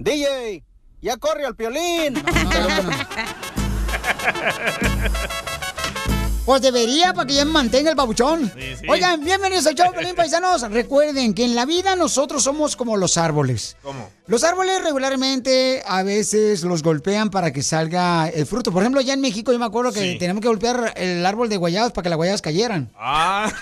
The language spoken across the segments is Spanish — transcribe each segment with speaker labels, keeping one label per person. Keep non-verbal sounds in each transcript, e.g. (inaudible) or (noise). Speaker 1: DJ, ya corre al piolín.
Speaker 2: Pues debería para que ya mantenga el babuchón.
Speaker 3: Sí, sí.
Speaker 2: Oigan, bienvenidos al show,
Speaker 3: (laughs)
Speaker 2: Pelín Paisanos. Recuerden que en la vida nosotros somos como los árboles.
Speaker 3: ¿Cómo?
Speaker 2: Los árboles regularmente a veces los golpean para que salga el fruto. Por ejemplo, ya en México yo me acuerdo que teníamos que golpear el árbol de guayabas para que las guayabas cayeran.
Speaker 3: Ah.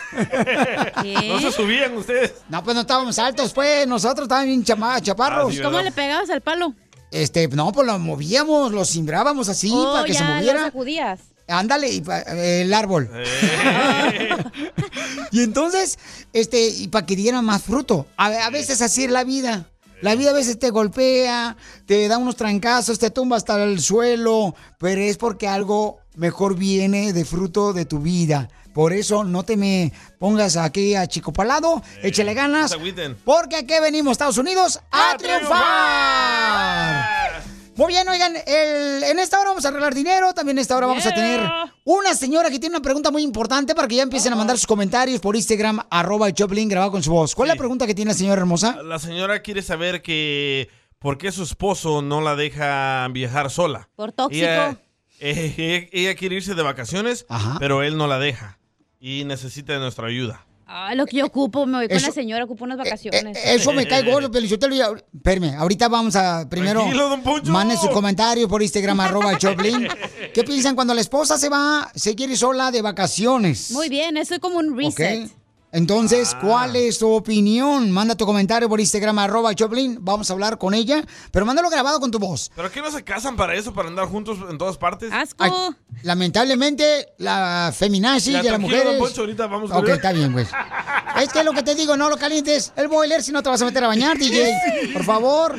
Speaker 3: No se subían ustedes.
Speaker 2: No, pues no estábamos altos, pues nosotros estábamos bien chama- chaparros.
Speaker 3: Ah, sí, ¿verdad? ¿Cómo le
Speaker 2: pegabas al palo? Este, no, pues lo movíamos, lo cimbrábamos así
Speaker 4: Oh,
Speaker 2: para que se
Speaker 4: ya, lo
Speaker 2: moviera.
Speaker 4: sacudías.
Speaker 2: Ándale, y pa- el árbol.
Speaker 3: Eh.
Speaker 2: (laughs) y entonces, este, y para que diera más fruto. A, a veces así es la vida. La vida a veces te golpea, te da unos trancazos, te tumba hasta el suelo, pero es porque algo mejor viene de fruto de tu vida. Por eso no te me pongas aquí a chico palado, échale
Speaker 3: No
Speaker 2: ganas,
Speaker 3: se agüiten.
Speaker 2: porque aquí venimos, Estados Unidos, a, triunfar. Muy bien, oigan, el- en esta hora vamos a arreglar dinero, también en esta hora vamos a tener una señora que tiene una pregunta muy importante para que ya empiecen a
Speaker 3: Oh.
Speaker 2: mandar sus comentarios por Instagram, arroba el Choplin grabado con su voz. ¿Cuál es la pregunta que tiene la señora
Speaker 3: (laughs)
Speaker 2: hermosa?
Speaker 3: La señora quiere saber que por qué su esposo no la deja viajar sola.
Speaker 4: Por tóxico.
Speaker 3: Ella, eh, eh, (laughs) ella quiere irse de vacaciones, pero él no la deja y necesita de nuestra ayuda.
Speaker 4: Ah, lo que yo ocupo, me voy con
Speaker 2: Eso- eh,
Speaker 4: la señora, ocupo unas vacaciones.
Speaker 2: Eso me cae
Speaker 4: (laughs)
Speaker 2: gordo, Pelizotelo. y ahor- Espérame, ahorita vamos a primero.
Speaker 3: Tranquilo, don Poncho.
Speaker 2: Manden sus comentarios por Instagram, arroba
Speaker 3: (laughs)
Speaker 2: el Choplin. ¿Qué piensan cuando la esposa se va, se quiere ir sola de vacaciones?
Speaker 4: Muy bien, eso es como un
Speaker 2: ¿Ok?
Speaker 4: reset.
Speaker 2: Entonces,
Speaker 3: Ah.
Speaker 2: ¿cuál es tu opinión? Manda tu comentario por Instagram, arroba el Choplin. Vamos a hablar con ella, pero mándalo grabado con tu voz.
Speaker 3: ¿Pero qué no se casan para eso, para andar juntos en todas partes?
Speaker 2: Ay,
Speaker 3: Oh.
Speaker 2: lamentablemente, la feminazi
Speaker 3: Ya,
Speaker 2: y las
Speaker 3: tranquilo,
Speaker 2: mujeres...
Speaker 3: don Poncho, ahorita vamos con
Speaker 2: Ok,
Speaker 3: él.
Speaker 2: está bien, güey. Es que lo que te digo, no lo calientes el boiler si no te vas a meter a bañar, DJ. Por favor.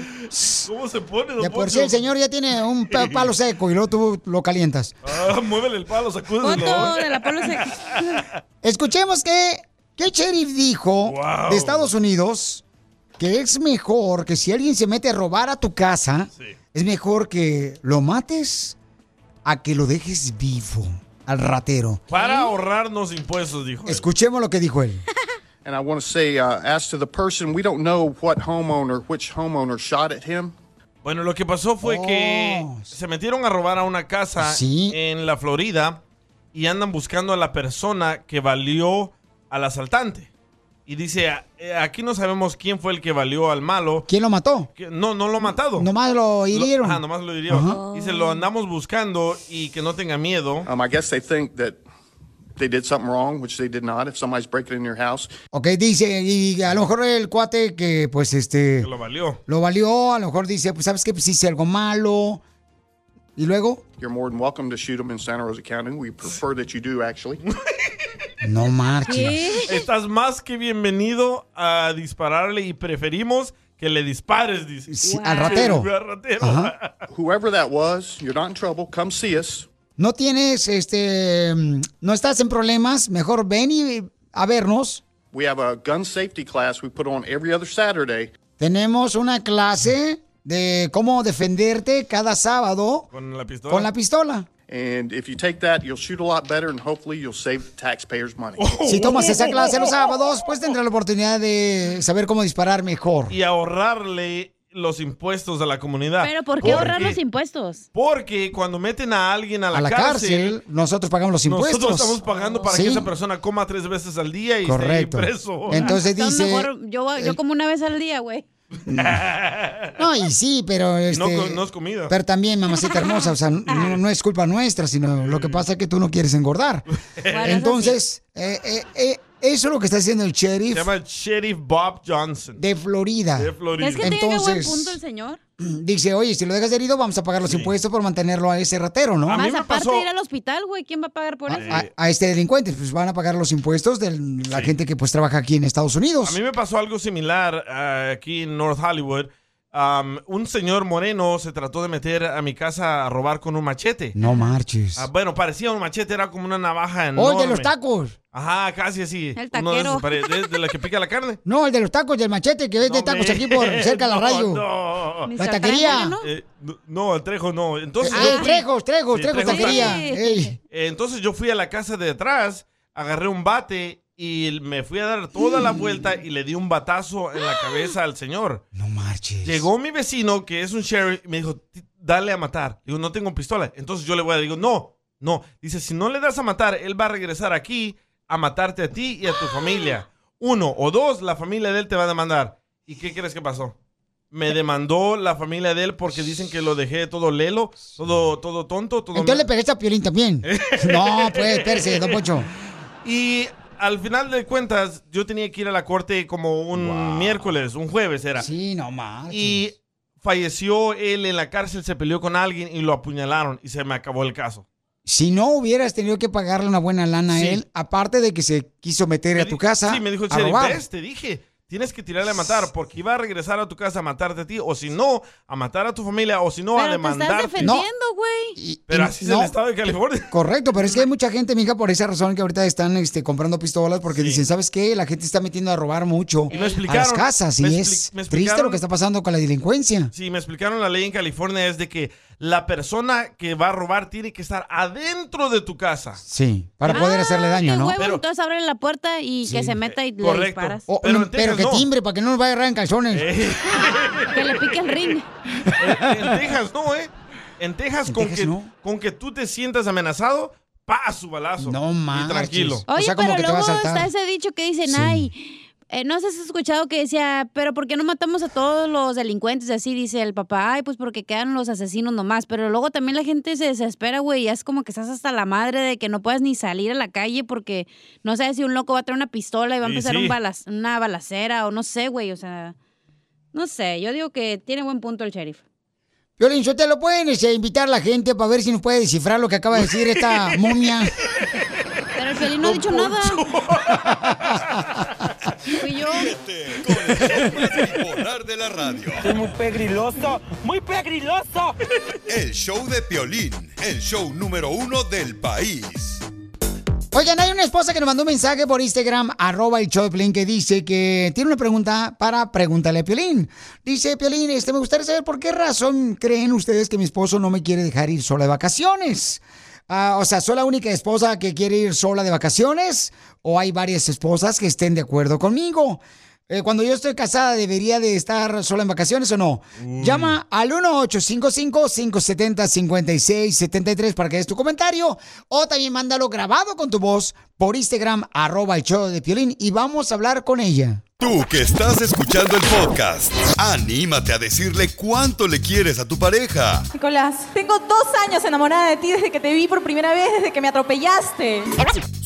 Speaker 3: ¿Cómo se pone, don
Speaker 2: De por sí
Speaker 3: Poncho?
Speaker 2: el señor ya tiene un pa- palo seco y luego tú lo calientas.
Speaker 3: Ah, muévele el palo, sacúdelo.
Speaker 2: Otto, de la polo se- Escuchemos que, que sheriff dijo
Speaker 3: Wow.
Speaker 2: de Estados Unidos que es mejor que si alguien se mete a robar a tu casa, es mejor que lo mates a que lo dejes vivo al ratero.
Speaker 3: Para ahorrarnos impuestos, dijo. él.
Speaker 2: Escuchemos lo que dijo él.
Speaker 5: And I want to say, uh, as to the person, we don't know what homeowner, which homeowner shot at him.
Speaker 3: Bueno, lo que pasó fue que
Speaker 2: Oh.
Speaker 3: se metieron a robar a una casa en la Florida y andan buscando a la persona que valió al asaltante. Y dice, "A- eh, aquí no sabemos quién fue el que valió al malo.
Speaker 2: ¿Quién lo mató?
Speaker 3: Que- No, no lo ha matado.
Speaker 2: Nomás lo hirieron.
Speaker 3: Ah, nomás lo hirieron.
Speaker 2: Ajá.
Speaker 3: Dice, lo andamos buscando y que no tenga miedo.
Speaker 5: Um, I guess they think that they did something wrong, which they did not. If somebody's breaking in your house,
Speaker 2: Ok, dice, y a lo mejor el cuate que pues este...
Speaker 3: lo valió.
Speaker 2: Lo valió, a lo mejor dice, pues sabes que pues hice algo malo. Y luego,
Speaker 5: you're more than welcome to shoot them in Santa Rosa County. We prefer that you
Speaker 2: (laughs)
Speaker 5: do, actually.
Speaker 2: no marches. (laughs)
Speaker 3: Estás más que bienvenido a dispararle y preferimos que le dispares, dice.
Speaker 2: al ratero.
Speaker 3: Sí, al ratero.
Speaker 5: (laughs) Whoever that was, you're not in trouble. Come see us.
Speaker 2: No tienes, este, mm, no estás en problemas, mejor ven y a vernos.
Speaker 5: We have a gun safety class we put on every other Saturday.
Speaker 2: Tenemos una clase de cómo defenderte cada sábado
Speaker 3: Con la pistola.
Speaker 2: con la pistola.
Speaker 5: And if you take that, you'll shoot a lot better, and hopefully, you'll save the taxpayers' money.
Speaker 2: Si tomas esa clase los sábados, pues tendrás la oportunidad de saber cómo disparar mejor.
Speaker 3: y ahorrarle los impuestos a la comunidad.
Speaker 4: Pero ¿por qué ahorrar los impuestos?
Speaker 3: Porque cuando meten a alguien a la,
Speaker 2: a la cárcel, nosotros pagamos los impuestos.
Speaker 3: Nosotros estamos pagando para
Speaker 2: Sí.
Speaker 3: que esa persona coma tres veces al día y
Speaker 2: Correcto.
Speaker 3: esté ahí preso.
Speaker 2: Entonces
Speaker 4: Entonces,
Speaker 2: dice- eh,
Speaker 4: mejor yo, yo como una vez al día, güey.
Speaker 2: Mm.
Speaker 3: (laughs)
Speaker 2: No, y sí, pero...
Speaker 3: Y no
Speaker 2: este,
Speaker 3: co- no es comida.
Speaker 2: Pero también, mamacita hermosa,
Speaker 3: (laughs)
Speaker 2: o sea, no, no es culpa nuestra, sino lo que pasa es que tú no quieres engordar. Entonces, eh, eh, eh, eso es lo que está haciendo el
Speaker 3: Se
Speaker 2: sheriff
Speaker 3: llama el Sheriff Bob Johnson.
Speaker 2: de Florida.
Speaker 3: De Florida.
Speaker 4: ¿Es que tiene buen punto el señor?
Speaker 2: (clears throat) dice, oye, si lo dejas herido, vamos a pagar los impuestos por mantenerlo a ese ratero, ¿no?
Speaker 4: Más aparte de ir al hospital, güey, ¿quién va a pagar
Speaker 3: Ah,
Speaker 4: por eso?
Speaker 2: a, a este delincuente, pues van a pagar los impuestos de la gente que pues trabaja aquí en Estados Unidos.
Speaker 3: A mí me pasó algo similar ah, aquí en North Hollywood. Am, un señor moreno se trató de meter a mi casa a robar con un machete.
Speaker 2: No marches.
Speaker 3: Ah, bueno, parecía un machete, era como una navaja
Speaker 2: O
Speaker 3: enorme.
Speaker 2: el de los tacos.
Speaker 3: Ajá, casi así.
Speaker 2: El
Speaker 3: Uno de, esos
Speaker 2: taquero.
Speaker 3: pare- de, de la que pica la carne.
Speaker 2: No, el de los tacos del machete que vende tacos
Speaker 3: hombre.
Speaker 2: aquí
Speaker 3: (laughs)
Speaker 2: por cerca de la
Speaker 3: No,
Speaker 2: radio.
Speaker 3: no.
Speaker 2: La taquería.
Speaker 3: Eh, no, no, el Trejo no. Entonces
Speaker 2: Ah,
Speaker 3: yo fui-
Speaker 2: Trejos, Trejos,
Speaker 3: Sí,
Speaker 2: Trejos
Speaker 3: Trejos
Speaker 2: taquería.
Speaker 3: Tacos.
Speaker 2: Ey.
Speaker 3: Eh, Entonces yo fui a la casa de atrás, agarré un bate y me fui a dar toda la vuelta y le di un batazo en la cabeza al señor.
Speaker 2: No marches.
Speaker 3: Llegó mi vecino, que es un sheriff, y me dijo, "Ti- dale a matar. Digo, no tengo pistola. Entonces yo le voy a digo, no, no. Dice, si no le das a matar, él va a regresar aquí a matarte a ti y a tu familia. Uno o dos, la familia de él te va a demandar. ¿Y qué crees que pasó? Me demandó la familia de él porque dicen que lo dejé todo lelo, todo, todo tonto, todo...
Speaker 2: Entonces le pegaste a
Speaker 3: (laughs)
Speaker 2: Piolín también. No, pues, espérese, don Poncho.
Speaker 3: Y al final de cuentas, yo tenía que ir a la corte como un miércoles, un jueves era.
Speaker 2: Sí, no más.
Speaker 3: Y falleció él en la cárcel, se peleó con alguien y lo apuñalaron y se me acabó el caso.
Speaker 2: Si no hubieras tenido que pagarle una buena lana
Speaker 3: Sí.
Speaker 2: a él, aparte de que se quiso meter a tu casa
Speaker 3: Sí, me dijo el
Speaker 2: a
Speaker 3: sheriff,
Speaker 2: robar.
Speaker 3: "Ves, te dije, tienes que tirarle a matar porque iba a regresar a tu casa a matarte a ti o si no, a matar a tu familia o si no, a
Speaker 4: Pero te estás
Speaker 3: demandarte.
Speaker 4: defendiendo, güey.
Speaker 3: Pero
Speaker 2: Y
Speaker 3: así es
Speaker 2: no.
Speaker 3: el estado de California. (laughs)
Speaker 2: Correcto, pero es que hay mucha gente, mija, por esa razón que ahorita están este, comprando pistolas porque dicen, ¿sabes qué? La gente está metiendo a robar mucho
Speaker 3: Y me
Speaker 2: a
Speaker 3: explicaron,
Speaker 2: las casas y
Speaker 3: me expli-
Speaker 2: es
Speaker 3: me
Speaker 2: triste lo
Speaker 3: explicaron-
Speaker 2: que está pasando con la delincuencia.
Speaker 3: Sí, me explicaron la ley en California es de que la persona que va a robar tiene que estar adentro de tu casa.
Speaker 2: Sí, para poder hacerle daño,
Speaker 4: Qué
Speaker 2: ¿no?
Speaker 4: huevo, entonces abre la puerta y que se meta y le
Speaker 3: correcto.
Speaker 4: disparas.
Speaker 2: O-
Speaker 3: Pero
Speaker 2: Oh, no,
Speaker 3: en
Speaker 2: pero
Speaker 3: Texas
Speaker 2: que
Speaker 3: no. Eh.
Speaker 2: timbre para que no nos vaya a agarrar en calzones.
Speaker 4: Que le pique el ring.
Speaker 3: En Texas no, ¿eh? En Texas, con,
Speaker 2: Texas
Speaker 3: que,
Speaker 2: no?
Speaker 3: con que tú te sientas amenazado, pa su balazo. No
Speaker 2: manches.
Speaker 3: Y tranquilo.
Speaker 4: Oye, pero luego está ese dicho que dicen, ay, eh, no sé si has escuchado que decía, pero ¿por qué no matamos a todos los delincuentes? Y Así dice el papá, ay, pues porque quedan los asesinos nomás. Pero luego también la gente se desespera, güey, y es como que estás hasta la madre de que no puedas ni salir a la calle porque no sabes si un loco va a traer una pistola y va a
Speaker 6: Y
Speaker 4: empezar
Speaker 6: sí.
Speaker 4: un balas- una balacera o no sé, güey, o sea, no sé, yo digo que tiene buen punto el sheriff.
Speaker 2: (laughs) Violín, yo te lo pueden este, invitar a la gente para ver si nos puede descifrar lo que acaba de decir
Speaker 3: (laughs)
Speaker 2: esta momia.
Speaker 4: Pero el Piolín no ha dicho nada. (laughs) Fui yo.
Speaker 7: Volar de la radio. muy pegriloso, muy pegriloso. El show de Piolín, el show número uno del país.
Speaker 2: Oigan, hay una esposa que nos mandó un mensaje por Instagram, arroba el show de Piolín, que dice que tiene una pregunta para pregúntale a Piolín. Dice, Piolín, este, me gustaría saber por qué razón creen ustedes que mi esposo no me quiere dejar ir sola de vacaciones. Ah, o sea, ¿soy la única esposa que quiere ir sola de vacaciones? ¿O hay varias esposas que estén de acuerdo conmigo? Eh, cuando yo estoy casada, ¿debería de estar sola en vacaciones o no? Llama al 1-855-570-5673 para que des tu comentario. O también mándalo grabado con tu voz por Instagram, arroba el show de Piolín. Y vamos a hablar con ella.
Speaker 7: Tú que estás escuchando el podcast, anímate a decirle cuánto le quieres a tu pareja.
Speaker 8: Nicolás, tengo dos años enamorada de ti desde que te vi por primera vez, desde que me atropellaste.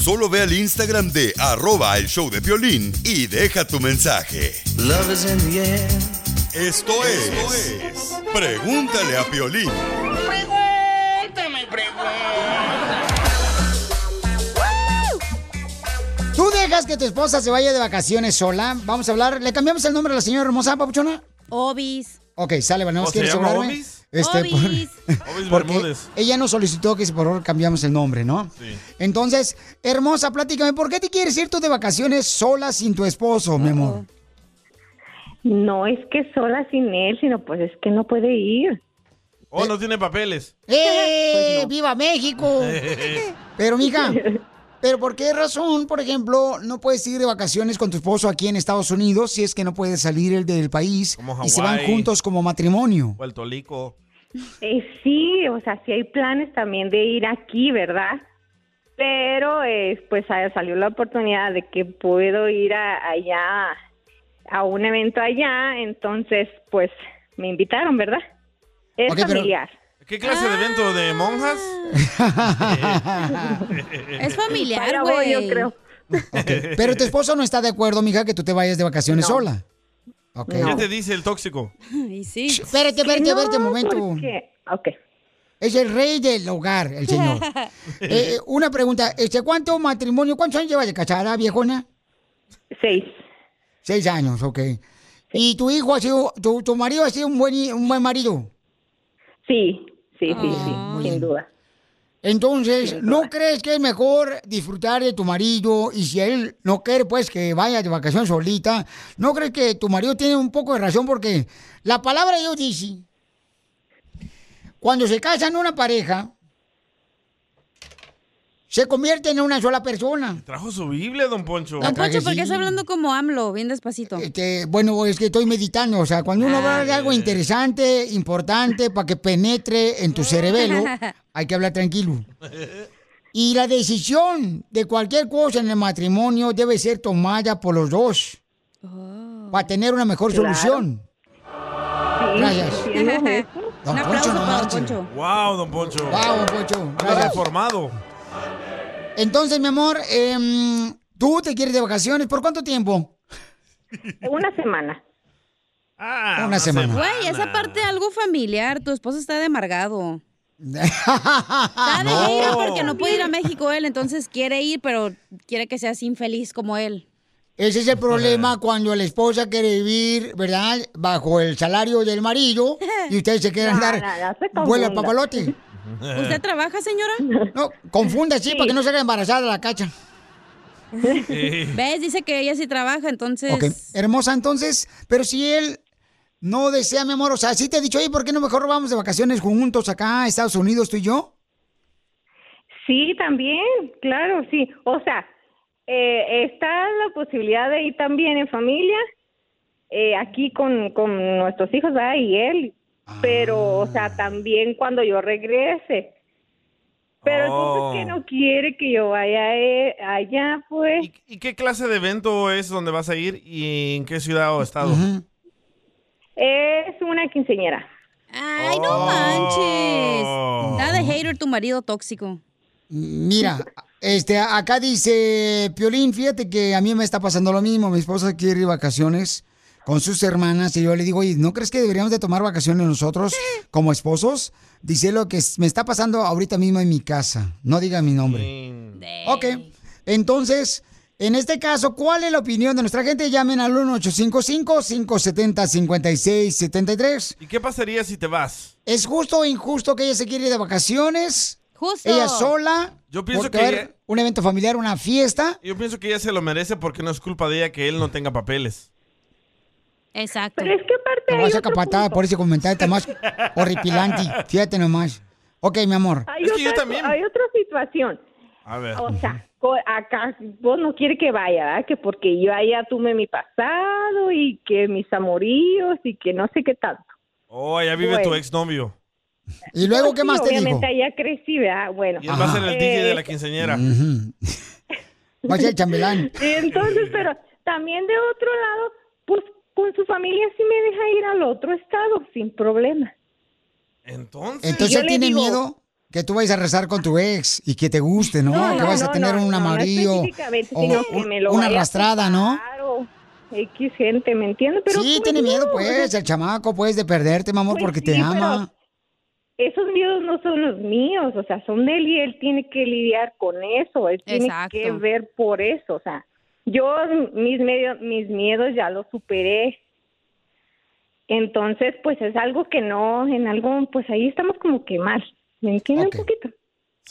Speaker 7: Solo ve al Instagram de arroba el show de Piolín y deja tu mensaje. Esto es Pregúntale a Piolín.
Speaker 9: Pregúntame,
Speaker 2: ¿Tú dejas que tu esposa se vaya de vacaciones sola? Vamos a hablar. ¿Le cambiamos el nombre a la señora hermosa, papuchona?
Speaker 4: Obis.
Speaker 2: Ok, sale, Vanessa,
Speaker 3: ¿O se
Speaker 2: ¿quieres
Speaker 3: llama
Speaker 2: hablarme? Este,
Speaker 3: Obis?
Speaker 2: por- (laughs)
Speaker 4: Obis.
Speaker 3: Obis
Speaker 2: porque
Speaker 3: Bermúdez.
Speaker 2: ella nos solicitó que si por favor cambiamos el nombre, ¿no?
Speaker 3: Sí.
Speaker 2: Entonces, hermosa, platícame, ¿por qué te quieres ir tú de vacaciones sola sin tu esposo, mi amor?
Speaker 10: No es que sola sin él, sino pues es que no puede ir.
Speaker 3: Oh,
Speaker 4: (laughs)
Speaker 11: (laughs)
Speaker 3: no tiene papeles.
Speaker 11: Pues,
Speaker 3: (laughs)
Speaker 11: (laughs)
Speaker 2: ¡Eh! ¡Viva México! Pero, mija, Pero ¿por qué razón, por ejemplo, no puedes ir de vacaciones con tu esposo aquí en Estados Unidos si es que no puedes salir el del país
Speaker 3: Como
Speaker 2: y se van
Speaker 3: Hawái.
Speaker 2: juntos como matrimonio?
Speaker 3: Puerto Rico.
Speaker 11: Eh, sí, o sea, sí hay planes también de ir aquí, ¿verdad? Pero eh, pues ah, salió la oportunidad de que puedo ir a- allá, a un evento allá, entonces pues me invitaron, ¿verdad? Es
Speaker 3: Ok, pero-
Speaker 11: familiar.
Speaker 3: ¿Qué clase de evento
Speaker 4: Ah.
Speaker 3: de monjas?
Speaker 4: (laughs) Es familiar,
Speaker 11: Para voy, yo
Speaker 4: güey.
Speaker 11: creo.
Speaker 2: Pero tu esposo no está de acuerdo, mija, que tú te vayas de vacaciones sola. Ok.
Speaker 3: ¿Qué te dice el tóxico?
Speaker 4: (laughs) Y sí.
Speaker 2: Espérate, espérate,
Speaker 4: No,
Speaker 2: espérate un momento.
Speaker 11: porque- Ok.
Speaker 2: Es el rey del hogar, (laughs) el señor.
Speaker 11: (laughs)
Speaker 2: Eh, eh, una pregunta, este, ¿cuánto matrimonio, cuántos años lleva de casada, viejona?
Speaker 11: Seis.
Speaker 2: Seis años, ok. ¿Y tu hijo ha sido, tu, tu marido ha sido un buen, un buen marido? Ah,
Speaker 11: Sí, sí, sí, sí,
Speaker 2: bien.
Speaker 11: sin duda.
Speaker 2: Entonces, ¿no crees que es mejor disfrutar de tu marido? Y si él no quiere, pues que vaya de vacaciones solita. ¿No crees que tu marido tiene un poco de razón? Porque la palabra de Dios dice, cuando se casan una pareja, se convierten en una sola persona.
Speaker 3: Trajo su Biblia, don Poncho.
Speaker 2: La
Speaker 4: Don Poncho,
Speaker 2: traje,
Speaker 4: ¿por
Speaker 2: sí.
Speaker 4: qué está hablando como AMLO? Bien despacito.
Speaker 2: Este, bueno, es que estoy meditando. O sea, cuando uno habla de algo interesante, importante, para que penetre en
Speaker 3: (laughs)
Speaker 2: tu cerebelo, hay que hablar tranquilo. eh. Y la decisión de cualquier cosa en el matrimonio debe ser tomada por los dos para tener una mejor
Speaker 3: Oh. Claro.
Speaker 2: solución. Gracias. Don Poncho, no marche.
Speaker 3: Wow, don Poncho.
Speaker 2: Wow, don Poncho.
Speaker 3: Anda
Speaker 2: Gracias.
Speaker 3: reformado.
Speaker 2: Entonces, mi amor, em, tú te quieres de vacaciones. ¿Por cuánto tiempo?
Speaker 11: Una semana.
Speaker 3: Ah,
Speaker 2: una semana.
Speaker 4: Güey, esa parte algo familiar. Tu esposo está de
Speaker 2: (laughs)
Speaker 4: amargado. está de
Speaker 2: No.
Speaker 4: gira porque no puede ir a México él, entonces quiere ir, pero quiere que seas infeliz como él.
Speaker 2: Ese es el problema cuando la esposa quiere vivir, ¿verdad? Bajo el salario del marido y ustedes se
Speaker 4: (laughs)
Speaker 2: quieren
Speaker 4: No,
Speaker 2: dar
Speaker 4: no, no se confunda.
Speaker 2: vuelo
Speaker 3: (laughs)
Speaker 2: al papalote.
Speaker 4: ¿Usted trabaja, señora?
Speaker 2: No, confunda, sí, para que no salga embarazada la cacha.
Speaker 3: (laughs)
Speaker 4: ¿Ves? Dice que ella sí trabaja, entonces...
Speaker 2: Ok, hermosa, entonces, pero si él no desea, mi amor, o sea, si te ha dicho, oye, ¿por qué no mejor vamos de vacaciones juntos acá a Estados Unidos, tú y yo?
Speaker 11: Sí, también, claro, sí. O sea, eh, está la posibilidad de ir también en familia, eh, aquí con, con nuestros hijos, ¿verdad? Y él. Pero, o sea, también cuando yo regrese. Pero
Speaker 3: Oh.
Speaker 11: entonces que no quiere que yo vaya eh, allá, pues.
Speaker 3: ¿Y qué clase de evento es donde vas a ir y en qué ciudad o estado?
Speaker 11: Es una quinceñera.
Speaker 4: Ay, no
Speaker 2: Oh.
Speaker 4: manches. Está de hater tu marido tóxico.
Speaker 2: Mira, este, acá dice, Piolín, fíjate que a mí me está pasando lo mismo. Mi esposa quiere ir de vacaciones con sus hermanas y yo le digo, oye, ¿no crees que deberíamos de tomar vacaciones nosotros como esposos? Dice lo que s- me está pasando ahorita mismo en mi casa. No diga mi nombre. Ok, entonces, en este caso, ¿cuál es la opinión de nuestra gente? Llamen al 1-855-570-5673.
Speaker 3: ¿Y qué pasaría si te vas?
Speaker 2: ¿Es justo o injusto que ella se quiere ir de vacaciones?
Speaker 4: Justo.
Speaker 2: Ella sola.
Speaker 3: Yo pienso
Speaker 2: porque
Speaker 3: que
Speaker 2: va a haber
Speaker 3: ella-
Speaker 2: un evento familiar, una fiesta.
Speaker 3: Yo pienso que ella se lo merece porque no es culpa de ella que él no tenga papeles.
Speaker 4: Exacto.
Speaker 11: Pero es que
Speaker 2: Te
Speaker 11: aparte
Speaker 2: vas
Speaker 11: hay
Speaker 2: a
Speaker 11: otro
Speaker 2: capatar
Speaker 11: punto.
Speaker 2: por ese comentario tan más
Speaker 11: (laughs)
Speaker 2: horripilante. Fíjate nomás. Ok, mi amor.
Speaker 11: Hay otra- Hay otra situación.
Speaker 3: A ver.
Speaker 11: O sea, co- acá vos no quieres que vaya, ¿verdad? Que porque yo allá tuve mi pasado y que mis amoríos y que no sé qué tanto.
Speaker 3: Oh, allá vive
Speaker 11: Bueno.
Speaker 3: tu exnovio.
Speaker 2: ¿Y
Speaker 11: Pues sí, Obviamente allá crecí, ¿verdad? Bueno.
Speaker 3: Y él va a ser el DJ de la
Speaker 11: eh,
Speaker 3: quinceñera.
Speaker 2: Va a ser el chambelán.
Speaker 11: (laughs) y entonces, pero también de otro lado, pues con su familia sí me deja ir al otro estado sin problema.
Speaker 3: Entonces.
Speaker 2: Entonces él tiene miedo que tú vayas a rezar con tu ex y que te guste, ¿no?
Speaker 11: No,
Speaker 2: que
Speaker 11: no,
Speaker 2: vas a
Speaker 11: no,
Speaker 2: tener
Speaker 11: no,
Speaker 2: un
Speaker 11: no, no
Speaker 2: amarillo
Speaker 11: específicamente,
Speaker 2: o
Speaker 11: sino que
Speaker 2: un-
Speaker 11: me lo
Speaker 2: una
Speaker 11: vaya a
Speaker 2: arrastrada, ¿no?
Speaker 11: (laughs) Claro. X gente, ¿me entiendes? Pero
Speaker 2: sí,
Speaker 11: pues,
Speaker 2: tiene miedo,
Speaker 11: no, o sea,
Speaker 2: pues, el chamaco, pues, de perderte, mi amor,
Speaker 11: Pues
Speaker 2: porque
Speaker 11: sí,
Speaker 2: te
Speaker 11: pero
Speaker 2: ama.
Speaker 11: Esos miedos no son los míos, o sea, son de él y él tiene que lidiar con eso, él tiene
Speaker 4: Exacto.
Speaker 11: que ver por eso, o sea, yo mis, medio- mis miedos ya los superé. Entonces, pues es algo que no, en algo, pues ahí estamos como que mal, ¿me entienden un
Speaker 2: (laughs)
Speaker 11: poquito?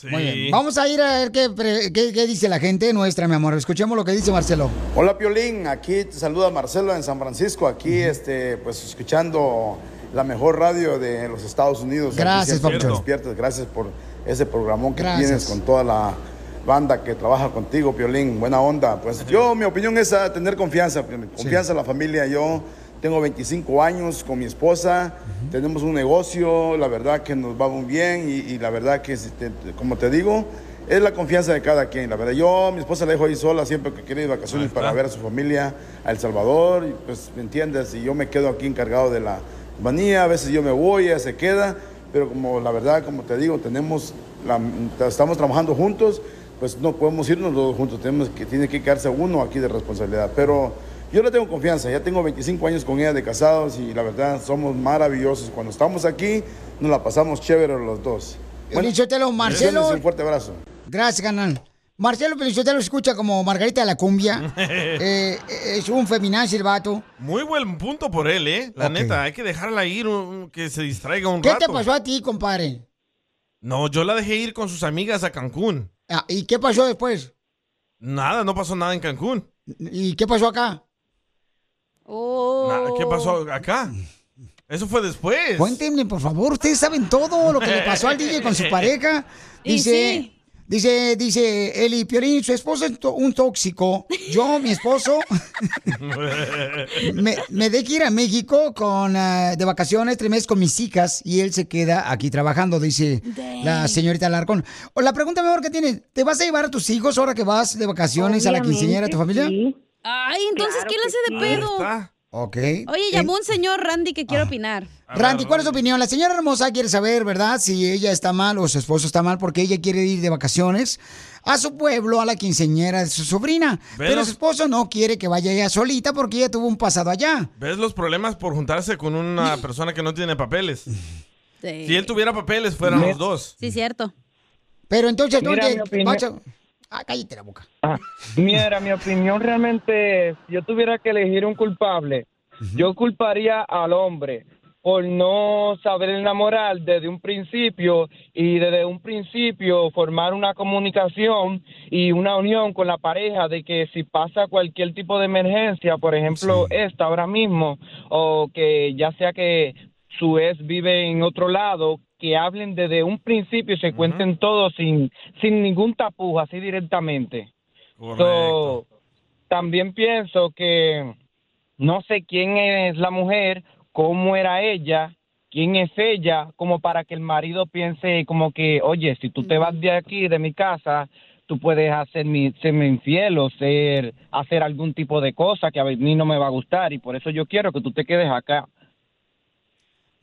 Speaker 2: Muy bien. Vamos a ir a ver qué, pre- qué- qué dice la gente nuestra, mi amor. Escuchemos lo que dice Marcelo.
Speaker 6: Hola Piolín, aquí te saluda Marcelo en San Francisco, aquí este, pues escuchando la mejor radio de los Estados Unidos. Aquí
Speaker 2: Gracias,
Speaker 6: siempre
Speaker 2: papuchón.
Speaker 6: despiertas, gracias por ese programón que
Speaker 2: Gracias.
Speaker 6: tienes con toda la banda que trabaja contigo, Piolín, buena onda. Pues yo, mi opinión es ah, tener confianza, Piolín. confianza en la familia. Yo tengo 25 años con mi esposa, tenemos un negocio, la verdad que nos va muy bien y, y la verdad que, este, como te digo, es la confianza de cada quien. La verdad, yo, a mi esposa la dejo ahí sola siempre que quiere ir de vacaciones para ver a su familia, a El Salvador, y, pues, ¿me entiendes? Y yo me quedo aquí encargado de la manía, a veces yo me voy, ella se queda, pero como la verdad, como te digo, tenemos, la- estamos trabajando juntos, pues no podemos irnos los dos juntos, tenemos que, tiene que quedarse uno aquí de responsabilidad. Pero yo le tengo confianza, ya tengo 25 años con ella de casados y la verdad somos maravillosos. Cuando estamos aquí, nos la pasamos chévere los dos.
Speaker 2: Felicítelo, Marcelo.
Speaker 6: Denles Un fuerte abrazo.
Speaker 2: Gracias, canal. Marcelo Pelichotelo se escucha como Margarita de
Speaker 3: (laughs)
Speaker 2: la Cumbia. Eh, es un feminazi el vato.
Speaker 3: Muy buen punto por él, ¿eh? La neta, hay que dejarla ir, un- un- que se distraiga un
Speaker 2: ¿Qué
Speaker 3: rato.
Speaker 2: te pasó a ti, compadre?
Speaker 3: No, yo la dejé ir con sus amigas a Cancún.
Speaker 2: Ah, ¿Y qué pasó después?
Speaker 3: Nada, no pasó nada en Cancún.
Speaker 2: ¿Y qué pasó acá?
Speaker 4: Oh.
Speaker 3: Na- ¿Qué pasó acá? Eso fue después. (laughs)
Speaker 2: Cuéntenme, por favor. Ustedes saben todo lo que le pasó al
Speaker 3: (laughs)
Speaker 2: DJ con su pareja.
Speaker 3: Y
Speaker 2: Dice,
Speaker 3: sí.
Speaker 2: dice, dice Eli Piolín, su esposo es to- un tóxico. Yo,
Speaker 3: (laughs)
Speaker 2: mi esposo, me, me dejé ir a México con ah, de vacaciones tres meses con mis hijas y él se queda aquí trabajando, dice la señorita Alarcón. O la pregunta mejor que tiene, ¿te vas a llevar a tus hijos ahora que vas de vacaciones a la
Speaker 4: Obviamente,
Speaker 2: quinceañera de tu familia?
Speaker 4: Ay, entonces, ¿quién le hace de pedo?
Speaker 2: Ok.
Speaker 4: Oye, llamó un señor Randy que quiere opinar.
Speaker 2: Eh, ah. Randy, ¿cuál es tu opinión? La señora hermosa quiere saber, ¿verdad? Si ella está mal o su esposo está mal porque ella quiere ir de vacaciones a su pueblo, a la quinceñera de su sobrina.
Speaker 3: Ve
Speaker 2: Pero
Speaker 3: los-
Speaker 2: su esposo no quiere que vaya ella solita porque ella tuvo un pasado allá.
Speaker 3: ¿Ves los problemas por juntarse con una persona que no tiene papeles? Si él tuviera papeles, fueran los dos.
Speaker 4: Sí, cierto.
Speaker 2: Mm. Pero entonces,
Speaker 12: Mira,
Speaker 2: oye,
Speaker 12: mi opinión-
Speaker 2: vas a- Ah, cállate la boca.
Speaker 12: Ah, mira, mi opinión realmente es, yo tuviera que elegir un culpable, yo culparía al hombre por no saber enamorar desde un principio y desde un principio formar una comunicación y una unión con la pareja de que si pasa cualquier tipo de emergencia, por ejemplo esta ahora mismo, o que ya sea que su ex vive en otro lado, que hablen desde un principio y se cuenten todo sin, sin ningún tapujo, así directamente. So, también pienso que no sé quién es la mujer, cómo era ella, quién es ella, como para que el marido piense como que, oye, si tú te vas de aquí, de mi casa, tú puedes hacer mi, serme infiel o ser, hacer algún tipo de cosa que a mí no me va a gustar y por eso yo quiero que tú te quedes acá.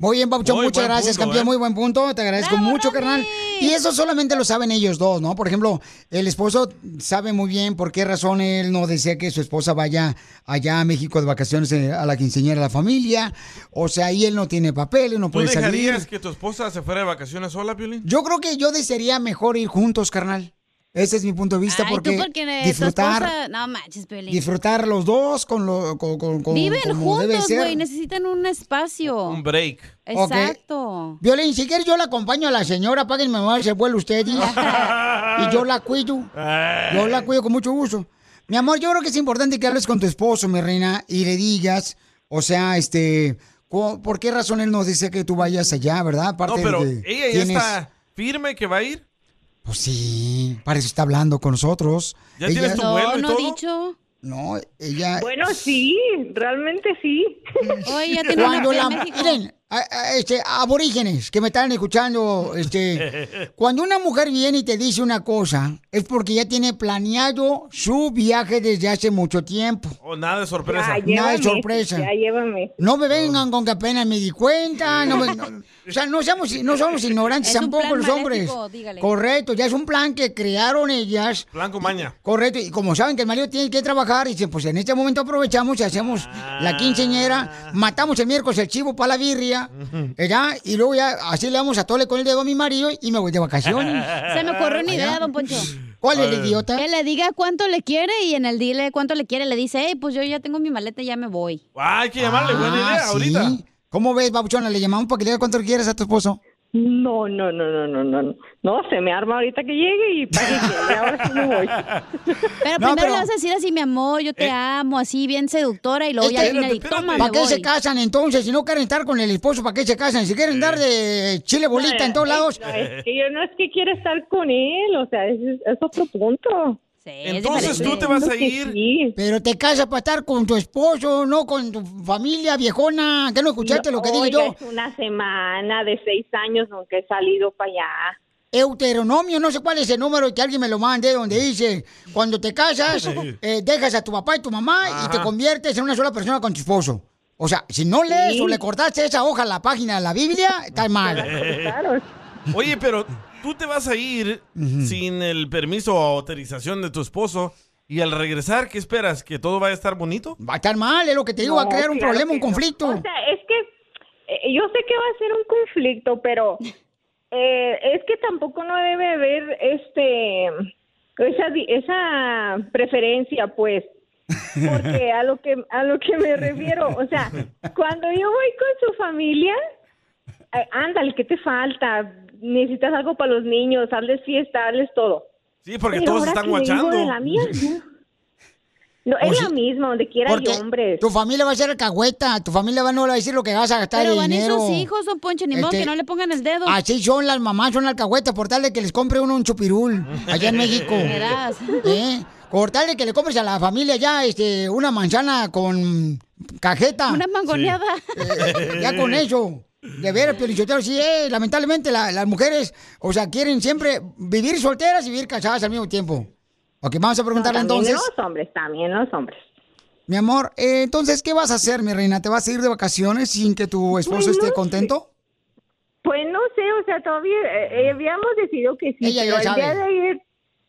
Speaker 2: Muy bien, Pauchón,
Speaker 12: Muy
Speaker 2: muchas
Speaker 12: buen
Speaker 2: gracias,
Speaker 12: punto,
Speaker 2: campeón.
Speaker 12: ¿eh?
Speaker 2: Muy buen punto, te agradezco mucho, carnal. Y eso solamente lo saben ellos dos, ¿no? Por ejemplo, el esposo sabe muy bien por qué razón él no desea que su esposa vaya allá a México de vacaciones eh, a la quinceañera de la familia. O sea, y él no tiene papeles, no
Speaker 3: ¿Tú
Speaker 2: puede
Speaker 3: dejarías
Speaker 2: salir.
Speaker 3: que tu esposa se fuera de vacaciones sola, Piolín?
Speaker 2: Yo creo que yo desearía mejor ir juntos, carnal. Ese es mi punto de vista,
Speaker 4: Ay,
Speaker 2: porque,
Speaker 4: tú porque eh, tu
Speaker 2: disfrutar,
Speaker 4: esposa- No manches, Piolín.
Speaker 2: disfrutar los dos con lo con, con- con-
Speaker 4: Viven
Speaker 2: como debe
Speaker 4: juntos,
Speaker 2: ser.
Speaker 4: güey. Necesitan un espacio.
Speaker 3: Un break.
Speaker 2: Ok.
Speaker 4: Exacto.
Speaker 2: Violín, si quieres yo la acompaño a la señora, páguenme más se vuelo
Speaker 4: (laughs)
Speaker 2: usted. Y, y yo la cuido. Yo la cuido con mucho gusto. Mi amor, yo creo que es importante que hables con tu esposo, mi reina, y le digas, o sea, este, cu- ¿por qué razón él nos dice que tú vayas allá, verdad?
Speaker 3: No,
Speaker 2: Aparte
Speaker 3: pero
Speaker 2: de-
Speaker 3: ella ya
Speaker 2: tienes-
Speaker 3: está firme que va a ir.
Speaker 2: Pues sí, para eso está hablando con nosotros.
Speaker 3: ¿Ya
Speaker 2: Ella-
Speaker 3: tienes tu vuelo y
Speaker 4: Oh, no he
Speaker 3: todo?
Speaker 4: dicho.
Speaker 2: No, ella...
Speaker 10: Bueno, sí, realmente sí.
Speaker 4: (laughs) Oye,
Speaker 2: (laughs)
Speaker 4: ya tiene
Speaker 2: Cuando
Speaker 4: una
Speaker 2: la,
Speaker 4: en México.
Speaker 2: miren, a- a- este, aborígenes que me están escuchando, este, cuando una mujer viene y te dice una cosa, es porque ya tiene planeado su viaje desde hace mucho tiempo.
Speaker 3: O nada de sorpresa.
Speaker 10: Ah,
Speaker 2: Nada de sorpresa. No me vengan con que apenas me di cuenta. no me- no- o sea, no somos, no somos ignorantes
Speaker 3: (laughs) Es un
Speaker 2: tampoco
Speaker 3: plan
Speaker 2: los hombres.
Speaker 3: maléfico, dígale.
Speaker 2: Correcto, ya es un plan que crearon ellas.
Speaker 3: Blanco maña.
Speaker 2: Correcto, y como saben que el marido tiene que trabajar, dicen, pues en este momento aprovechamos y hacemos la
Speaker 3: Ah.
Speaker 2: quinceñera, matamos el miércoles el chivo para la birria, ¿ya? Y luego ya así le damos a tole con el dedo a mi marido y me voy de vacaciones.
Speaker 4: (laughs) Se me ocurrió una idea,
Speaker 2: Allá.
Speaker 4: don Poncho.
Speaker 2: ¿Cuál es el idiota?
Speaker 4: Que le diga cuánto le quiere y en el dile cuánto le quiere le dice, hey, pues yo ya tengo mi maleta y ya me voy.
Speaker 3: Ah, hay que llamarle, buena idea,
Speaker 2: Ah,
Speaker 3: ahorita.
Speaker 2: ¿sí? ¿Cómo ves, babuchona? ¿Le llamamos para que le diga cuánto quieres a tu esposo?
Speaker 11: No, no, no, no, no, no. no. No, se me arma ahorita que llegue y para que llegue. Ahora sí me voy.
Speaker 4: Pero primero le vas a decir así, mi amor, yo te
Speaker 2: Eh,
Speaker 4: amo, así bien seductora y luego ya al final, y toma, me
Speaker 2: ¿Para qué
Speaker 4: voy.
Speaker 2: se casan entonces? Si no quieren estar con el esposo, ¿para qué se casan? Si quieren dar de chile bolita en todos
Speaker 11: No,
Speaker 2: lados.
Speaker 11: no, es que yo no es que quiera estar con él, o sea, es, es otro punto.
Speaker 3: Entonces tú te vas a ir.
Speaker 2: Pero te casas para estar con tu esposo, no con tu familia viejona. ¿Qué no escuchaste lo que digo
Speaker 11: Oiga,
Speaker 2: yo?
Speaker 11: Es una semana de seis años aunque he salido para allá.
Speaker 2: Deuteronomio, no sé cuál es el número que alguien me lo mande, donde dice, cuando te casas, eh, dejas a tu papá y tu mamá y te
Speaker 13: Ajá.
Speaker 2: conviertes en una sola persona con tu esposo. O sea, si no lees
Speaker 13: Sí.
Speaker 2: o le cortaste esa hoja a la página de la Biblia, está mal.
Speaker 3: Oye, pero tú te vas a ir sin el permiso o autorización de tu esposo y al regresar, ¿qué esperas? ¿Que todo vaya a estar bonito?
Speaker 2: Va a estar mal, es lo que te digo, va a
Speaker 11: No,
Speaker 2: crear un
Speaker 11: claro
Speaker 2: problema,
Speaker 11: que
Speaker 2: un
Speaker 11: no.
Speaker 2: conflicto.
Speaker 11: O sea, es que eh, yo sé que va a ser un conflicto,
Speaker 2: (laughs)
Speaker 11: pero eh, es que tampoco no debe haber este esa di- esa preferencia, pues.
Speaker 2: (laughs)
Speaker 11: Porque a lo que a lo que me refiero, o sea, cuando yo voy con su familia, eh, ándale, ¿qué te falta? Necesitas algo para los niños, hazles fiesta, hazles todo.
Speaker 3: Sí, porque
Speaker 11: Pero
Speaker 3: todos
Speaker 11: ahora
Speaker 3: están
Speaker 11: que vengo
Speaker 3: guachando.
Speaker 11: de
Speaker 3: (laughs)
Speaker 11: la mía, no, No,
Speaker 2: O
Speaker 11: es
Speaker 2: si-
Speaker 11: la misma, donde quiera hay
Speaker 2: Porque
Speaker 11: hombres.
Speaker 2: tu familia va a ser cagüeta, tu familia va no le va a decir lo que vas a gastar
Speaker 4: Pero
Speaker 2: el
Speaker 4: van
Speaker 2: dinero.
Speaker 4: esos hijos, don Poncho, ni modo
Speaker 2: Este,
Speaker 4: que no le pongan el dedo.
Speaker 2: Así son las mamás, son alcahuetas, por tal de que les compre uno un chupirul
Speaker 13: (laughs)
Speaker 2: allá en México.
Speaker 4: Verás.
Speaker 2: ¿Eh? Por tal de que le compres a la familia ya este, una manzana con cajeta. Una
Speaker 4: mangoneada.
Speaker 2: (laughs) ya con eso. De ver, Piolichotero, sí, eh, lamentablemente la- las mujeres, o sea, quieren siempre vivir solteras y vivir casadas al mismo tiempo. Ok, vamos a preguntarle
Speaker 11: También
Speaker 2: entonces.
Speaker 11: los hombres, también los hombres.
Speaker 2: Mi amor, eh, entonces, ¿qué vas a hacer, mi reina? ¿Te vas a ir de vacaciones sin que tu esposo
Speaker 11: Pues no
Speaker 2: esté
Speaker 11: sé.
Speaker 2: contento?
Speaker 11: Pues no sé, o sea, todavía eh, eh, habíamos decidido que sí,
Speaker 2: Ah. Ella ya
Speaker 11: pero el
Speaker 2: sabe.
Speaker 11: día de ayer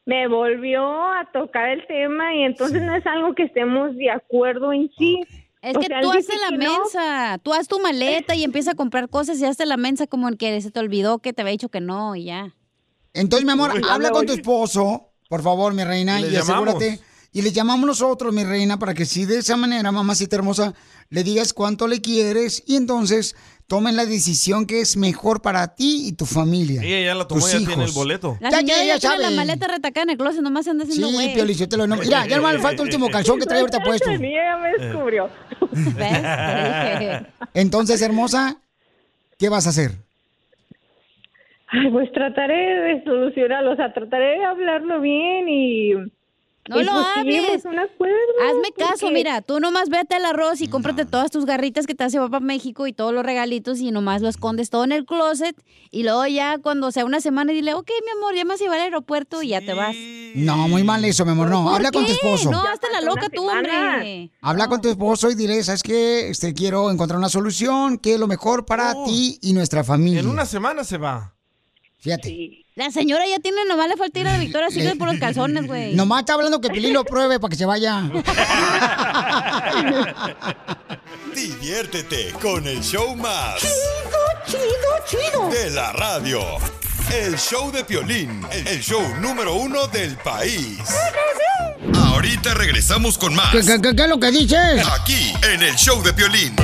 Speaker 11: me volvió a tocar el tema y entonces no es algo que estemos de acuerdo en sí.
Speaker 4: Es
Speaker 11: O
Speaker 4: que
Speaker 11: sea,
Speaker 4: tú
Speaker 11: él
Speaker 4: haces
Speaker 11: dice
Speaker 4: la
Speaker 11: que no.
Speaker 4: mensa, tú haz tu maleta y empieza a comprar cosas y hazte la mensa como el que se te olvidó que te había dicho que no y ya.
Speaker 2: Entonces, mi amor,
Speaker 4: Uy, ya
Speaker 2: habla
Speaker 4: me
Speaker 2: con
Speaker 4: voy.
Speaker 2: tu esposo, por favor, mi reina,
Speaker 4: Y le
Speaker 2: y asegúrate.
Speaker 4: llamamos.
Speaker 2: Y le llamamos nosotros, mi reina, para que si de esa manera, mamacita hermosa, le digas cuánto le quieres y entonces tomen la decisión que es mejor para ti y tu familia.
Speaker 3: Ella ya la tomó,
Speaker 2: Tus
Speaker 3: ya tiene el
Speaker 2: hijos.
Speaker 3: boleto.
Speaker 4: La
Speaker 2: Ya que
Speaker 4: señora ya,
Speaker 2: ella
Speaker 4: tiene la
Speaker 2: sabe.
Speaker 4: maleta retacada en el closet, nomás se anda haciendo
Speaker 2: Sí,
Speaker 4: güey.
Speaker 2: Piolín, yo te lo- no- Mira, ya nomás le
Speaker 11: Eh,
Speaker 2: falta el último calzón que trae ahorita puesto. Eh.
Speaker 11: Ni ella eh, me descubrió.
Speaker 2: Entonces, hermosa, ¿qué vas a hacer?
Speaker 11: Ay, pues trataré de solucionarlo, o sea, trataré de hablarlo bien y...
Speaker 4: No
Speaker 11: y
Speaker 4: lo
Speaker 11: pues,
Speaker 4: hables.
Speaker 11: lleguemos a un acuerdo,
Speaker 4: Hazme caso,
Speaker 11: porque-
Speaker 4: mira, tú nomás vete al arroz y cómprate todas tus garritas que te hace Papá México y todos los regalitos y nomás lo escondes todo en el closet y luego ya cuando sea una semana dile, ok, mi amor, ya me vas a llevar al aeropuerto y ya te vas.
Speaker 2: No, muy mal eso, mi amor. No,
Speaker 4: ¿Por
Speaker 2: habla con tu
Speaker 4: qué?
Speaker 2: esposo.
Speaker 4: No, hasta la loca tú, hombre.
Speaker 2: Habla con tu esposo y dile, ¿sabes qué? Este, quiero encontrar una solución que es lo mejor para ti y nuestra familia.
Speaker 3: Oh. En una semana se va.
Speaker 2: Fíjate.
Speaker 4: La señora ya tiene, nomás le falta ir a la Victoria Secret
Speaker 2: Eh.
Speaker 4: por los calzones, güey.
Speaker 2: Nomás está hablando que Pelín lo pruebe para que
Speaker 4: (laughs)
Speaker 2: se vaya.
Speaker 7: Diviértete con el show más.
Speaker 14: Chido, chido, chido.
Speaker 7: De la radio. El show de Piolín, el show número uno del país. Ahorita regresamos con más.
Speaker 2: ¿Qué, qué- qué- qué es lo que dices?
Speaker 7: Aquí, en el show de Piolín.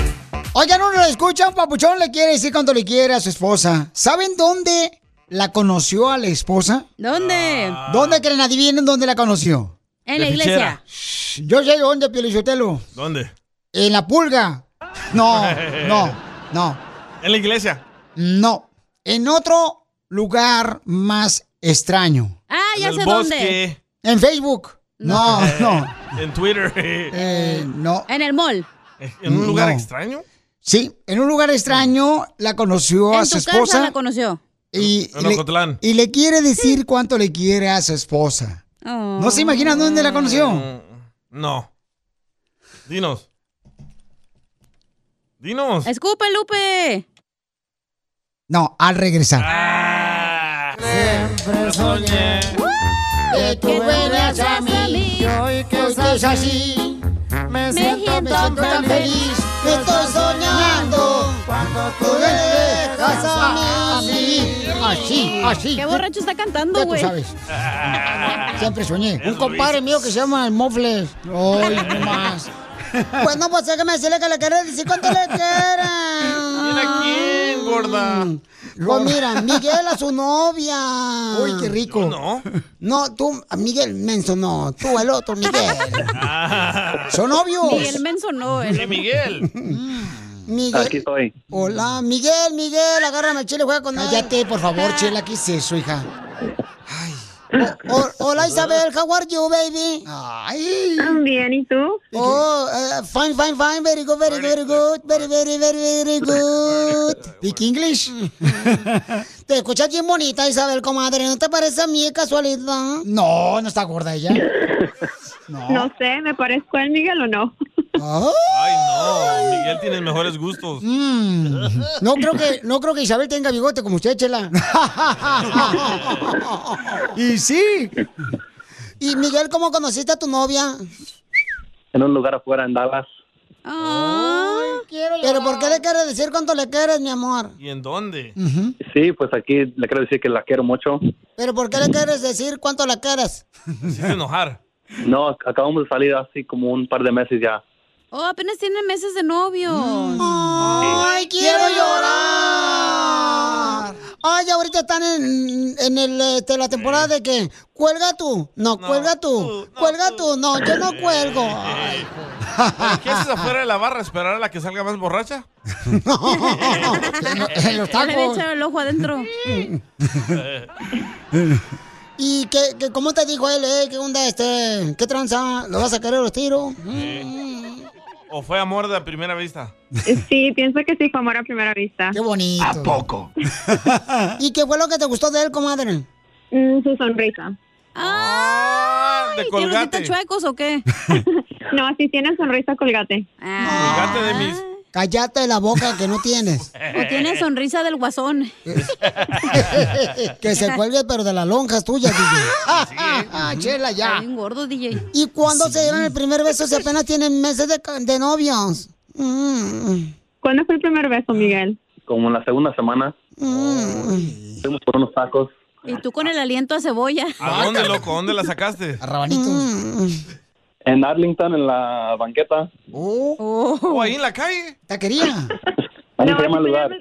Speaker 2: Oigan, uno lo escucha, un papuchón le quiere decir cuando le quiere a su esposa. ¿Saben dónde la conoció a la esposa?
Speaker 4: ¿Dónde?
Speaker 2: ¿Dónde creen? Adivinen dónde la conoció.
Speaker 4: En la De iglesia.
Speaker 2: Shh, Yo sé dónde, Pielichotelo.
Speaker 3: ¿Dónde?
Speaker 2: En la pulga. No,
Speaker 3: (laughs)
Speaker 2: no, no.
Speaker 3: En la iglesia.
Speaker 2: No. En otro lugar más extraño.
Speaker 4: Ah,
Speaker 3: ya En el sé dónde. bosque.
Speaker 2: En Facebook.
Speaker 3: (laughs)
Speaker 2: No, no.
Speaker 3: en Twitter. (laughs)
Speaker 2: Eh, no.
Speaker 4: En el mall.
Speaker 3: ¿En un lugar
Speaker 2: No.
Speaker 3: extraño?
Speaker 2: Sí, en un lugar extraño la conoció a
Speaker 4: En
Speaker 2: su
Speaker 4: tu
Speaker 2: esposa.
Speaker 4: casa la conoció.
Speaker 2: y,
Speaker 3: En
Speaker 2: y le,
Speaker 3: Ocotlán.
Speaker 2: y le quiere decir cuánto le quiere a su esposa. ¿No se imaginan dónde la conoció?
Speaker 3: No. Dinos. Dinos.
Speaker 4: ¡Escupe, Lupe!
Speaker 2: No, al regresar.
Speaker 4: Ah,
Speaker 3: Eh.
Speaker 14: Siempre soñé que tú venías a mí y hoy que estás así me siento, me siento tan feliz. Me estoy soñando cuando tú me dejas a mí.
Speaker 2: Así, así.
Speaker 4: Qué borracho está
Speaker 2: Ya
Speaker 4: cantando,
Speaker 2: tú
Speaker 3: (laughs)
Speaker 4: güey.
Speaker 2: sabes. Siempre soñé. Un compadre mío que se llama el Mofles. Ay, no más. Pues no, pues déjame decirle que le quiere decir cuánto le quiere.
Speaker 14: ¿Quién a quién?
Speaker 3: gorda.
Speaker 14: Pues mira, Miguel a su novia.
Speaker 2: Uy, qué rico.
Speaker 3: no.
Speaker 14: No, tú, Miguel Menso, no. Tú, el otro, Miguel. Son novios.
Speaker 4: Miguel Menso no, el
Speaker 3: Sí, Miguel.
Speaker 14: Miguel.
Speaker 15: Aquí
Speaker 2: (laughs)
Speaker 15: estoy.
Speaker 14: Hola, Miguel, Miguel, agárrame el chile, juega con él. Ah.
Speaker 2: Cállate, por favor, Chela, ¿qué es eso, hija?
Speaker 14: O- hola, Isabel, how are you, baby?
Speaker 2: Ay.
Speaker 14: Bien, ¿y tú? Oh, eh, fine, fine, fine, very good, very good, very good, very, very, very, very good.
Speaker 2: Speak (laughs) English.
Speaker 14: Te escuchas bien bonita, Isabel, comadre, ¿no te parece a mí de casualidad? Oh,
Speaker 2: No, no está gorda ella.
Speaker 10: No sé, ¿me parezco al Miguel o no?
Speaker 3: Ay, no. Miguel tiene mejores gustos.
Speaker 2: Mm.
Speaker 14: No creo que, no creo que Isabel tenga bigote como usted,
Speaker 2: (laughs)
Speaker 14: Chela.
Speaker 2: y sí.
Speaker 14: Y Miguel, ¿cómo conociste a tu novia?
Speaker 15: En un lugar afuera en Dallas.
Speaker 14: Pero ¿por qué le quieres decir cuánto le quieres, mi amor?
Speaker 3: ¿Y en dónde?
Speaker 15: Sí, pues aquí le quiero decir que la quiero mucho.
Speaker 14: Pero ¿por qué le quieres decir cuánto le quieres?
Speaker 3: Se hizo enojar.
Speaker 15: No, ac- acabamos de salir así como un par de meses ya.
Speaker 4: Oh, apenas tiene meses de novio.
Speaker 14: Mm. ¡Ay, quiero llorar! Ay, ahorita están en, en el, este, la temporada de que cuelga tú, no, cuelga tú, cuelga tú, no, yo no cuelgo.
Speaker 4: (laughs)
Speaker 14: (laughs)
Speaker 3: Eh, ¿Qué haces afuera de la barra? ¿Esperar a la que salga más borracha?
Speaker 14: En los
Speaker 4: Ya le había
Speaker 14: tacos.
Speaker 4: echado el ojo adentro.
Speaker 14: (laughs) ¿Y qué, qué- cómo te dijo él, eh? ¿Qué onda, este? ¿Qué tranza? ¿Lo vas a querer los tiros?
Speaker 3: Eh, ¿O fue amor de primera vista?
Speaker 10: Sí, pienso que sí fue amor a primera vista.
Speaker 14: Qué bonito.
Speaker 3: ¿A poco?
Speaker 4: Ah.
Speaker 14: ¿Y qué fue lo que te gustó de él, comadre?
Speaker 10: Mm, su sonrisa.
Speaker 14: Ah,
Speaker 3: ¡Ay! De
Speaker 4: ¿Tiene los
Speaker 3: colgate.
Speaker 4: dientes chuecos o
Speaker 11: (laughs)
Speaker 4: qué? (laughs)
Speaker 10: No, sí tiene sonrisa colgate.
Speaker 3: Colgate de mis...
Speaker 14: Cállate la boca que no tienes.
Speaker 4: (laughs) ¿O tiene sonrisa del guasón?
Speaker 14: (laughs) que
Speaker 4: (laughs)
Speaker 14: se cuelgue, pero de las lonjas tuyas, DJ. Chela, ya.
Speaker 4: Está bien gordo, DJ.
Speaker 14: ¿Y cuándo se dieron el primer beso si apenas tienen meses de, ca- de novios? Mm. Ah.
Speaker 10: ¿Cuándo fue el primer beso, Miguel?
Speaker 15: Como en la segunda semana.
Speaker 14: Mm.
Speaker 4: Oh,
Speaker 15: Fuimos por unos tacos.
Speaker 4: Y tú con el aliento a cebolla.
Speaker 14: Ah,
Speaker 3: ¿A dónde, loco? ¿Dónde la sacaste?
Speaker 2: A Rabanito.
Speaker 15: En Arlington, en la banqueta.
Speaker 14: Oh.
Speaker 3: ¿O ahí en la calle?
Speaker 14: Taquería.
Speaker 15: Ahí se llama el lugar.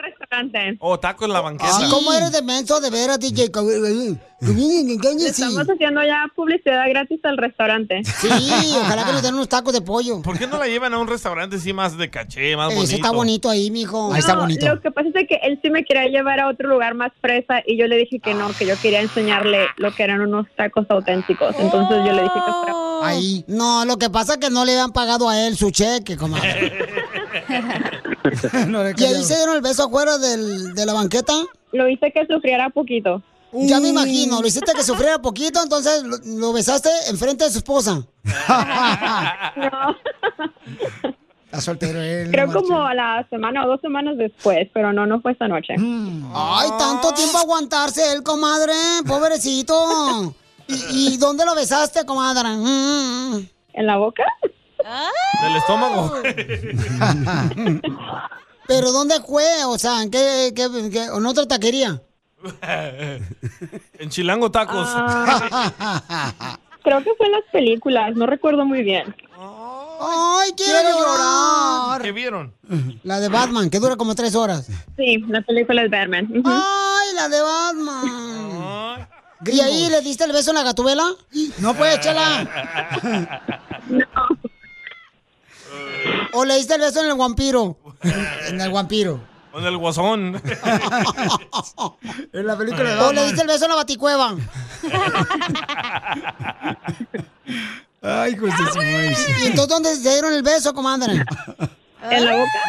Speaker 3: ¿O Oh, taco en
Speaker 2: Ah,
Speaker 3: la banqueta?
Speaker 14: Ay, ¿Cómo eres de menso de veras,
Speaker 4: (laughs)
Speaker 14: DJ?
Speaker 10: Estamos haciendo ya publicidad gratis al restaurante.
Speaker 14: Sí, ojalá que nos den unos tacos de pollo.
Speaker 3: ¿Por qué no la llevan a un restaurante así más de caché, más Ah,
Speaker 11: Eh,
Speaker 3: bonito?
Speaker 14: Eso está bonito ahí, mijo. Ahí está
Speaker 10: No,
Speaker 14: bonito.
Speaker 10: Lo que pasa es de que él sí me quería llevar a otro lugar más fresa y yo le dije que no, que yo quería enseñarle lo que eran unos tacos auténticos. Entonces yo le dije que fuera.
Speaker 14: Ahí. No, lo que pasa es que no le han pagado a él su cheque, comadre. ¿Y ahí se dieron el beso afuera del- de la banqueta?
Speaker 10: Lo hice que sufriera poquito.
Speaker 14: Ya me imagino, lo hiciste que sufriera poquito, entonces lo, lo besaste enfrente de su esposa.
Speaker 2: Está soltero él.
Speaker 10: Creo como a la semana o dos semanas después, pero no, no fue esta noche.
Speaker 14: Ay, tanto tiempo aguantarse él, comadre, pobrecito. ¿Y, y dónde lo besaste, comadre? Mm,
Speaker 10: ¿En la boca?
Speaker 3: ¿Del estómago?
Speaker 14: (laughs) ¿Pero dónde fue? O sea, ¿en qué, qué- qué- en otra taquería?
Speaker 3: en Chilango Tacos.
Speaker 10: Ah. Creo que fue en las películas, no recuerdo muy bien.
Speaker 14: Ay, quiero, llorar.
Speaker 3: ¿Qué vieron?
Speaker 14: La de Batman, que dura como tres horas.
Speaker 10: Sí, la película es Batman. Ujú.
Speaker 14: Ay, la de Batman. ¿Y ahí le diste el beso en la gatubela? No
Speaker 10: Eh,
Speaker 14: puede, chela. ¿O le diste el beso en el vampiro?
Speaker 10: Eh.
Speaker 14: en el vampiro.
Speaker 3: Con el guasón.
Speaker 2: En la película de
Speaker 14: ¿O le
Speaker 2: Batman.
Speaker 14: diste el beso en la baticueva? (laughs)
Speaker 2: Ay, José
Speaker 14: ¿Y entonces dónde se dieron el beso, comadre?
Speaker 10: ¿En la boca?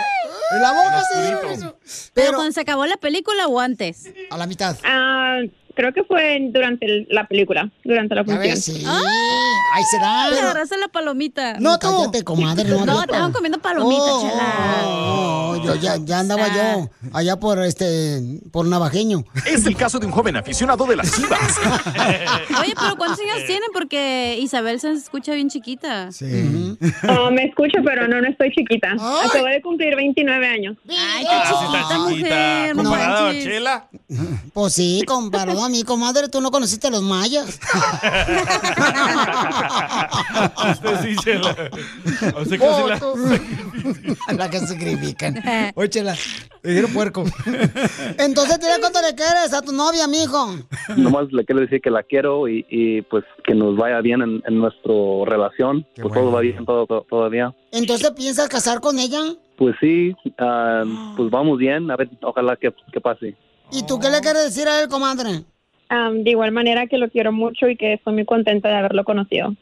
Speaker 14: En la boca se dieron el beso.
Speaker 4: Pero cuando se acabó la película o antes.
Speaker 14: A la mitad.
Speaker 10: Ah, creo que fue en- durante el- la película, durante la función.
Speaker 4: Ah.
Speaker 14: Ahí se da.
Speaker 4: Te agarraste la palomita.
Speaker 14: No, tú. Cállate, comadre. No,
Speaker 4: No,
Speaker 14: había
Speaker 4: estaban
Speaker 14: pa-
Speaker 4: comiendo palomitas,
Speaker 14: Oh,
Speaker 4: chela.
Speaker 14: oh, yo ya, ya andaba yo allá por este por navajeño.
Speaker 16: Es el caso de un joven aficionado de las chivas.
Speaker 4: (laughs) Oye, pero ¿cuántos años tienen? Porque Isabel se escucha bien chiquita.
Speaker 10: Ah, me escucho, pero no, no estoy chiquita. Acabo de cumplir 29 años.
Speaker 4: Ay, qué chiquita, mujer.
Speaker 3: Comparada a
Speaker 4: manches.
Speaker 3: Chela.
Speaker 14: Pues sí, comparado No, mi comadre, tú no conociste a los mayas.
Speaker 17: Usted Este sí, Chela. Usted casi la...
Speaker 14: la... que
Speaker 4: (laughs)
Speaker 14: sacrifican. Oye, Chela, le dieron puerco. Entonces, ¿te cuánto le quieres a tu novia, mijo?
Speaker 18: Nomás le quiero decir que la quiero y, y pues que nos vaya bien en, en nuestra relación. pues todo va bien todo, todo- todavía.
Speaker 14: Entonces, ¿piensas casar con ella?
Speaker 18: Pues sí, ah, pues vamos bien. A ver, ojalá que, que pase.
Speaker 14: ¿Y tú qué le quieres decir a él, comadre?
Speaker 11: de igual manera que lo quiero mucho y que estoy muy contenta de haberlo conocido.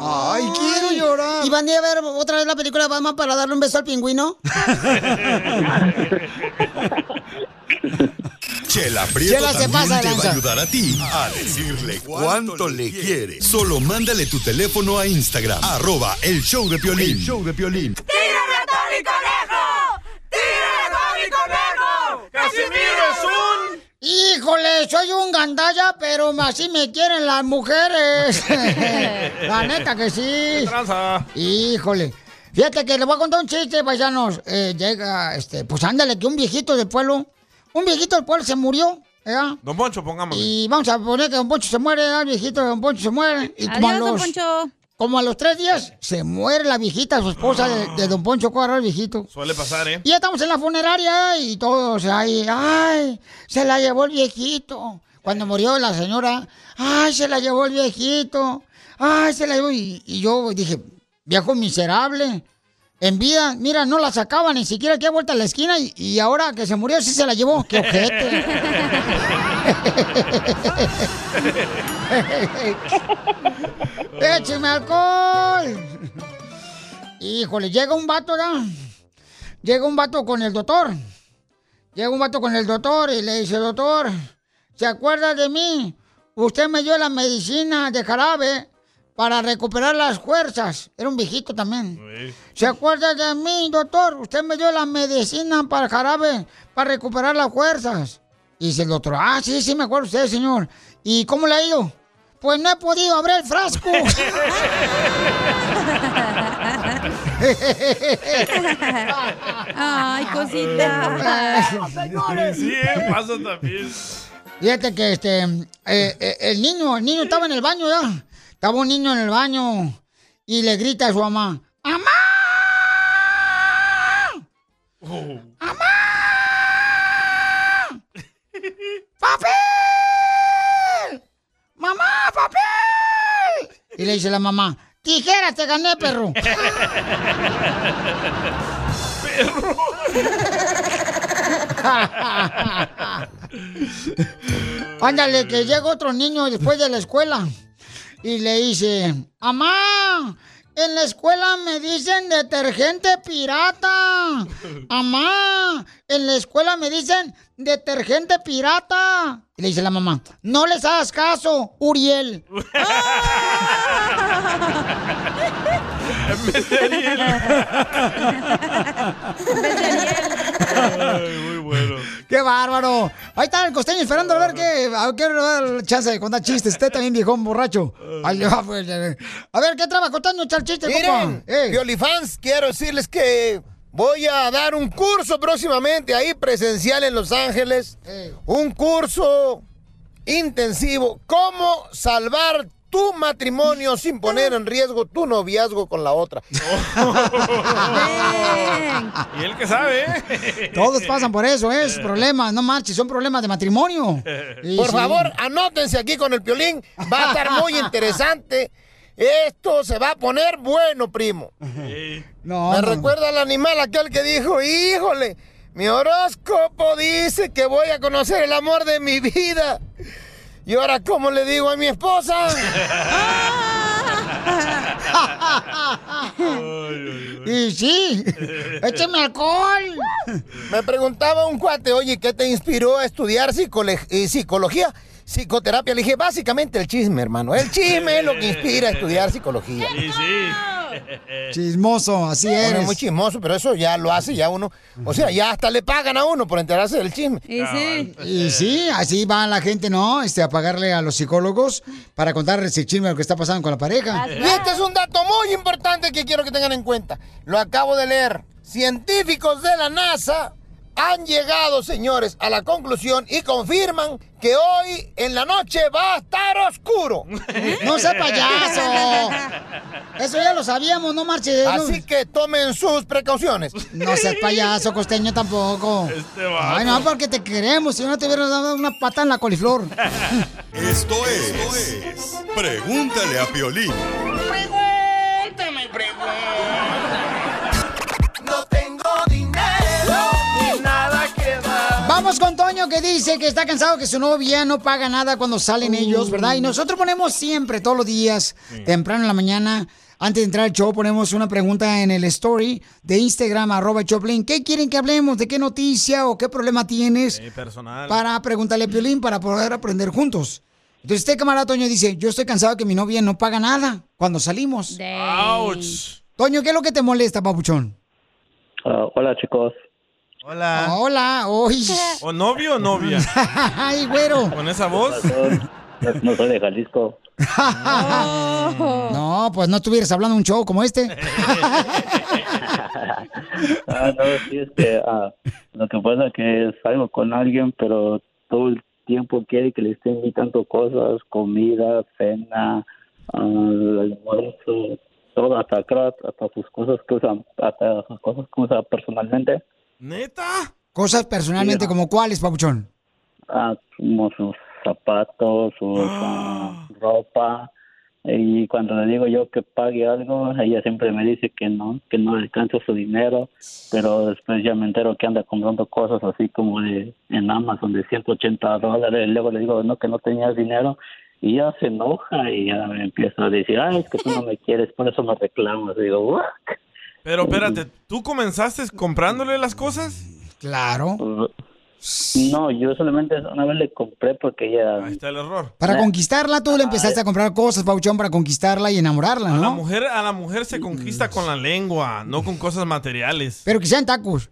Speaker 14: Ay, quiero llorar. ¿Y van a ir a ver otra vez la película de Batman para darle un beso al pingüino?
Speaker 7: Chela Prieto
Speaker 14: Chela se
Speaker 7: también
Speaker 14: pasa de
Speaker 7: te va
Speaker 14: lanza.
Speaker 7: a ayudar a ti a decirle cuánto le quieres. Solo mándale tu teléfono a Instagram, arroba el show de Piolín. El show de Piolín.
Speaker 17: ¡Casimiro es un!
Speaker 14: Híjole, soy un gandalla, pero así me quieren las mujeres. La neta que sí. Híjole. Fíjate que le voy a contar un chiste, paisanos. Eh, llega, este, pues ándale, que un viejito del pueblo, un viejito del pueblo se murió, ¿ya?
Speaker 17: Don Poncho, pongámosle.
Speaker 14: Y vamos a poner que Don Poncho se muere, ¿ya? el viejito de Don Poncho se muere. Y como a
Speaker 3: Adiós, don
Speaker 14: los, Como a los tres días, se muere la viejita, su esposa de, de Don Poncho Corra, el viejito.
Speaker 17: Suele pasar, ¿eh?
Speaker 14: Y ya estamos en la funeraria y todos ahí, ay, se la llevó el viejito. Cuando murió la señora, ay, se la llevó el viejito, ay, se la llevó. Y, y yo dije, viejo miserable, en vida, mira, no la sacaba ni siquiera aquí a vuelta a la esquina y, y ahora que se murió sí se la llevó. ¡Qué (laughs)
Speaker 17: (laughs)
Speaker 14: ojete! (laughs) ¡Écheme alcohol! Híjole, llega un vato, ¿verdad? Llega un vato con el doctor. Llega un vato con el doctor y le dice, doctor, ¿se acuerda de mí? Usted me dio la medicina de jarabe para recuperar las fuerzas. Era un viejito también. ¿Se acuerda de mí, doctor? Usted me dio la medicina para el jarabe, para recuperar las fuerzas. Y dice el doctor, ah, sí, sí, me acuerdo usted, señor. ¿Y cómo le ha ido? Pues no he podido abrir el frasco.
Speaker 3: Ay, cosita.
Speaker 17: Sí, eh, pasa también.
Speaker 14: Fíjate que este, eh, eh, el niño, el niño estaba en el baño ya. Estaba un niño en el baño y le grita a su mamá, ¡Mamá! ¡Papel! ¡Mamá, papel! Y le dice la mamá, tijeras te gané,
Speaker 2: (laughs)
Speaker 14: perro. Ándale, que llega otro niño después de la escuela y le dice, mamá, en la escuela me dicen detergente pirata. Mamá, en la escuela me dicen detergente pirata. Y le dice la mamá, no les hagas caso, Uriel. (laughs) ¡Qué bárbaro! Ahí está el costeño esperando a ver qué. A ver qué le va a dar chance de contar chistes. Usted también, viejón borracho. Ahí le va, pues, eh. A ver, ¿qué trabajo costeño echar chistes,
Speaker 19: Miren, Violifans, quiero decirles que voy a dar un curso próximamente ahí presencial en Los Ángeles. Un curso intensivo. Cómo salvar tu matrimonio sin poner en riesgo tu noviazgo con la otra.
Speaker 17: Y él que sabe, ¿eh?
Speaker 14: Todos pasan por eso, ¿eh? es problemas, no marches, son problemas de matrimonio. Y
Speaker 19: Por
Speaker 14: sí.
Speaker 19: favor, anótense aquí con el piolín. Va a estar muy interesante. Esto se va a poner bueno, primo.
Speaker 14: No,
Speaker 19: Me
Speaker 14: no.
Speaker 19: recuerda al animal aquel que dijo, híjole, mi horóscopo dice que voy a conocer el amor de mi vida. Y ahora, ¿cómo le digo a mi
Speaker 14: (laughs)
Speaker 19: esposa?
Speaker 14: y sí, écheme alcohol.
Speaker 19: Me preguntaba un cuate, oye, ¿qué te inspiró a estudiar psicole- eh, psicología? Psicoterapia, le dije, básicamente el chisme, hermano. El chisme es lo que inspira a estudiar psicología.
Speaker 17: Sí, sí.
Speaker 14: Chismoso, así
Speaker 19: Uno
Speaker 14: eres.
Speaker 19: es muy chismoso, pero eso ya lo hace ya uno. O sea, ya hasta le pagan a uno por enterarse del chisme.
Speaker 14: Y sí, así va la gente, ¿no? Este, a pagarle a los psicólogos para contarles el chisme de lo que está pasando con la pareja.
Speaker 19: Y este es un dato muy importante que quiero que tengan en cuenta. Lo acabo de leer. Científicos de la NASA han llegado, señores, a la conclusión y confirman que hoy en la noche va a estar oscuro.
Speaker 2: ¡No sea payaso! Eso ya lo sabíamos, no marches.
Speaker 19: Así que tomen sus precauciones.
Speaker 2: No seas payaso, costeño tampoco.
Speaker 7: Este vato.
Speaker 2: Ay, no, porque te queremos. Si no te hubieras dado una pata en la coliflor.
Speaker 7: Esto es, Esto es Pregúntale a Piolín.
Speaker 9: Pregúntame,
Speaker 14: No tengo dinero ni nada que dar.
Speaker 2: Vamos con Toño que dice que está cansado que su novia no paga nada cuando salen ellos, ¿verdad? Y nosotros ponemos siempre, todos los días, temprano en la mañana, antes de entrar al show, ponemos una pregunta en el story de Instagram, arroba Choplin. ¿Qué quieren que hablemos? ¿De qué noticia o qué problema tienes?
Speaker 3: Eh, personal.
Speaker 2: Para preguntarle a Piolín para poder aprender juntos. Entonces este camarada Toño dice, yo estoy cansado que mi novia no paga nada cuando salimos.
Speaker 3: Ouch.
Speaker 2: Toño, ¿qué es lo que te molesta, papuchón?
Speaker 15: Ah, hola, chicos.
Speaker 3: Hola.
Speaker 2: Hola, hoy.
Speaker 3: ¿O novio o novia?
Speaker 2: (laughs) Ay, güero.
Speaker 3: ¿Con esa voz?
Speaker 15: (laughs) No, no soy de Jalisco.
Speaker 2: (laughs) No, pues no estuvieras hablando un show como este.
Speaker 15: Ah, no, sí, es que ah, lo que pasa es que salgo con alguien, pero todo el tiempo quiere que le esté invitando cosas, comida, cena, ah, almuerzo, todo, hasta crap, hasta sus cosas que usan, hasta sus cosas que usa personalmente.
Speaker 3: ¿Neta?
Speaker 2: Cosas personalmente como cuáles, papuchón.
Speaker 15: ah, como sus zapatos, su ah, ropa. Y cuando le digo yo que pague algo, ella siempre me dice que no, que no le alcanza su dinero, pero después ya me entero que anda comprando cosas así como de, en Amazon de 180 dólares, luego le digo no, que no tenía dinero, y ya se enoja y ya me empieza a decir, ay, es que tú no me quieres, por eso me reclamas. Y digo, "What?".
Speaker 3: Pero espérate, ¿tú comenzaste comprándole las cosas?
Speaker 2: Claro.
Speaker 15: No, yo solamente una vez le compré porque ella... Ahí
Speaker 3: está el error.
Speaker 2: Para conquistarla, tú le empezaste a comprar cosas, papuchón, para conquistarla y enamorarla,
Speaker 3: A la
Speaker 2: ¿no?
Speaker 3: mujer, a la mujer se conquista con la lengua, no con cosas materiales.
Speaker 2: Pero que sean tacos.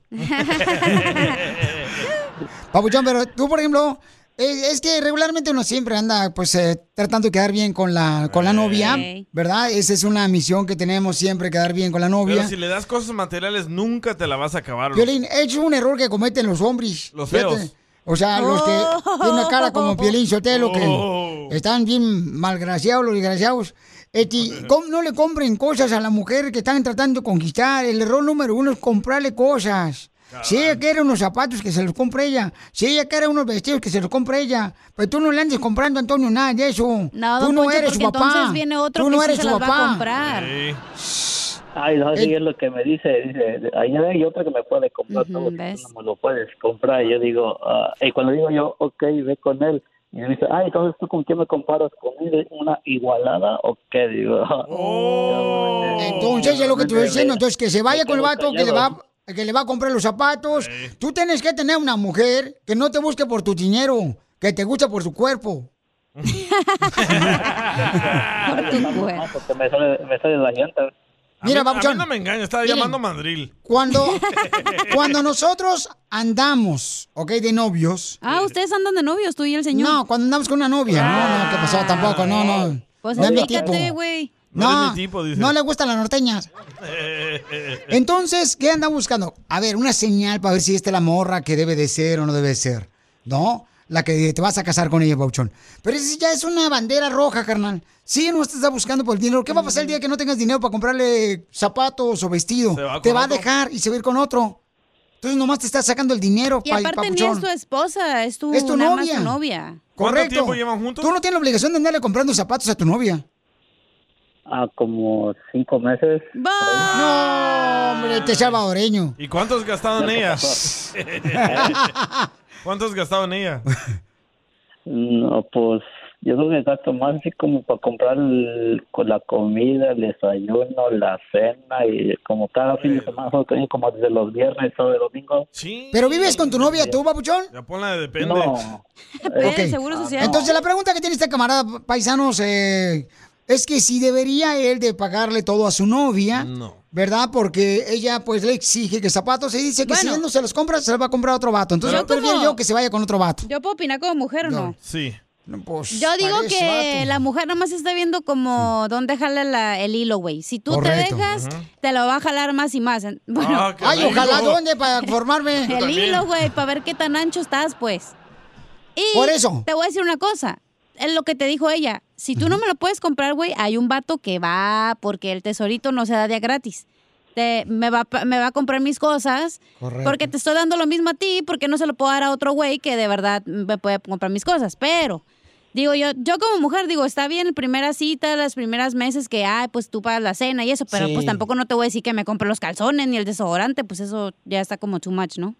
Speaker 2: Papuchón, pero tú, por ejemplo, eh, es que regularmente uno siempre anda pues eh, tratando de quedar bien con la, con la novia,
Speaker 3: Ey.
Speaker 2: ¿verdad? Esa es una misión que tenemos siempre, quedar bien con la novia.
Speaker 3: Pero si le das cosas materiales, nunca te la vas a acabar. loco.
Speaker 2: Violín, es un error que cometen los hombres.
Speaker 3: Los
Speaker 2: Fíjate.
Speaker 3: feos.
Speaker 2: O sea, los que tienen una cara como Piolín Sotelo,
Speaker 3: Oh.
Speaker 2: que están bien malgraciados, los desgraciados. Este, com- no le compren cosas a la mujer que están tratando de conquistar. El error número uno es comprarle cosas. Si ella quiere unos zapatos, que se los compre ella. Si ella quiere unos vestidos, que se los compre ella. Pero tú no le andes comprando, Antonio, nada de eso.
Speaker 4: No,
Speaker 2: tú
Speaker 4: don
Speaker 2: no
Speaker 4: Poncho,
Speaker 2: eres su
Speaker 4: porque
Speaker 2: papá.
Speaker 4: entonces viene otro
Speaker 2: tú
Speaker 4: que
Speaker 2: no
Speaker 4: sí
Speaker 2: eres
Speaker 4: se
Speaker 2: su
Speaker 4: las
Speaker 2: papá.
Speaker 4: va a comprar.
Speaker 15: Ay, no, sí es lo que me dice, dice, allá hay otro que me puede comprar todo, tú no me lo puedes comprar. Y yo digo, ah, y cuando digo yo, ok, ve con él, y me dice, ay, entonces tú con quién me comparas, con él, una igualada o qué, digo. (laughs)
Speaker 2: Entonces es lo que te estoy diciendo, entonces que se vaya con el vato que le va
Speaker 15: callado.
Speaker 2: que le va a comprar los zapatos. Tú tienes que tener una mujer que no te busque por tu dinero, que te guste por su cuerpo. (laughs)
Speaker 15: No, porque me sale, me sale la llanta.
Speaker 3: A
Speaker 2: Mira,
Speaker 3: mí- a mí
Speaker 2: papuchón.
Speaker 3: no me engañes, estaba
Speaker 2: Miren.
Speaker 3: llamando mandril. (laughs)
Speaker 2: Cuando cuando nosotros andamos, ¿ok? De novios.
Speaker 4: Ah, ustedes andan de novios, tú y el señor.
Speaker 2: No, cuando andamos con una novia. No, no, ¿qué pasó? Tampoco, no, no.
Speaker 4: Pues
Speaker 2: no es mi
Speaker 4: explícate,
Speaker 2: tipo.
Speaker 4: güey.
Speaker 3: Ah. No
Speaker 2: No,
Speaker 3: eres mi tipo, dice.
Speaker 2: no le gustan las norteñas. Entonces, ¿qué andan buscando? A ver, una señal para ver si esta es la morra que debe de ser o no debe de ser. ¿No? La que te vas a casar con ella, Pauchón. Pero eso ya es una bandera roja, carnal. Si no estás buscando por el dinero, ¿qué va a pasar el día que no tengas dinero para comprarle zapatos o vestido?
Speaker 4: va
Speaker 2: te
Speaker 4: con
Speaker 2: va
Speaker 4: otro.
Speaker 2: a dejar y se va a ir con otro. Entonces nomás te estás sacando el dinero,
Speaker 4: Y
Speaker 2: pa-
Speaker 4: aparte ni es
Speaker 2: Papuchón.
Speaker 4: tu esposa, es tu,
Speaker 2: Es tu
Speaker 4: nada más
Speaker 2: novia.
Speaker 4: tu novia.
Speaker 15: ¿Cuánto
Speaker 2: Correcto.
Speaker 15: tiempo llevan juntos?
Speaker 2: Tú no tienes la obligación de andarle comprando zapatos a tu novia.
Speaker 15: Ah, como cinco meses.
Speaker 2: No, hombre, este es salvadoreño.
Speaker 3: ¿Y cuánto has gastado en
Speaker 2: (laughs)
Speaker 3: ella? (laughs) ¿Cuánto has gastado en ella?
Speaker 15: No, pues yo creo que gasto más así como para comprar el- con la comida, el desayuno, la cena y como cada fin de semana, solo que- como desde los viernes, sábado y domingo.
Speaker 3: Sí.
Speaker 2: ¿Pero vives con tu novia tú, papuchón?
Speaker 3: Ya ponla de depende.
Speaker 15: No.
Speaker 2: Ok. Entonces la pregunta que tiene este camarada paisanos eh, es que si debería él de pagarle todo a su novia, ¿verdad? Porque ella pues le exige que zapatos y dice que si él no se los compra, se los va a comprar a otro vato. Entonces yo
Speaker 4: Pero-
Speaker 2: prefiero yo que se vaya con otro vato.
Speaker 4: ¿Yo puedo opinar como mujer o no?
Speaker 3: (laughs) Sí.
Speaker 2: Pues,
Speaker 4: Yo digo que la mujer nomás está viendo como dónde jala la- el hilo, güey. Si tú te
Speaker 2: Correcto.
Speaker 4: dejas,
Speaker 2: Ajá.
Speaker 4: te lo va a jalar más y más. En- Bueno, (laughs)
Speaker 2: Ah, qué Ay, rico. ojalá, ¿dónde? Para formarme. Yo
Speaker 4: el
Speaker 2: también.
Speaker 4: hilo, güey, para ver qué tan ancho estás, pues. Y
Speaker 2: Por eso.
Speaker 4: Te voy a decir una cosa. Es lo que te dijo ella. Si tú no me lo puedes comprar, güey, hay un vato que va porque el tesorito no se da de a gratis. Te- me, va, a pa- me va a comprar mis cosas
Speaker 14: Correcto.
Speaker 4: porque te estoy dando lo mismo a ti porque no se lo puedo dar a otro güey que de verdad me puede comprar mis cosas. Pero, digo yo, yo como mujer digo, está bien, primera cita, las primeras meses que, ay, pues tú pagas la cena y eso, pero
Speaker 2: Sí.
Speaker 4: pues tampoco no te voy a decir que me compre los calzones ni el desodorante, pues eso ya está como too much, ¿no?